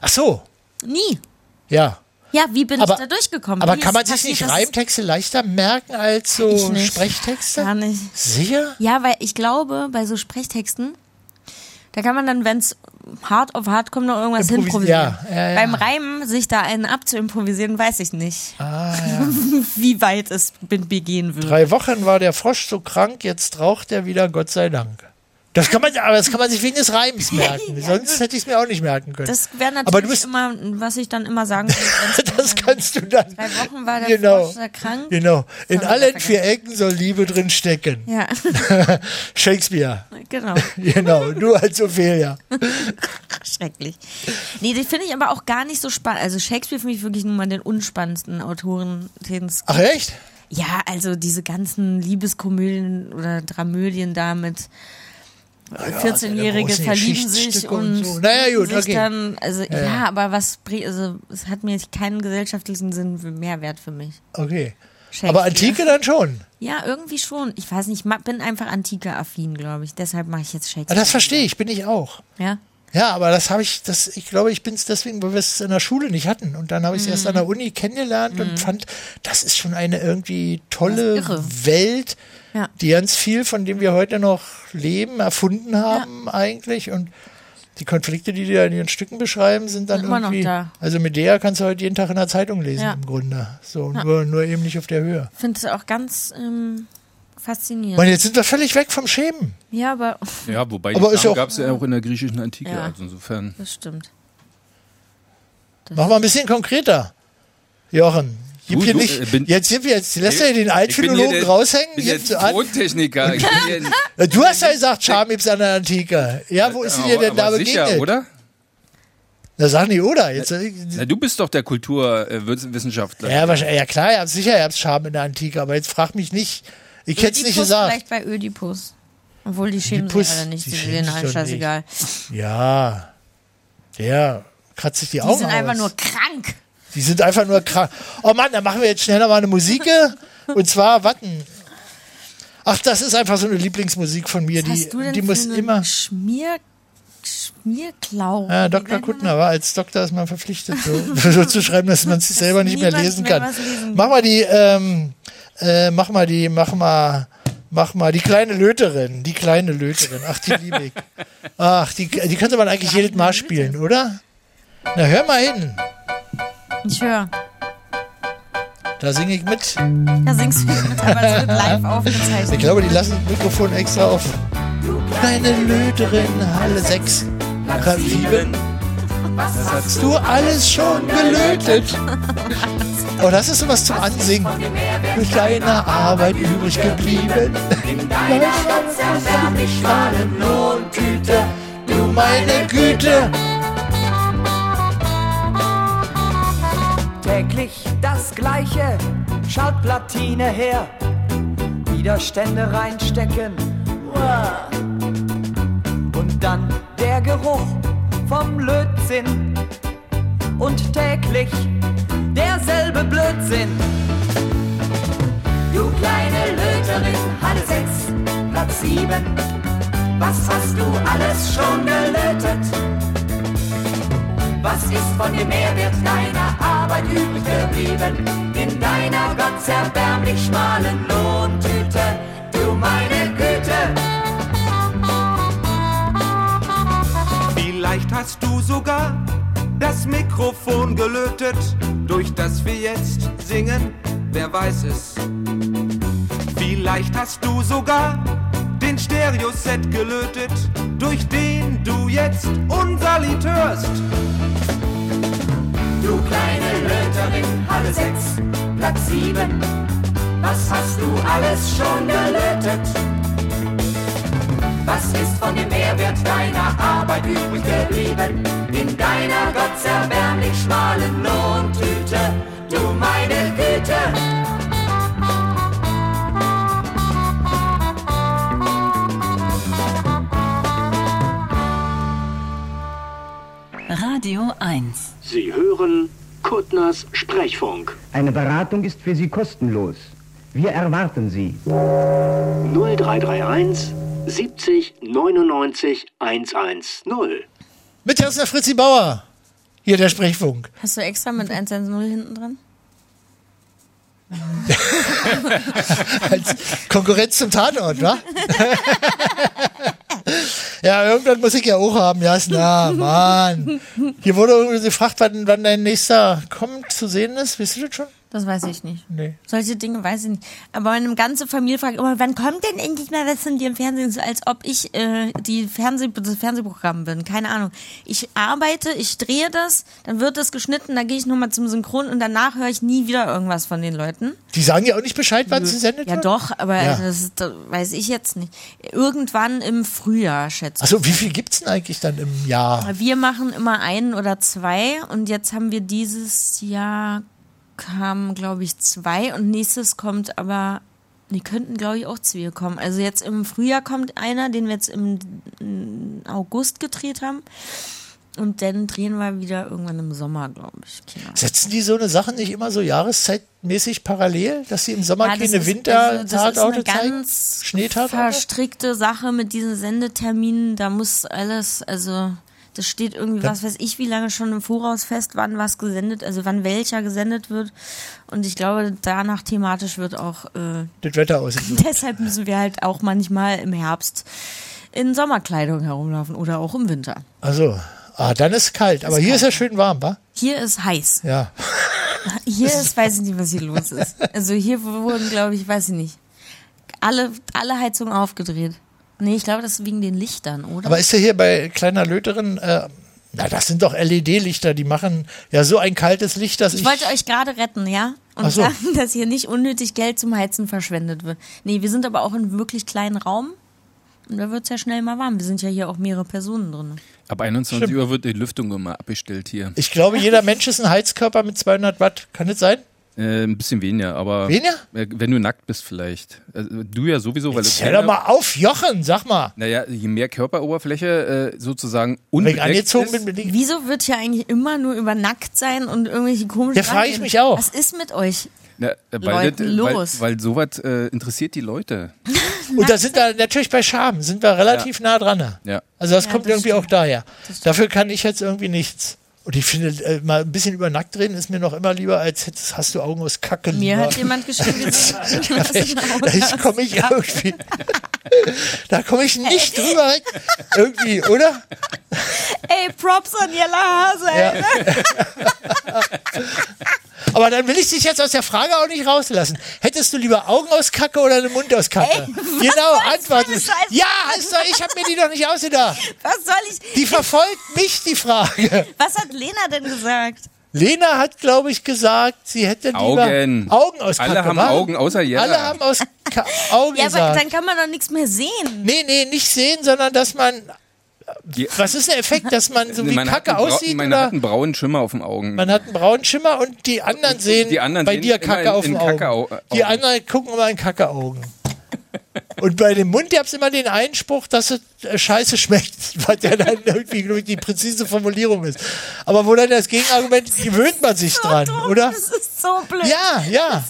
[SPEAKER 1] Ach so,
[SPEAKER 2] Nie.
[SPEAKER 1] ja.
[SPEAKER 2] Ja, wie bin
[SPEAKER 1] Aber-
[SPEAKER 2] ich da durchgekommen?
[SPEAKER 1] Aber
[SPEAKER 2] Wie
[SPEAKER 1] kann
[SPEAKER 2] ist
[SPEAKER 1] man sich
[SPEAKER 2] passiert,
[SPEAKER 1] nicht
[SPEAKER 2] dass-
[SPEAKER 1] Reimtexte leichter merken als
[SPEAKER 2] Ich
[SPEAKER 1] so
[SPEAKER 2] nicht.
[SPEAKER 1] Sprechtexte?
[SPEAKER 2] Gar nicht.
[SPEAKER 1] Sicher?
[SPEAKER 2] Ja, weil ich glaube, bei so Sprechtexten, da kann man dann, wenn's hart auf hart kommt, noch irgendwas
[SPEAKER 1] Improvisi-
[SPEAKER 2] improvisieren.
[SPEAKER 1] ja, ja, ja.
[SPEAKER 2] Beim Reimen sich da einen abzuimprovisieren, weiß ich nicht,
[SPEAKER 1] Ah,
[SPEAKER 2] wie weit es bin- begehen würde.
[SPEAKER 1] Drei Wochen war der Frosch so krank, jetzt raucht er wieder, Gott sei Dank. Das kann man, aber das kann man sich wegen des Reims merken. Sonst hätte ich es mir auch nicht merken können.
[SPEAKER 2] Das wäre natürlich
[SPEAKER 1] aber du bist,
[SPEAKER 2] immer, was ich dann immer sagen würde.
[SPEAKER 1] das kannst du dann.
[SPEAKER 2] Drei Wochen war der
[SPEAKER 1] Genau.
[SPEAKER 2] Frosch da krank.
[SPEAKER 1] Genau. In
[SPEAKER 2] Sorry,
[SPEAKER 1] allen
[SPEAKER 2] vergessen.
[SPEAKER 1] vier Ecken soll Liebe drin stecken.
[SPEAKER 2] Ja,
[SPEAKER 1] Shakespeare.
[SPEAKER 2] genau.
[SPEAKER 1] Genau. Du als Ophelia.
[SPEAKER 2] Schrecklich. Nee, den finde ich aber auch gar nicht so spannend. Also Shakespeare finde ich wirklich nun mal den unspannendsten Autoren, den es
[SPEAKER 1] Ach echt?
[SPEAKER 2] Ja, also diese ganzen Liebeskomödien oder Dramödien da mit
[SPEAKER 1] ja,
[SPEAKER 2] 14-Jährige
[SPEAKER 1] seine großen
[SPEAKER 2] verlieben sich
[SPEAKER 1] Geschichtsstücke
[SPEAKER 2] und,
[SPEAKER 1] und so. Naja, gut,
[SPEAKER 2] sich
[SPEAKER 1] okay.
[SPEAKER 2] dann, also ja,
[SPEAKER 1] Ja, ja.
[SPEAKER 2] aber was, bri- also es hat mir keinen gesellschaftlichen Sinn für Mehrwert für mich.
[SPEAKER 1] Okay.
[SPEAKER 2] Shakespeare.
[SPEAKER 1] Aber Antike dann schon.
[SPEAKER 2] Ja, irgendwie schon. Ich weiß nicht, ma- bin einfach antike-affin, glaube ich. Deshalb mache ich jetzt
[SPEAKER 1] Ah,
[SPEAKER 2] Shakespeare.
[SPEAKER 1] Das verstehe ich, bin ich auch.
[SPEAKER 2] ja?
[SPEAKER 1] Ja, aber das habe ich, das, ich glaube, ich bin es deswegen, weil wir es in der Schule nicht hatten. Und dann habe ich es erst an
[SPEAKER 2] Mhm.
[SPEAKER 1] der Uni kennengelernt und fand, das ist schon eine irgendwie tolle
[SPEAKER 2] Das ist
[SPEAKER 1] Welt,
[SPEAKER 2] Ja.
[SPEAKER 1] die ganz viel, von dem wir heute noch leben, erfunden haben eigentlich. Und die Konflikte, die die da in ihren Stücken beschreiben, sind dann
[SPEAKER 2] Immer noch
[SPEAKER 1] irgendwie.
[SPEAKER 2] da.
[SPEAKER 1] Also Medea kannst du heute jeden Tag in der Zeitung lesen
[SPEAKER 2] Ja.
[SPEAKER 1] im Grunde. So,
[SPEAKER 2] Ja.
[SPEAKER 1] nur, nur eben nicht auf der Höhe.
[SPEAKER 2] Finde es auch ganz ähm, faszinierend.
[SPEAKER 1] Und jetzt sind wir völlig weg vom Schämen.
[SPEAKER 2] ja, aber
[SPEAKER 3] Ja, wobei
[SPEAKER 1] Aber
[SPEAKER 3] die
[SPEAKER 1] ist ja
[SPEAKER 3] Scham
[SPEAKER 1] auch-
[SPEAKER 3] gab es ja auch in der griechischen Antike.
[SPEAKER 2] Ja.
[SPEAKER 3] Also insofern.
[SPEAKER 2] das stimmt.
[SPEAKER 1] Mach mal ein bisschen konkreter. Jochen, gib
[SPEAKER 3] Du-
[SPEAKER 1] hier
[SPEAKER 3] du,
[SPEAKER 1] nicht.
[SPEAKER 3] äh, bin-
[SPEAKER 1] jetzt, gib hier, jetzt lässt er den
[SPEAKER 3] Ich bin hier
[SPEAKER 1] Altphilologen
[SPEAKER 3] der-
[SPEAKER 1] raushängen.
[SPEAKER 3] Bin
[SPEAKER 1] Gibst
[SPEAKER 3] der
[SPEAKER 1] du an.
[SPEAKER 3] Tontechniker. Ich bin hier ein-
[SPEAKER 1] Du hast ja gesagt, Charme gibt's an der Antike. Ja, wo ist dir
[SPEAKER 3] aber-
[SPEAKER 1] denn da
[SPEAKER 3] aber sicher,
[SPEAKER 1] begegnet?
[SPEAKER 3] oder?
[SPEAKER 1] Da sag nicht, oder? Jetzt, äh,
[SPEAKER 3] Na, du bist doch der Kulturwissenschaftler.
[SPEAKER 1] ja, wahrscheinlich, ja, klar, ihr habt sicher, ihr habt Charme in der Antike, aber jetzt frag mich nicht. Ich hätte es nicht
[SPEAKER 2] Ödipus
[SPEAKER 1] gesagt.
[SPEAKER 2] Äh, Vielleicht bei Ödipus. Obwohl die schämen
[SPEAKER 1] Ödipus,
[SPEAKER 2] sich alle nicht,
[SPEAKER 1] die
[SPEAKER 2] die, die
[SPEAKER 1] schämen
[SPEAKER 2] sehen
[SPEAKER 1] sich
[SPEAKER 2] allen
[SPEAKER 1] doch
[SPEAKER 2] scheißegal.
[SPEAKER 1] Ja, der kratzt sich die,
[SPEAKER 2] Die
[SPEAKER 1] Augen
[SPEAKER 2] sind
[SPEAKER 1] aus.
[SPEAKER 2] einfach nur krank.
[SPEAKER 1] die sind einfach nur krank. Oh Mann, dann machen wir jetzt schnell nochmal eine Musike. und zwar, warten. Ach, das ist einfach so eine Lieblingsmusik von mir.
[SPEAKER 2] Was
[SPEAKER 1] Die,
[SPEAKER 2] hast du denn
[SPEAKER 1] die
[SPEAKER 2] für
[SPEAKER 1] muss
[SPEAKER 2] einen
[SPEAKER 1] immer.
[SPEAKER 2] Schmier, Schmierklau.
[SPEAKER 1] Ja, Dr. Kuttner war als Doktor ist man verpflichtet, so, so zu schreiben, dass man sich selber nicht mehr
[SPEAKER 2] niemand
[SPEAKER 1] lesen
[SPEAKER 2] mehr
[SPEAKER 1] kann.
[SPEAKER 2] was lesen kann.
[SPEAKER 1] Mach mal die, ähm, äh, mach mal die, mach mal, mach mal die kleine Löterin, die kleine Löterin. Ach, die liebe ich. Ach, die, die könnte man eigentlich jedes Mal spielen, oder? Na, hör mal hin.
[SPEAKER 2] Ich höre.
[SPEAKER 1] Da singe ich mit.
[SPEAKER 2] Da singst du mit, aber es wird live aufgezeichnet.
[SPEAKER 1] Ich glaube, die lassen das Mikrofon extra auf. Kleine Löterin, Halle 6, Halle 7. Was hast du alles schon gelötet? Oh, das ist sowas zum Ansingen. Mit deiner Arbeit übrig geblieben. Lohntüte, du meine Güte.
[SPEAKER 15] Täglich das Gleiche, schaut Platine her. Widerstände reinstecken. Uah. Und dann der Geruch vom Lötzinn. Und täglich derselbe Blödsinn. Du kleine Löterin, Halle 6, Platz 7. Was hast du alles schon gelötet? Was ist von dem Mehrwert deiner Arbeit übrig geblieben? In deiner gottzerbärmlich schmalen Lohntüte, du meine Güte!
[SPEAKER 12] Vielleicht hast du sogar das Mikrofon gelötet, durch das wir jetzt singen, wer weiß es. Vielleicht hast du sogar den Stereoset gelötet, durch den du jetzt unser Lied hörst.
[SPEAKER 15] Du kleine Löterin, Halle 6, Platz 7, was hast du alles schon gelötet? Was ist von dem Mehrwert deiner Arbeit übrig geblieben? In deiner gottzerbärmlich schmalen Lohntüte, du meine Güte!
[SPEAKER 14] Kuttners Sprechfunk.
[SPEAKER 16] Eine Beratung ist für Sie kostenlos. Wir erwarten Sie.
[SPEAKER 14] 0331 70 99 110.
[SPEAKER 1] Mit Herzen der Fritzi Bauer. Hier der Sprechfunk.
[SPEAKER 2] Hast du extra mit 110 hinten dran?
[SPEAKER 1] Konkurrenz zum Tatort, wa? ja, irgendwann muss ich ja auch haben, Jasna, Mann. Hier wurde irgendwie gefragt, wann, wann dein nächster kommt zu sehen ist. Wisst ihr das schon?
[SPEAKER 2] Das weiß ich nicht.
[SPEAKER 1] Nee.
[SPEAKER 2] Solche Dinge weiß ich nicht. Aber meine ganze Familie fragt immer, wann kommt denn endlich mal was von dir im Fernsehen? So als ob ich äh, die Fernseh das Fernsehprogramm bin. Keine Ahnung. Ich arbeite, ich drehe das, dann wird das geschnitten, dann gehe ich nochmal zum Synchron und danach höre ich nie wieder irgendwas von den Leuten.
[SPEAKER 1] Die sagen ja auch nicht Bescheid, wann sie sendet
[SPEAKER 2] Ja
[SPEAKER 1] wird.
[SPEAKER 2] doch, aber
[SPEAKER 1] Ja.
[SPEAKER 2] das, ist, das weiß ich jetzt nicht. Irgendwann im Frühjahr, schätze ich.
[SPEAKER 1] Achso, wie viel gibt's denn eigentlich dann im Jahr?
[SPEAKER 2] Wir machen immer einen oder zwei und jetzt haben wir dieses Jahr kamen, glaube ich, zwei und nächstes kommt aber, die könnten, glaube ich, auch zwei kommen. Also jetzt im Frühjahr kommt einer, den wir jetzt im mm, August gedreht haben und dann drehen wir wieder irgendwann im Sommer, glaube ich. genau. Keine Ahnung.
[SPEAKER 1] Setzen die so eine Sache nicht immer so jahreszeitmäßig parallel, dass sie im Sommer
[SPEAKER 2] Ja, das
[SPEAKER 1] keine
[SPEAKER 2] ist-
[SPEAKER 1] Winter-Tatorte zeigen?
[SPEAKER 2] ganz
[SPEAKER 1] Schneetatorte?
[SPEAKER 2] verstrickte Sache mit diesen Sendeterminen. Da muss alles, also das steht irgendwie,
[SPEAKER 1] Dann-
[SPEAKER 2] was weiß ich, wie lange schon im Voraus fest, wann was gesendet, also wann welcher gesendet wird. Und ich glaube, danach thematisch wird auch. Äh,
[SPEAKER 1] Das Wetter aussieht.
[SPEAKER 2] deshalb müssen wir halt auch manchmal im Herbst in Sommerkleidung herumlaufen oder auch im Winter.
[SPEAKER 1] Also, ah, dann ist kalt. Aber
[SPEAKER 2] Ist
[SPEAKER 1] hier
[SPEAKER 2] kalt.
[SPEAKER 1] ist ja schön warm, wa?
[SPEAKER 2] Hier ist heiß.
[SPEAKER 1] Ja.
[SPEAKER 2] Hier ist, weiß ich nicht, was hier los ist. Also hier wurden, glaube ich, weiß ich nicht, alle, alle Heizungen aufgedreht. Nee, ich glaube, das ist wegen den Lichtern, oder?
[SPEAKER 1] Aber ist ja hier bei kleiner Löterin, äh, na, das sind doch LED-Lichter, die machen ja so ein kaltes Licht, dass ich.
[SPEAKER 2] ich wollte euch gerade retten, ja?
[SPEAKER 1] Ach
[SPEAKER 2] Und
[SPEAKER 1] so.
[SPEAKER 2] sagen, dass hier nicht unnötig Geld zum Heizen verschwendet wird. Nee, wir sind aber auch in einem wirklich kleinen Raum. Und da wird es ja schnell mal warm. Wir sind ja hier auch mehrere Personen drin.
[SPEAKER 3] Ab 21
[SPEAKER 1] Stimmt.
[SPEAKER 3] Uhr wird die Lüftung immer abgestellt hier.
[SPEAKER 1] ich glaube, jeder Mensch ist ein Heizkörper mit 200 Watt. Kann das sein?
[SPEAKER 3] Äh, ein bisschen weniger, aber.
[SPEAKER 1] Weniger?
[SPEAKER 3] Äh, Wenn du nackt bist, vielleicht. Also, du ja sowieso, weil es.
[SPEAKER 1] Hör doch mal auf, Jochen, sag mal.
[SPEAKER 3] Naja, je mehr Körperoberfläche äh, sozusagen
[SPEAKER 1] Wenn ich
[SPEAKER 3] unbedeckt
[SPEAKER 1] angezogen
[SPEAKER 3] ist,
[SPEAKER 1] bin, bin ich.
[SPEAKER 2] Wieso wird hier eigentlich immer nur über nackt sein und irgendwelche komischen
[SPEAKER 1] Ja, frage ich
[SPEAKER 2] Sachen?
[SPEAKER 1] mich auch.
[SPEAKER 2] Was ist mit euch?
[SPEAKER 3] na, äh, weil,
[SPEAKER 2] Leuten
[SPEAKER 3] das,
[SPEAKER 2] los.
[SPEAKER 3] weil, weil sowas äh, interessiert die Leute.
[SPEAKER 1] Und da sind wir natürlich bei Scham, sind wir relativ nah dran. ne?
[SPEAKER 3] Ja.
[SPEAKER 1] Also das
[SPEAKER 2] Ja,
[SPEAKER 1] kommt
[SPEAKER 2] das
[SPEAKER 1] irgendwie auch daher. Dafür kann ich jetzt irgendwie nichts. Und ich finde, äh, mal ein bisschen über nackt reden ist mir noch immer lieber, als hättest, hast du Augen aus Kacke.
[SPEAKER 2] Mir
[SPEAKER 1] lieber.
[SPEAKER 2] hat jemand geschrieben,
[SPEAKER 1] Da komme ich irgendwie. Da komme ich nicht drüber weg. Irgendwie, oder?
[SPEAKER 2] Ey, Props an Jella Hase, ey.
[SPEAKER 1] Aber dann will ich dich jetzt aus der Frage auch nicht rauslassen. Hättest du lieber Augen aus Kacke oder einen Mund aus Kacke? genau, antworten. Ja, hast du, ich habe mir die doch nicht ausgedacht.
[SPEAKER 2] Was soll ich?
[SPEAKER 1] Die verfolgt mich, die Frage.
[SPEAKER 2] Was hat Lena denn gesagt?
[SPEAKER 1] Lena hat, glaube ich, gesagt, sie hätte lieber
[SPEAKER 3] Augen.
[SPEAKER 1] Augen aus
[SPEAKER 3] Alle
[SPEAKER 1] Kacke.
[SPEAKER 3] haben
[SPEAKER 1] wa?
[SPEAKER 3] Augen, außer Jella.
[SPEAKER 1] Alle haben aus Ka Augen
[SPEAKER 2] Ja, aber
[SPEAKER 1] gesagt.
[SPEAKER 2] dann kann man doch nichts mehr sehen.
[SPEAKER 1] nee, nee, nicht sehen, sondern dass man.
[SPEAKER 3] Je-
[SPEAKER 1] Was ist der Effekt, dass man so wie
[SPEAKER 3] Meine hat
[SPEAKER 1] Kacke
[SPEAKER 3] einen brau-
[SPEAKER 1] aussieht?
[SPEAKER 3] Meine hat
[SPEAKER 1] Oder
[SPEAKER 3] einen braunen Schimmer auf den Augen.
[SPEAKER 1] man hat einen braunen Schimmer und die anderen sehen
[SPEAKER 3] Die anderen
[SPEAKER 1] bei
[SPEAKER 3] sehen
[SPEAKER 1] dir
[SPEAKER 3] immer
[SPEAKER 1] Kacke
[SPEAKER 3] in-
[SPEAKER 1] auf den
[SPEAKER 3] in
[SPEAKER 1] Augen.
[SPEAKER 3] Kackeau-
[SPEAKER 1] Die
[SPEAKER 3] Augen.
[SPEAKER 1] anderen gucken immer in Kackeaugen. Und bei dem Mund, ihr habt immer den Einspruch, dass es äh, scheiße schmeckt, was ja dann irgendwie, glaube ich, die präzise Formulierung ist. Aber wo dann das Gegenargument, gewöhnt man sich dran, oder?
[SPEAKER 2] Das ist so blöd.
[SPEAKER 1] Ja, ja.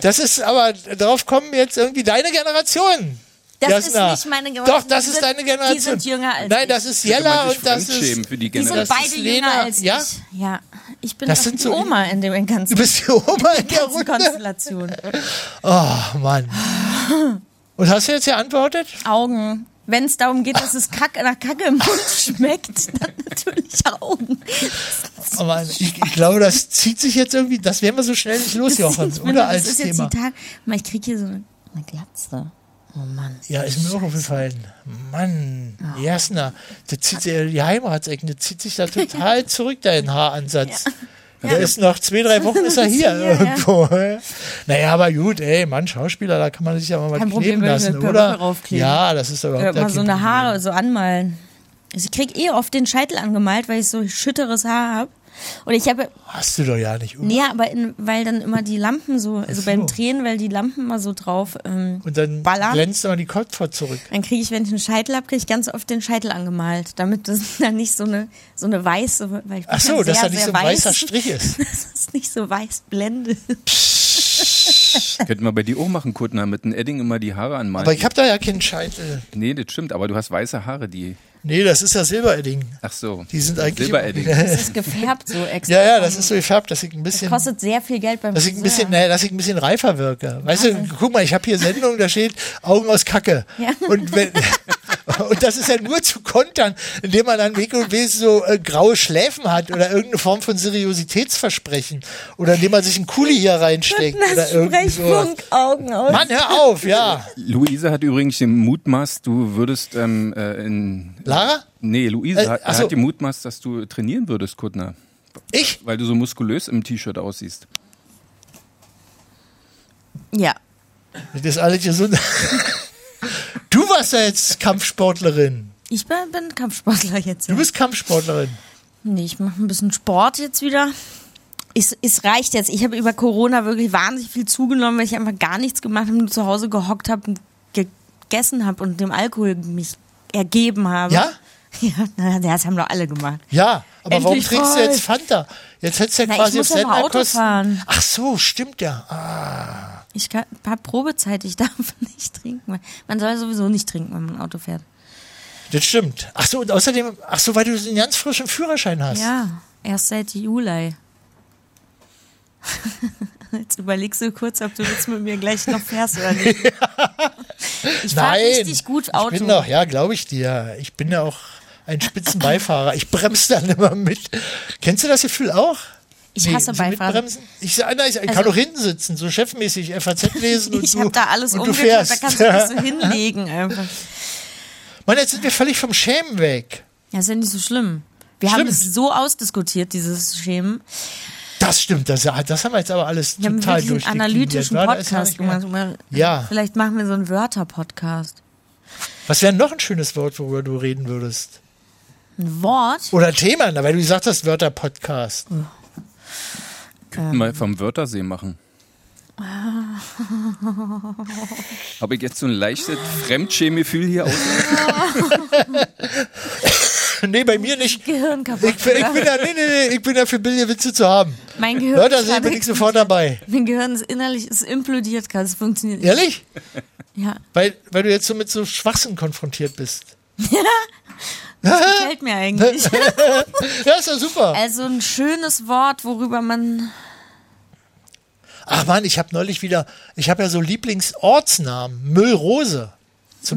[SPEAKER 1] Das ist aber, darauf kommen jetzt irgendwie deine Generation.
[SPEAKER 2] Das
[SPEAKER 1] Jasna.
[SPEAKER 2] ist nicht meine Generation.
[SPEAKER 1] Doch, das
[SPEAKER 2] Die
[SPEAKER 1] ist
[SPEAKER 2] sind-
[SPEAKER 1] deine Generation.
[SPEAKER 2] die sind jünger als
[SPEAKER 1] Nein,
[SPEAKER 2] ich.
[SPEAKER 1] das ist
[SPEAKER 3] Könnte man
[SPEAKER 1] Jella
[SPEAKER 3] sich
[SPEAKER 1] und das
[SPEAKER 3] fremdschämen
[SPEAKER 1] ist.
[SPEAKER 3] für
[SPEAKER 2] Die
[SPEAKER 3] die Generation.
[SPEAKER 2] sind
[SPEAKER 1] Das ist
[SPEAKER 2] beide jünger
[SPEAKER 1] Lena,
[SPEAKER 2] als
[SPEAKER 1] ja?
[SPEAKER 2] ich. Ja. Ich bin
[SPEAKER 1] Das
[SPEAKER 2] doch
[SPEAKER 1] sind
[SPEAKER 2] die
[SPEAKER 1] so-
[SPEAKER 2] Oma in dem ganzen,
[SPEAKER 1] Du bist die Oma in der
[SPEAKER 2] ganzen
[SPEAKER 1] Runde.
[SPEAKER 2] Konstellation.
[SPEAKER 1] Oh, Mann. Und hast du jetzt geantwortet?
[SPEAKER 2] Augen. Wenn es darum geht, dass es Kack, nach Kacke im Mund schmeckt, dann natürlich Augen.
[SPEAKER 1] Oh, Mann. Ich, ich glaube, das zieht sich jetzt irgendwie, das werden wir so schnell nicht los, Jochen.
[SPEAKER 2] Ich finde,
[SPEAKER 1] Oder
[SPEAKER 2] das
[SPEAKER 1] als
[SPEAKER 2] ist jetzt
[SPEAKER 1] Thema.
[SPEAKER 2] Zitat. Mal, Ich kriege hier so eine, eine Glatze. Oh Mann.
[SPEAKER 1] Ja, ist mir auch aufgefallen. Mann,
[SPEAKER 2] Ah.
[SPEAKER 1] Jasna, das zieht sich, die Heimratsecken, das zieht sich da total zurück, dein Haaransatz. Der ist noch zwei, drei Wochen ist er hier
[SPEAKER 2] Ist hier, ja.
[SPEAKER 1] irgendwo. Ja. Naja, aber gut, ey, Mann, Schauspieler, da kann man sich ja mal was
[SPEAKER 2] Kein
[SPEAKER 1] kleben
[SPEAKER 2] Problem, wenn wir
[SPEAKER 1] lassen,
[SPEAKER 2] eine Perücke
[SPEAKER 1] oder?
[SPEAKER 2] draufkleben.
[SPEAKER 1] Ja, das ist doch
[SPEAKER 2] Oder
[SPEAKER 1] überhaupt gar
[SPEAKER 2] mal
[SPEAKER 1] kein
[SPEAKER 2] so eine
[SPEAKER 1] Problem.
[SPEAKER 2] Haare so anmalen. Also ich krieg eh oft den Scheitel angemalt, weil ich so schütteres Haar habe. Und ich habe
[SPEAKER 1] Hast du doch ja nicht.
[SPEAKER 2] Nee, aber in, weil dann immer die Lampen so, also beim Drehen, weil die Lampen immer so drauf ähm,
[SPEAKER 1] Und dann
[SPEAKER 2] ballern.
[SPEAKER 1] glänzt aber die Kopfhaut zurück.
[SPEAKER 2] Dann kriege ich, wenn ich einen Scheitel habe, kriege ich ganz oft den Scheitel angemalt, damit das dann nicht so eine, so eine weiße, weil ich bin
[SPEAKER 1] Ach so,
[SPEAKER 2] ja
[SPEAKER 1] dass da
[SPEAKER 2] sehr,
[SPEAKER 1] nicht
[SPEAKER 2] sehr
[SPEAKER 1] so ein
[SPEAKER 2] weiß,
[SPEAKER 1] weißer Strich ist.
[SPEAKER 2] dass es nicht so weiß blendet.
[SPEAKER 3] Könnten wir bei dir auch machen, Kuttner, mit einem Edding immer die Haare anmalen.
[SPEAKER 1] Aber ich habe da ja keinen Scheitel.
[SPEAKER 3] Nee, das stimmt, aber du hast weiße Haare, die.
[SPEAKER 1] Nee, das ist ja Silberedding.
[SPEAKER 3] Ach so.
[SPEAKER 1] Die sind eigentlich-
[SPEAKER 3] Silberedding.
[SPEAKER 1] Das
[SPEAKER 2] Das ist gefärbt so extra.
[SPEAKER 1] Ja, ja, das ist so gefärbt, dass ich ein bisschen,
[SPEAKER 2] Kostet sehr viel Geld beim
[SPEAKER 1] dass ich ein
[SPEAKER 2] Friseur.
[SPEAKER 1] bisschen, naja, dass ich ein bisschen reifer wirke. Weißt du, guck mal, ich habe hier Sendung, da steht Augen aus Kacke.
[SPEAKER 2] Ja.
[SPEAKER 1] Und wenn, und das ist ja nur zu kontern, indem man dann weg und wes so äh, graue Schläfen hat oder irgendeine Form von Seriositätsversprechen oder indem man sich einen Kuli hier reinsteckt oder irgendwie so.
[SPEAKER 2] Augen aus.
[SPEAKER 1] Mann, hör auf, ja.
[SPEAKER 3] Luise hat übrigens den Mutmaß, du würdest ähm, äh, in.
[SPEAKER 1] Lara?
[SPEAKER 3] Nee, Luise
[SPEAKER 1] Äh,
[SPEAKER 3] hat,
[SPEAKER 1] ach so.
[SPEAKER 3] hat den Mutmaß, dass du trainieren würdest, Kuttner.
[SPEAKER 1] Ich?
[SPEAKER 3] Weil du so muskulös im T-Shirt aussiehst.
[SPEAKER 2] Ja.
[SPEAKER 1] Das ist alles gesund. Du warst ja jetzt Kampfsportlerin.
[SPEAKER 2] Ich bin, bin Kampfsportler jetzt.
[SPEAKER 1] Du bist Kampfsportlerin.
[SPEAKER 2] Nee, ich mache ein bisschen Sport jetzt wieder. Es, es reicht jetzt. Ich habe über Corona wirklich wahnsinnig viel zugenommen, weil ich einfach gar nichts gemacht habe, nur zu Hause gehockt habe und gegessen habe und dem Alkohol mich ergeben habe.
[SPEAKER 1] Ja?
[SPEAKER 2] Ja, na, das haben doch alle gemacht.
[SPEAKER 1] Ja, aber warum
[SPEAKER 2] Endlich
[SPEAKER 1] trinkst du
[SPEAKER 2] voll.
[SPEAKER 1] jetzt Fanta? Jetzt hättest du ja
[SPEAKER 2] Na, ich
[SPEAKER 1] quasi
[SPEAKER 2] muss ja mal Auto
[SPEAKER 1] Senderkosten-
[SPEAKER 2] fahren.
[SPEAKER 1] Ach so, stimmt ja. Ah.
[SPEAKER 2] Ich kann- hab Probezeit, ich darf nicht trinken. Man soll sowieso nicht trinken, wenn man Auto fährt.
[SPEAKER 1] Das stimmt. Ach so, und außerdem, ach so, weil du einen ganz frischen Führerschein hast.
[SPEAKER 2] Ja, erst seit Juli. Jetzt überlegst du kurz, ob du jetzt mit mir gleich noch fährst oder nicht. Ich fahr
[SPEAKER 1] Nein.
[SPEAKER 2] richtig gut Auto.
[SPEAKER 1] Ich bin doch, ja, glaube ich dir. Ich bin ja auch ein Spitzenbeifahrer. Ich bremse dann immer mit. Kennst du das Gefühl auch?
[SPEAKER 2] Ich hasse
[SPEAKER 1] so
[SPEAKER 2] Beifahrer.
[SPEAKER 1] mitbremsen? Ich, sag, nein, ich ich kann
[SPEAKER 2] Also-
[SPEAKER 1] doch hinten sitzen, so chefmäßig FAZ lesen und
[SPEAKER 2] Ich
[SPEAKER 1] du,
[SPEAKER 2] hab da alles
[SPEAKER 1] und du
[SPEAKER 2] umgekehrt,
[SPEAKER 1] fährst.
[SPEAKER 2] da kannst du dich so hinlegen einfach.
[SPEAKER 1] Mann, jetzt sind wir völlig vom Schämen weg.
[SPEAKER 2] Ja, ist ja nicht so schlimm. Wir haben
[SPEAKER 1] Stimmt.
[SPEAKER 2] es so ausdiskutiert, dieses Schemen.
[SPEAKER 1] Das stimmt, das, ah, das haben wir jetzt aber alles
[SPEAKER 2] Wir haben
[SPEAKER 1] total
[SPEAKER 2] wirklich einen
[SPEAKER 1] durchdekliniert,
[SPEAKER 2] analytischen
[SPEAKER 1] wa? Da ist noch
[SPEAKER 2] Podcast
[SPEAKER 1] nicht mehr-
[SPEAKER 2] gemacht.
[SPEAKER 1] Ja.
[SPEAKER 2] Vielleicht machen wir so einen Wörter-Podcast.
[SPEAKER 1] Was wäre noch ein schönes Wort, worüber du reden würdest?
[SPEAKER 2] Ein Wort?
[SPEAKER 1] Oder ein Thema, na, weil du gesagt hast, Wörter-Podcast.
[SPEAKER 3] Mal vom Wörtersee machen. Habe ich jetzt so ein leichtes Fremdschämgefühl hier aus?
[SPEAKER 1] nee, bei mir nicht.
[SPEAKER 2] Gehirn kaputt.
[SPEAKER 1] Ich, ich, bin da, nee, nee, nee, ich bin da für billige Witze zu haben.
[SPEAKER 2] Mein Gehirn
[SPEAKER 1] Wörtersee
[SPEAKER 2] ist
[SPEAKER 1] bin ich sofort dabei.
[SPEAKER 2] Mein Gehirn ist innerlich ist implodiert, gerade. es funktioniert nicht.
[SPEAKER 1] Ehrlich?
[SPEAKER 2] Ja.
[SPEAKER 1] Weil, weil du jetzt so mit so Schwachsinn konfrontiert bist.
[SPEAKER 2] Das gefällt mir eigentlich.
[SPEAKER 1] ja, ist ja super.
[SPEAKER 2] Also ein schönes Wort, worüber man.
[SPEAKER 1] Ach Mann, ich habe neulich wieder, ich habe ja so Lieblingsortsnamen. Müllrose zum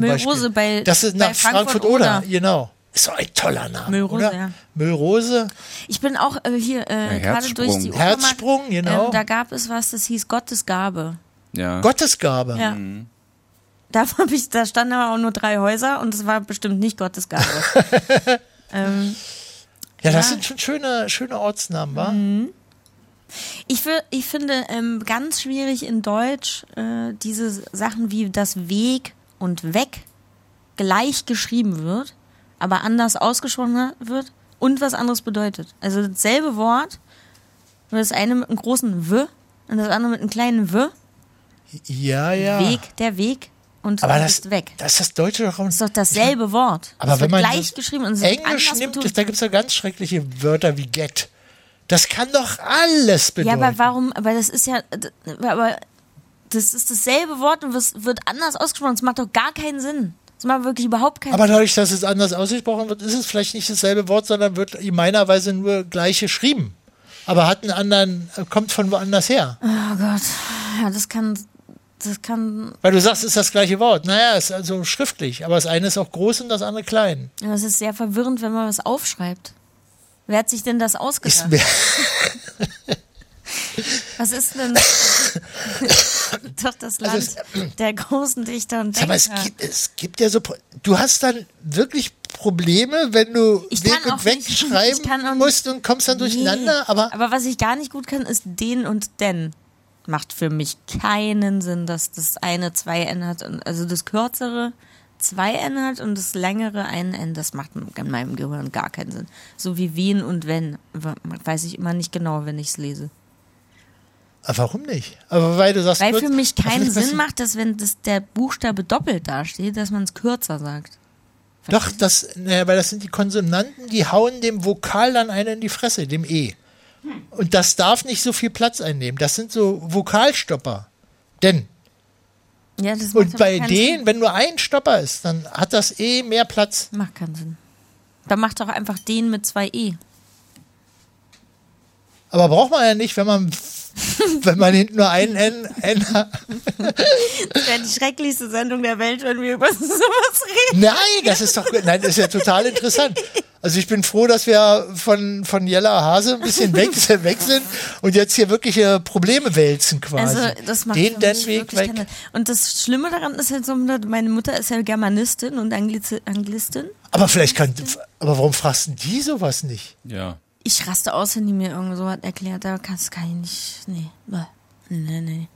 [SPEAKER 1] Beispiel.
[SPEAKER 2] Müllrose bei-
[SPEAKER 1] das ist
[SPEAKER 2] bei
[SPEAKER 1] nach Frankfurt-Oder.
[SPEAKER 2] Frankfurt-Oder.
[SPEAKER 1] Genau. Ist doch ein toller Name.
[SPEAKER 2] Müllrose,
[SPEAKER 1] oder?
[SPEAKER 2] ja.
[SPEAKER 1] Müllrose.
[SPEAKER 2] Ich bin auch äh, hier äh,
[SPEAKER 1] Ja,
[SPEAKER 2] gerade durch
[SPEAKER 1] Herzsprung.
[SPEAKER 2] die Uckermark,
[SPEAKER 1] Herzsprung, genau.
[SPEAKER 2] Ähm, da gab es was, das hieß Gottesgabe.
[SPEAKER 3] Ja.
[SPEAKER 1] Gottesgabe.
[SPEAKER 2] Ja. Da, hab ich, da standen aber auch nur drei Häuser und es war bestimmt nicht Gottesgabe. ähm,
[SPEAKER 1] Ja, das
[SPEAKER 2] Ja.
[SPEAKER 1] sind schon schöne, schöne Ortsnamen, wa?
[SPEAKER 2] Mhm. ich, fi- ich finde ähm, ganz schwierig in Deutsch äh, diese Sachen wie das Weg und Weg gleich geschrieben wird, aber anders ausgesprochen wird und was anderes bedeutet. Also dasselbe Wort, nur das eine mit einem großen W und das andere mit einem kleinen W.
[SPEAKER 1] Ja, ja.
[SPEAKER 2] Weg, der Weg und
[SPEAKER 1] Ah. Aber
[SPEAKER 2] du
[SPEAKER 1] das,
[SPEAKER 2] bist weg.
[SPEAKER 1] das ist das deutsche Raum.
[SPEAKER 2] Das ist doch dasselbe Wort.
[SPEAKER 1] Aber
[SPEAKER 2] Es
[SPEAKER 1] wenn
[SPEAKER 2] wird
[SPEAKER 1] man
[SPEAKER 2] gleich
[SPEAKER 1] das
[SPEAKER 2] geschrieben und es wird
[SPEAKER 1] Englisch
[SPEAKER 2] anders
[SPEAKER 1] nimmt,
[SPEAKER 2] betont.
[SPEAKER 1] da gibt es ja ganz schreckliche Wörter wie get. Das kann doch alles
[SPEAKER 2] Ja,
[SPEAKER 1] bedeuten.
[SPEAKER 2] aber warum? Aber das ist ja. d- Aber das ist dasselbe Wort und es wird anders ausgesprochen. Das macht doch gar keinen Sinn. Das macht wirklich überhaupt keinen
[SPEAKER 1] Aber dadurch, dass es anders ausgesprochen wird, ist es vielleicht nicht dasselbe Wort, sondern wird in meiner Weise nur gleich geschrieben. Aber hat einen anderen, kommt von woanders her.
[SPEAKER 2] Sinn. Oh Gott. Ja, das kann. Das kann.
[SPEAKER 1] Weil du sagst, es ist das gleiche Wort. Naja, es ist also schriftlich, aber das eine ist auch groß und das andere klein.
[SPEAKER 2] ja, Das ist sehr verwirrend, wenn man was aufschreibt. Wer hat sich denn das
[SPEAKER 1] Ist
[SPEAKER 2] ausgedacht?
[SPEAKER 1] mir,
[SPEAKER 2] Was ist denn. doch das Land
[SPEAKER 1] Also
[SPEAKER 2] der großen Dichter und
[SPEAKER 1] sag
[SPEAKER 2] Denker.
[SPEAKER 1] mal, es gibt, es gibt ja so. Pro- Du hast dann wirklich Probleme, wenn du
[SPEAKER 2] Ich
[SPEAKER 1] Weg
[SPEAKER 2] kann
[SPEAKER 1] und
[SPEAKER 2] auch
[SPEAKER 1] Weg
[SPEAKER 2] nicht- ich kann auch
[SPEAKER 1] schreiben
[SPEAKER 2] nicht-
[SPEAKER 1] musst und kommst dann durcheinander.
[SPEAKER 2] Nee.
[SPEAKER 1] Aber
[SPEAKER 2] aber was ich gar nicht gut kann, ist den und denn. Macht für mich keinen Sinn, dass das eine zwei N hat. und- Also das kürzere zwei N hat und das längere ein N, das macht in meinem Gehirn gar keinen Sinn. So wie wen und wenn, we- weiß ich immer nicht genau, wenn ich es lese.
[SPEAKER 1] Aber Ah, warum nicht? Aber weil du sagst,
[SPEAKER 2] Weil
[SPEAKER 1] kurz-
[SPEAKER 2] für mich keinen
[SPEAKER 1] was- was-
[SPEAKER 2] Sinn macht, dass wenn das, der Buchstabe doppelt dasteht, dass man es kürzer sagt.
[SPEAKER 1] Doch, das, naja, weil das sind die Konsonanten, die hauen dem Vokal dann eine in die Fresse, dem E.
[SPEAKER 2] Hm.
[SPEAKER 1] Und das darf nicht so viel Platz einnehmen. Das sind so Vokalstopper. Denn.
[SPEAKER 2] Ja, das macht
[SPEAKER 1] Und
[SPEAKER 2] aber
[SPEAKER 1] bei
[SPEAKER 2] keinen
[SPEAKER 1] denen,
[SPEAKER 2] Sinn.
[SPEAKER 1] wenn nur ein Stopper ist, dann hat das E mehr Platz.
[SPEAKER 2] Macht keinen Sinn. Dann macht doch einfach den mit zwei E.
[SPEAKER 1] Aber braucht man ja nicht, wenn man, wenn man hinten nur einen N, N hat.
[SPEAKER 2] Das wäre die schrecklichste Sendung der Welt, wenn wir über sowas reden.
[SPEAKER 1] Nein, das ist doch, nein, das ist ja total interessant. Also ich bin froh, dass wir von, von Jella Hase ein bisschen weg, weg sind und jetzt hier wirkliche Probleme wälzen quasi.
[SPEAKER 2] Also das macht
[SPEAKER 1] Den,
[SPEAKER 2] für mich
[SPEAKER 1] den Weg
[SPEAKER 2] wirklich
[SPEAKER 1] weg.
[SPEAKER 2] keinen Sinn. Und das Schlimme daran ist halt so, meine Mutter ist ja Germanistin und Angliz Anglistin.
[SPEAKER 1] Aber vielleicht kann, aber warum fragst denn die sowas nicht?
[SPEAKER 3] Ja.
[SPEAKER 2] Ich raste aus, wenn die mir irgend so was erklärt. Da kannst kann ich nicht. Nee. Bäh. Nee, nee.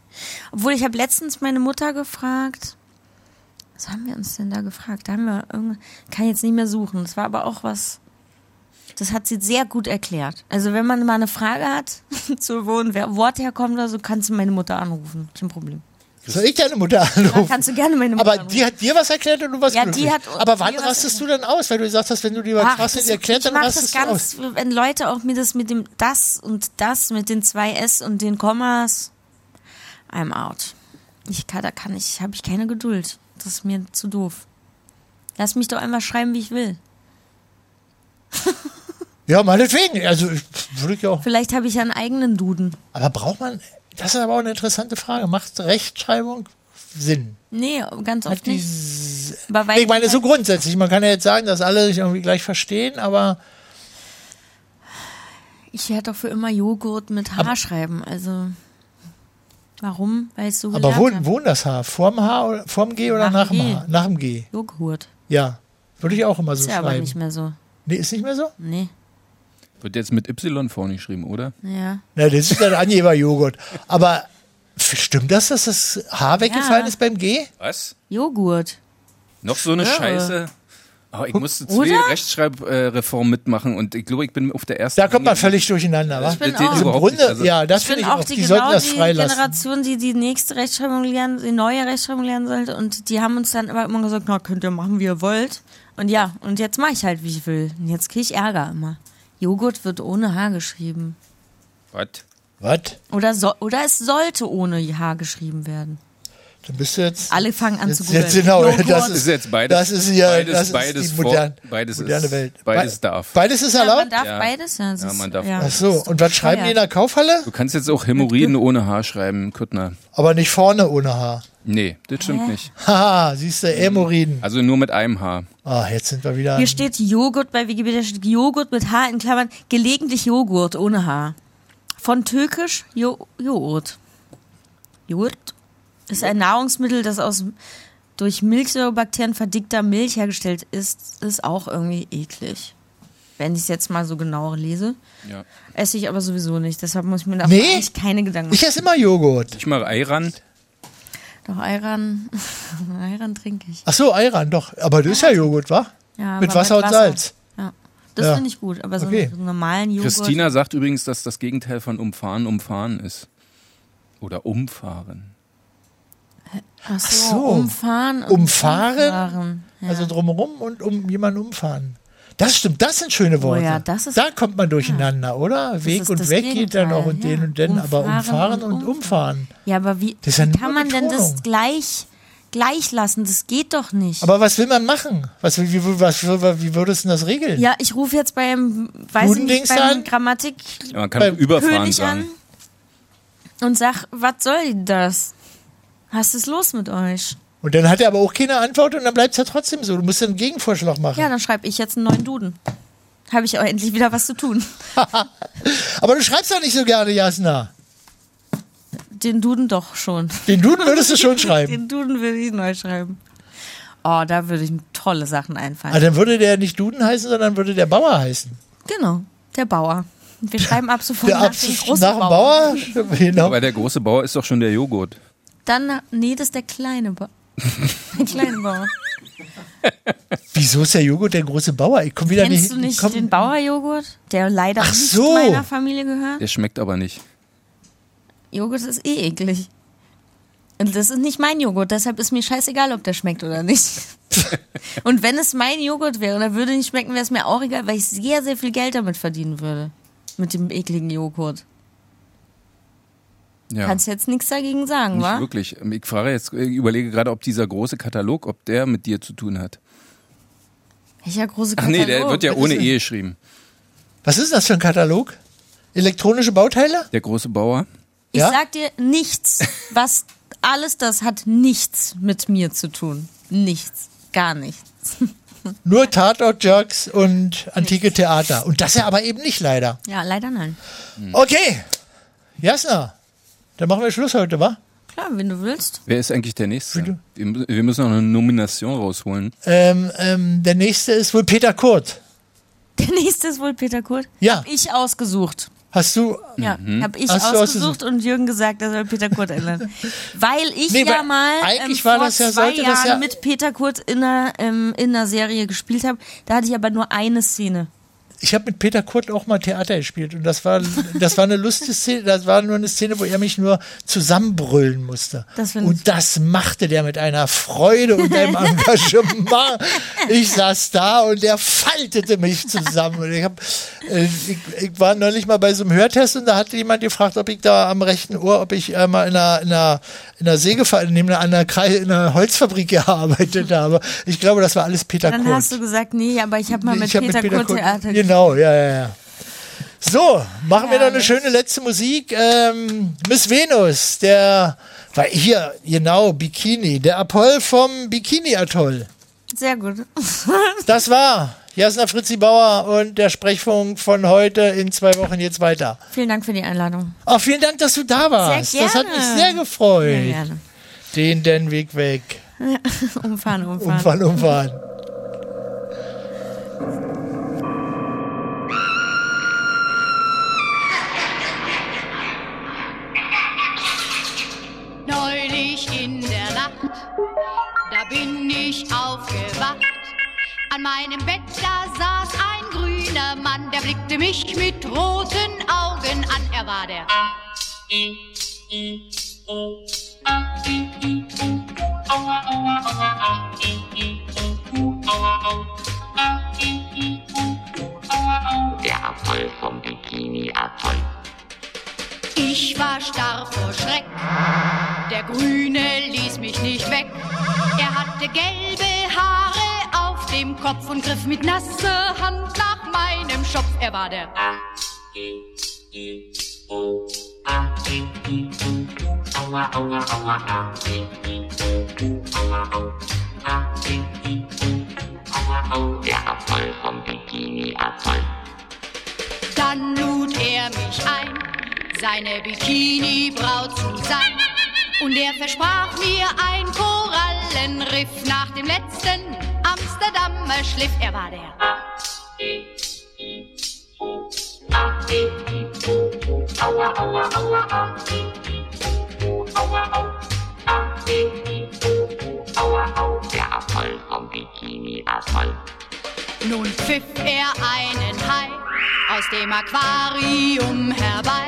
[SPEAKER 2] Obwohl, ich habe letztens meine Mutter gefragt. Was haben wir uns denn da gefragt? Da haben wir irgend kann ich jetzt nicht mehr suchen. Das war aber auch was. Das hat sie sehr gut erklärt. Also, wenn man mal eine Frage hat, zu wo ein Wort herkommt oder so, kannst du meine Mutter anrufen. Kein Problem.
[SPEAKER 1] Soll ich deine Mutter anrufen?
[SPEAKER 2] kannst du gerne meine Mutter
[SPEAKER 1] Aber die hat dir was erklärt und du was
[SPEAKER 2] Ja, die
[SPEAKER 1] glücklich.
[SPEAKER 2] hat-
[SPEAKER 1] aber wann
[SPEAKER 2] die was
[SPEAKER 1] rastest du dann aus? Weil du gesagt hast, wenn du die was
[SPEAKER 2] Ach,
[SPEAKER 1] fragst,
[SPEAKER 2] das-
[SPEAKER 1] die erklärt, dann
[SPEAKER 2] ich mag
[SPEAKER 1] rastest
[SPEAKER 2] das
[SPEAKER 1] du aus.
[SPEAKER 2] ganz, wenn Leute auch mir das mit dem das und das mit den zwei S und den Kommas. I'm out. Ich kann, da kann ich, habe ich keine Geduld. Das ist mir zu doof. Lass mich doch einmal schreiben, wie ich will.
[SPEAKER 1] Ja, meinetwegen. Also ich- würde ich auch.
[SPEAKER 2] Vielleicht habe ich ja einen eigenen Duden.
[SPEAKER 1] Aber braucht man, das ist aber auch eine interessante Frage. Macht Rechtschreibung Sinn?
[SPEAKER 2] Nee, ganz oft nicht. Aber weil
[SPEAKER 1] Nee, ich meine, so grundsätzlich. Man kann ja jetzt sagen, dass alle sich irgendwie gleich verstehen, aber
[SPEAKER 2] halt- ich werde doch für immer Joghurt mit H schreiben. Also warum? Weil es so
[SPEAKER 1] aber
[SPEAKER 2] gelernt
[SPEAKER 1] wo,
[SPEAKER 2] habe.
[SPEAKER 1] wo das H? Vorm H oder vorm G oder nach,
[SPEAKER 2] Nach
[SPEAKER 1] dem
[SPEAKER 2] G.
[SPEAKER 1] H? Nach dem G.
[SPEAKER 2] Joghurt.
[SPEAKER 1] Ja. Würde ich auch immer so
[SPEAKER 2] ist ja
[SPEAKER 1] schreiben.
[SPEAKER 2] aber nicht mehr so.
[SPEAKER 1] Nee, ist nicht mehr so?
[SPEAKER 2] Nee.
[SPEAKER 3] Wird jetzt mit Y vorne geschrieben, oder?
[SPEAKER 2] Ja.
[SPEAKER 1] Na, das ist dann Angeber-Joghurt. Aber f- stimmt das, dass das H weggefallen
[SPEAKER 2] Ja.
[SPEAKER 1] ist beim G?
[SPEAKER 3] Was?
[SPEAKER 2] Joghurt.
[SPEAKER 3] Noch so eine
[SPEAKER 2] Irre.
[SPEAKER 3] Scheiße? Oh, ich musste zwei
[SPEAKER 2] Oder?
[SPEAKER 3] Rechtschreibreformen mitmachen und ich glaube, ich bin auf der ersten.
[SPEAKER 1] Da kommt man völlig durcheinander, wa?
[SPEAKER 3] Ich bin Das geht auch-
[SPEAKER 1] Im
[SPEAKER 3] überhaupt
[SPEAKER 1] Grunde,
[SPEAKER 3] nicht, also-
[SPEAKER 1] ja, das
[SPEAKER 2] Ich bin
[SPEAKER 1] finde ich
[SPEAKER 2] auch
[SPEAKER 1] auch.
[SPEAKER 2] die,
[SPEAKER 1] Die sollten
[SPEAKER 2] genau
[SPEAKER 1] das
[SPEAKER 2] die
[SPEAKER 1] freilassen.
[SPEAKER 2] Generation, die die nächste Rechtschreibung lernen, die neue Rechtschreibung lernen sollte. Und die haben uns dann immer, immer gesagt, na, könnt ihr machen, wie ihr wollt. Und ja, und jetzt mache ich halt, wie ich will. Und jetzt kriege ich Ärger immer. Joghurt wird ohne H geschrieben.
[SPEAKER 3] Was?
[SPEAKER 1] Was?
[SPEAKER 2] Oder, so, oder es sollte ohne H geschrieben werden.
[SPEAKER 1] Dann bist du jetzt.
[SPEAKER 2] Alle fangen an zu
[SPEAKER 1] Jetzt,
[SPEAKER 2] googeln.
[SPEAKER 1] jetzt genau,
[SPEAKER 2] Joghurt.
[SPEAKER 1] das
[SPEAKER 3] Das
[SPEAKER 1] ist,
[SPEAKER 3] ist jetzt beides.
[SPEAKER 1] Das ist ja
[SPEAKER 3] Beides-
[SPEAKER 1] das ist
[SPEAKER 3] beides
[SPEAKER 1] die
[SPEAKER 3] vor-
[SPEAKER 1] modern,
[SPEAKER 3] beides ist-
[SPEAKER 1] moderne Welt.
[SPEAKER 3] beides darf.
[SPEAKER 1] Beides ist erlaubt.
[SPEAKER 2] man darf beides, ja, das
[SPEAKER 3] Ja,
[SPEAKER 2] ist-
[SPEAKER 3] man darf
[SPEAKER 2] ja.
[SPEAKER 1] Ach so, und was schreiben die in der Kaufhalle?
[SPEAKER 3] Du kannst jetzt auch Hämorrhoiden ohne H schreiben, Kuttner.
[SPEAKER 1] Aber nicht vorne ohne H.
[SPEAKER 3] Nee, das stimmt
[SPEAKER 2] Hä?
[SPEAKER 3] nicht.
[SPEAKER 1] Haha, siehst du, Emoriden.
[SPEAKER 3] Also nur mit einem H.
[SPEAKER 1] Ah, jetzt sind wir wieder.
[SPEAKER 2] Hier steht Joghurt bei Wikipedia, steht Joghurt mit H in Klammern, gelegentlich Joghurt ohne H. Von türkisch jo Joghurt. Joghurt ist ein Nahrungsmittel, das aus durch Milchsäurebakterien verdickter Milch hergestellt ist, ist auch irgendwie eklig. Wenn ich es jetzt mal so genau lese.
[SPEAKER 3] Ja.
[SPEAKER 2] Esse ich aber sowieso nicht, deshalb muss ich mir da
[SPEAKER 1] Nee.
[SPEAKER 2] eigentlich keine Gedanken
[SPEAKER 1] Ich
[SPEAKER 2] machen.
[SPEAKER 1] esse immer Joghurt.
[SPEAKER 3] Ich mache Ei ran.
[SPEAKER 2] Doch Ayran, Ayran trinke ich.
[SPEAKER 1] Ach so, Ayran, doch. Aber das ist ja Joghurt, wa?
[SPEAKER 2] Ja,
[SPEAKER 1] mit
[SPEAKER 2] aber
[SPEAKER 1] Wasser und Salz.
[SPEAKER 2] Ja. Das
[SPEAKER 1] Ja.
[SPEAKER 2] finde ich gut, aber so
[SPEAKER 1] Okay.
[SPEAKER 2] einen normalen Joghurt.
[SPEAKER 3] Christina sagt übrigens, dass das Gegenteil von umfahren umfahren ist. Oder umfahren.
[SPEAKER 2] Ach so,
[SPEAKER 1] so.
[SPEAKER 2] umfahren. und
[SPEAKER 1] Umfahren?
[SPEAKER 2] Ja.
[SPEAKER 1] Also drumherum und um jemanden umfahren. Das stimmt, das sind schöne Worte.
[SPEAKER 2] Oh ja, das ist-
[SPEAKER 1] da kommt man durcheinander, oder? Weg
[SPEAKER 2] ist
[SPEAKER 1] und
[SPEAKER 2] das
[SPEAKER 1] weg geht dann auch
[SPEAKER 2] Gegenteil,
[SPEAKER 1] und den
[SPEAKER 2] ja.
[SPEAKER 1] und den, aber
[SPEAKER 2] Umfahren
[SPEAKER 1] umfahren
[SPEAKER 2] und
[SPEAKER 1] und umfahren.
[SPEAKER 2] ja, aber wie,
[SPEAKER 1] Das ist ja
[SPEAKER 2] wie
[SPEAKER 1] nur
[SPEAKER 2] kann man denn das
[SPEAKER 1] Betonung.
[SPEAKER 2] gleich, gleich lassen? Das geht doch nicht.
[SPEAKER 1] Aber was will man machen? Was, wie, wie, was, wie würdest du denn das regeln?
[SPEAKER 2] ja, ich rufe jetzt beim, weiß ich nicht,
[SPEAKER 1] Dudendings
[SPEAKER 2] beim
[SPEAKER 1] an?
[SPEAKER 2] Grammatik
[SPEAKER 3] Ja, man kann auch überfahren
[SPEAKER 2] König
[SPEAKER 3] sagen.
[SPEAKER 2] an und sag, was soll das? Was ist los mit euch?
[SPEAKER 1] Und dann hat er aber auch keine Antwort und dann bleibt es ja trotzdem so. Du musst dann einen Gegenvorschlag machen.
[SPEAKER 2] Ja, dann schreibe ich jetzt einen neuen Duden. Habe ich auch endlich wieder was zu tun.
[SPEAKER 1] Aber du schreibst doch nicht so gerne, Jasna.
[SPEAKER 2] Den Duden doch schon.
[SPEAKER 1] Den Duden würdest du schon schreiben.
[SPEAKER 2] Den Duden würde ich neu schreiben. Oh, da würde ich mir tolle Sachen einfallen.
[SPEAKER 1] Ah, dann würde der nicht Duden heißen, sondern würde der Bauer heißen.
[SPEAKER 2] Genau, der Bauer. Wir schreiben ab sofort
[SPEAKER 1] der
[SPEAKER 2] nach
[SPEAKER 1] Abs
[SPEAKER 2] dem großen
[SPEAKER 1] nach dem
[SPEAKER 2] Bauer.
[SPEAKER 1] Bauer. genau.
[SPEAKER 3] Aber der große Bauer ist doch schon der Joghurt.
[SPEAKER 2] Dann, nee, das ist der kleine Bauer. Kleinen Bauer.
[SPEAKER 1] Wieso ist der Joghurt der große Bauer? Ich komm wieder
[SPEAKER 2] Kennst
[SPEAKER 1] nicht.
[SPEAKER 2] du nicht
[SPEAKER 1] komm,
[SPEAKER 2] den Bauerjoghurt, der leider
[SPEAKER 1] Ach
[SPEAKER 2] nicht
[SPEAKER 1] so.
[SPEAKER 2] meiner Familie gehört?
[SPEAKER 3] Der schmeckt aber nicht.
[SPEAKER 2] Joghurt ist eh eklig. Und das ist nicht mein Joghurt, deshalb ist mir scheißegal, ob der schmeckt oder nicht. Und wenn es mein Joghurt wäre und er würde nicht schmecken, wäre es mir auch egal, weil ich sehr, sehr viel Geld damit verdienen würde. Mit dem ekligen Joghurt.
[SPEAKER 3] Ja.
[SPEAKER 2] Kannst jetzt nichts dagegen sagen,
[SPEAKER 3] nicht
[SPEAKER 2] wa?
[SPEAKER 3] wirklich. Ich frage jetzt, ich überlege gerade, ob dieser große Katalog, ob der mit dir zu tun hat.
[SPEAKER 2] Welcher große
[SPEAKER 3] Ach
[SPEAKER 2] Katalog?
[SPEAKER 3] nee, der wird ja ohne E geschrieben.
[SPEAKER 1] Was ist das für ein Katalog? Elektronische Bauteile?
[SPEAKER 3] Der große Bauer.
[SPEAKER 2] Ich
[SPEAKER 1] Ja?
[SPEAKER 2] sag dir nichts, was alles das hat nichts mit mir zu tun. Nichts. Gar nichts.
[SPEAKER 1] Nur Tatort-Jerks und antike Theater. Und das ja aber eben nicht leider.
[SPEAKER 2] Ja, leider nein.
[SPEAKER 1] Okay. Jasna. Dann machen wir Schluss heute, wa?
[SPEAKER 2] Klar, wenn du willst.
[SPEAKER 3] Wer ist eigentlich der Nächste? Wir mü- wir müssen noch eine Nomination rausholen.
[SPEAKER 1] Ähm, ähm, der nächste ist wohl Peter Kurt.
[SPEAKER 2] Der nächste ist wohl Peter Kurt.
[SPEAKER 1] Ja.
[SPEAKER 2] Hab ich ausgesucht.
[SPEAKER 1] Hast du.
[SPEAKER 2] Ja, habe ich
[SPEAKER 1] Mhm. Hast du
[SPEAKER 2] ausgesucht und Jürgen gesagt, er soll Peter Kurt ändern. Weil ich
[SPEAKER 1] Nee,
[SPEAKER 2] ja
[SPEAKER 1] weil
[SPEAKER 2] mal
[SPEAKER 1] eigentlich
[SPEAKER 2] ähm,
[SPEAKER 1] war
[SPEAKER 2] vor
[SPEAKER 1] das ja-
[SPEAKER 2] zwei
[SPEAKER 1] sollte das
[SPEAKER 2] Jahren
[SPEAKER 1] ja-
[SPEAKER 2] mit Peter Kurt in einer, ähm, in einer Serie gespielt habe. Da hatte ich aber nur eine Szene.
[SPEAKER 1] Ich habe mit Peter Kurt auch mal Theater gespielt und das war, das war eine lustige Szene, das war nur eine Szene, wo er mich nur zusammenbrüllen musste.
[SPEAKER 2] Das find ich-
[SPEAKER 1] und das machte der mit einer Freude und einem Engagement. ich saß da und er faltete mich zusammen. Und ich, hab, äh, ich, ich war neulich mal bei so einem Hörtest und da hatte jemand gefragt, ob ich da am rechten Ohr, ob ich äh, mal in einer, in einer, in einer Sägefahr- neben einer, einer, Kreis, in einer Holzfabrik gearbeitet habe. Ich glaube, das war alles Peter
[SPEAKER 2] Dann
[SPEAKER 1] Kurt.
[SPEAKER 2] hast du gesagt, nee, aber ich habe mal mit,
[SPEAKER 1] Ich hab
[SPEAKER 2] Peter Kurt Theater
[SPEAKER 1] Genau, ja, ja, ja. So, machen wir noch eine schöne letzte Musik. Ähm, Miss Venus, der war hier, genau, Bikini, der Apoll vom Bikini-Atoll.
[SPEAKER 2] Sehr gut.
[SPEAKER 1] Das war Jasna Fritzi Bauer und der Sprechfunk von heute in zwei Wochen jetzt weiter.
[SPEAKER 2] Vielen Dank für die Einladung.
[SPEAKER 1] Auch vielen Dank, dass du da warst.
[SPEAKER 2] Sehr
[SPEAKER 1] Das hat mich
[SPEAKER 2] gerne.
[SPEAKER 1] sehr
[SPEAKER 2] Sehr
[SPEAKER 1] gefreut.
[SPEAKER 2] gerne.
[SPEAKER 1] Den, den Weg weg.
[SPEAKER 2] Ja, umfahren, umfahren.
[SPEAKER 1] Umfahren, umfahren.
[SPEAKER 15] Neulich in der Nacht, da bin ich aufgewacht. An meinem Bett, da saß ein grüner Mann, der blickte mich mit roten Augen an. Er war der.
[SPEAKER 17] Der Apoll vom Bikini-Atoll.
[SPEAKER 15] Ich war starr vor Schreck. Der Grüne ließ mich nicht weg. Er hatte gelbe Haare auf dem Kopf und griff mit nasser Hand nach meinem Schopf. Er war der.
[SPEAKER 17] Aua, aua, aua, aua. Aua, au. Aua, au. Der Apoll vom Bikini-Atoll.
[SPEAKER 15] Dann lud er mich ein, seine Bikini-Braut zu sein. Und er versprach mir ein Korallenriff nach dem letzten Amsterdamer Schliff. Er war der.
[SPEAKER 17] Aua, aua, aua, au. Aua, au. Aua, au. Der Apoll vom Bikini-Atoll.
[SPEAKER 15] Nun pfiff er einen Hai aus dem Aquarium herbei.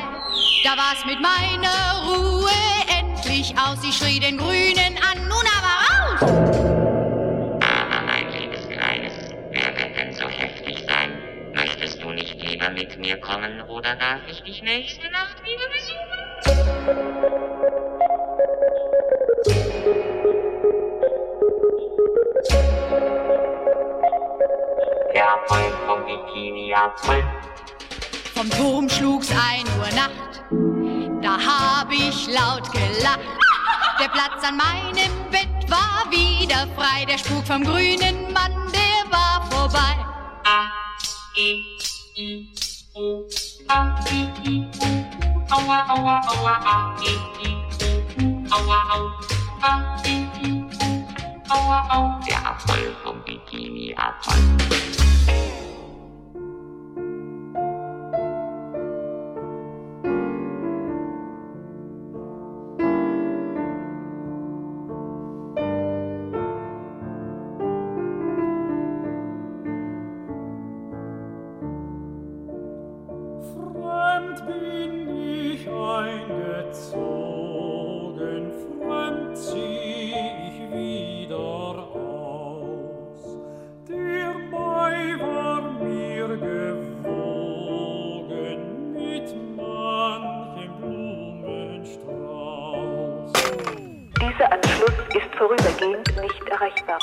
[SPEAKER 15] Da war's mit meiner Ruhe endlich aus. Ich schrie den Grünen an, nun aber raus!
[SPEAKER 17] Aber mein liebes Kleines, wer wird denn so heftig sein? Möchtest du nicht lieber mit mir kommen oder darf ich dich nächste Nacht wieder besuchen? Der Apoll vom Bikini-Apoll.
[SPEAKER 15] Vom Turm schlug's ein Uhr Nacht, da hab ich laut gelacht. Der Platz an meinem Bett war wieder frei, der Spuk vom grünen Mann, der war vorbei.
[SPEAKER 17] Aua, aua, aua, au, i, i, u, aua, au, au, i, i, u, aua, au. Der Apoll vom Bikini-Apoll.
[SPEAKER 10] vorübergehend nicht erreichbar.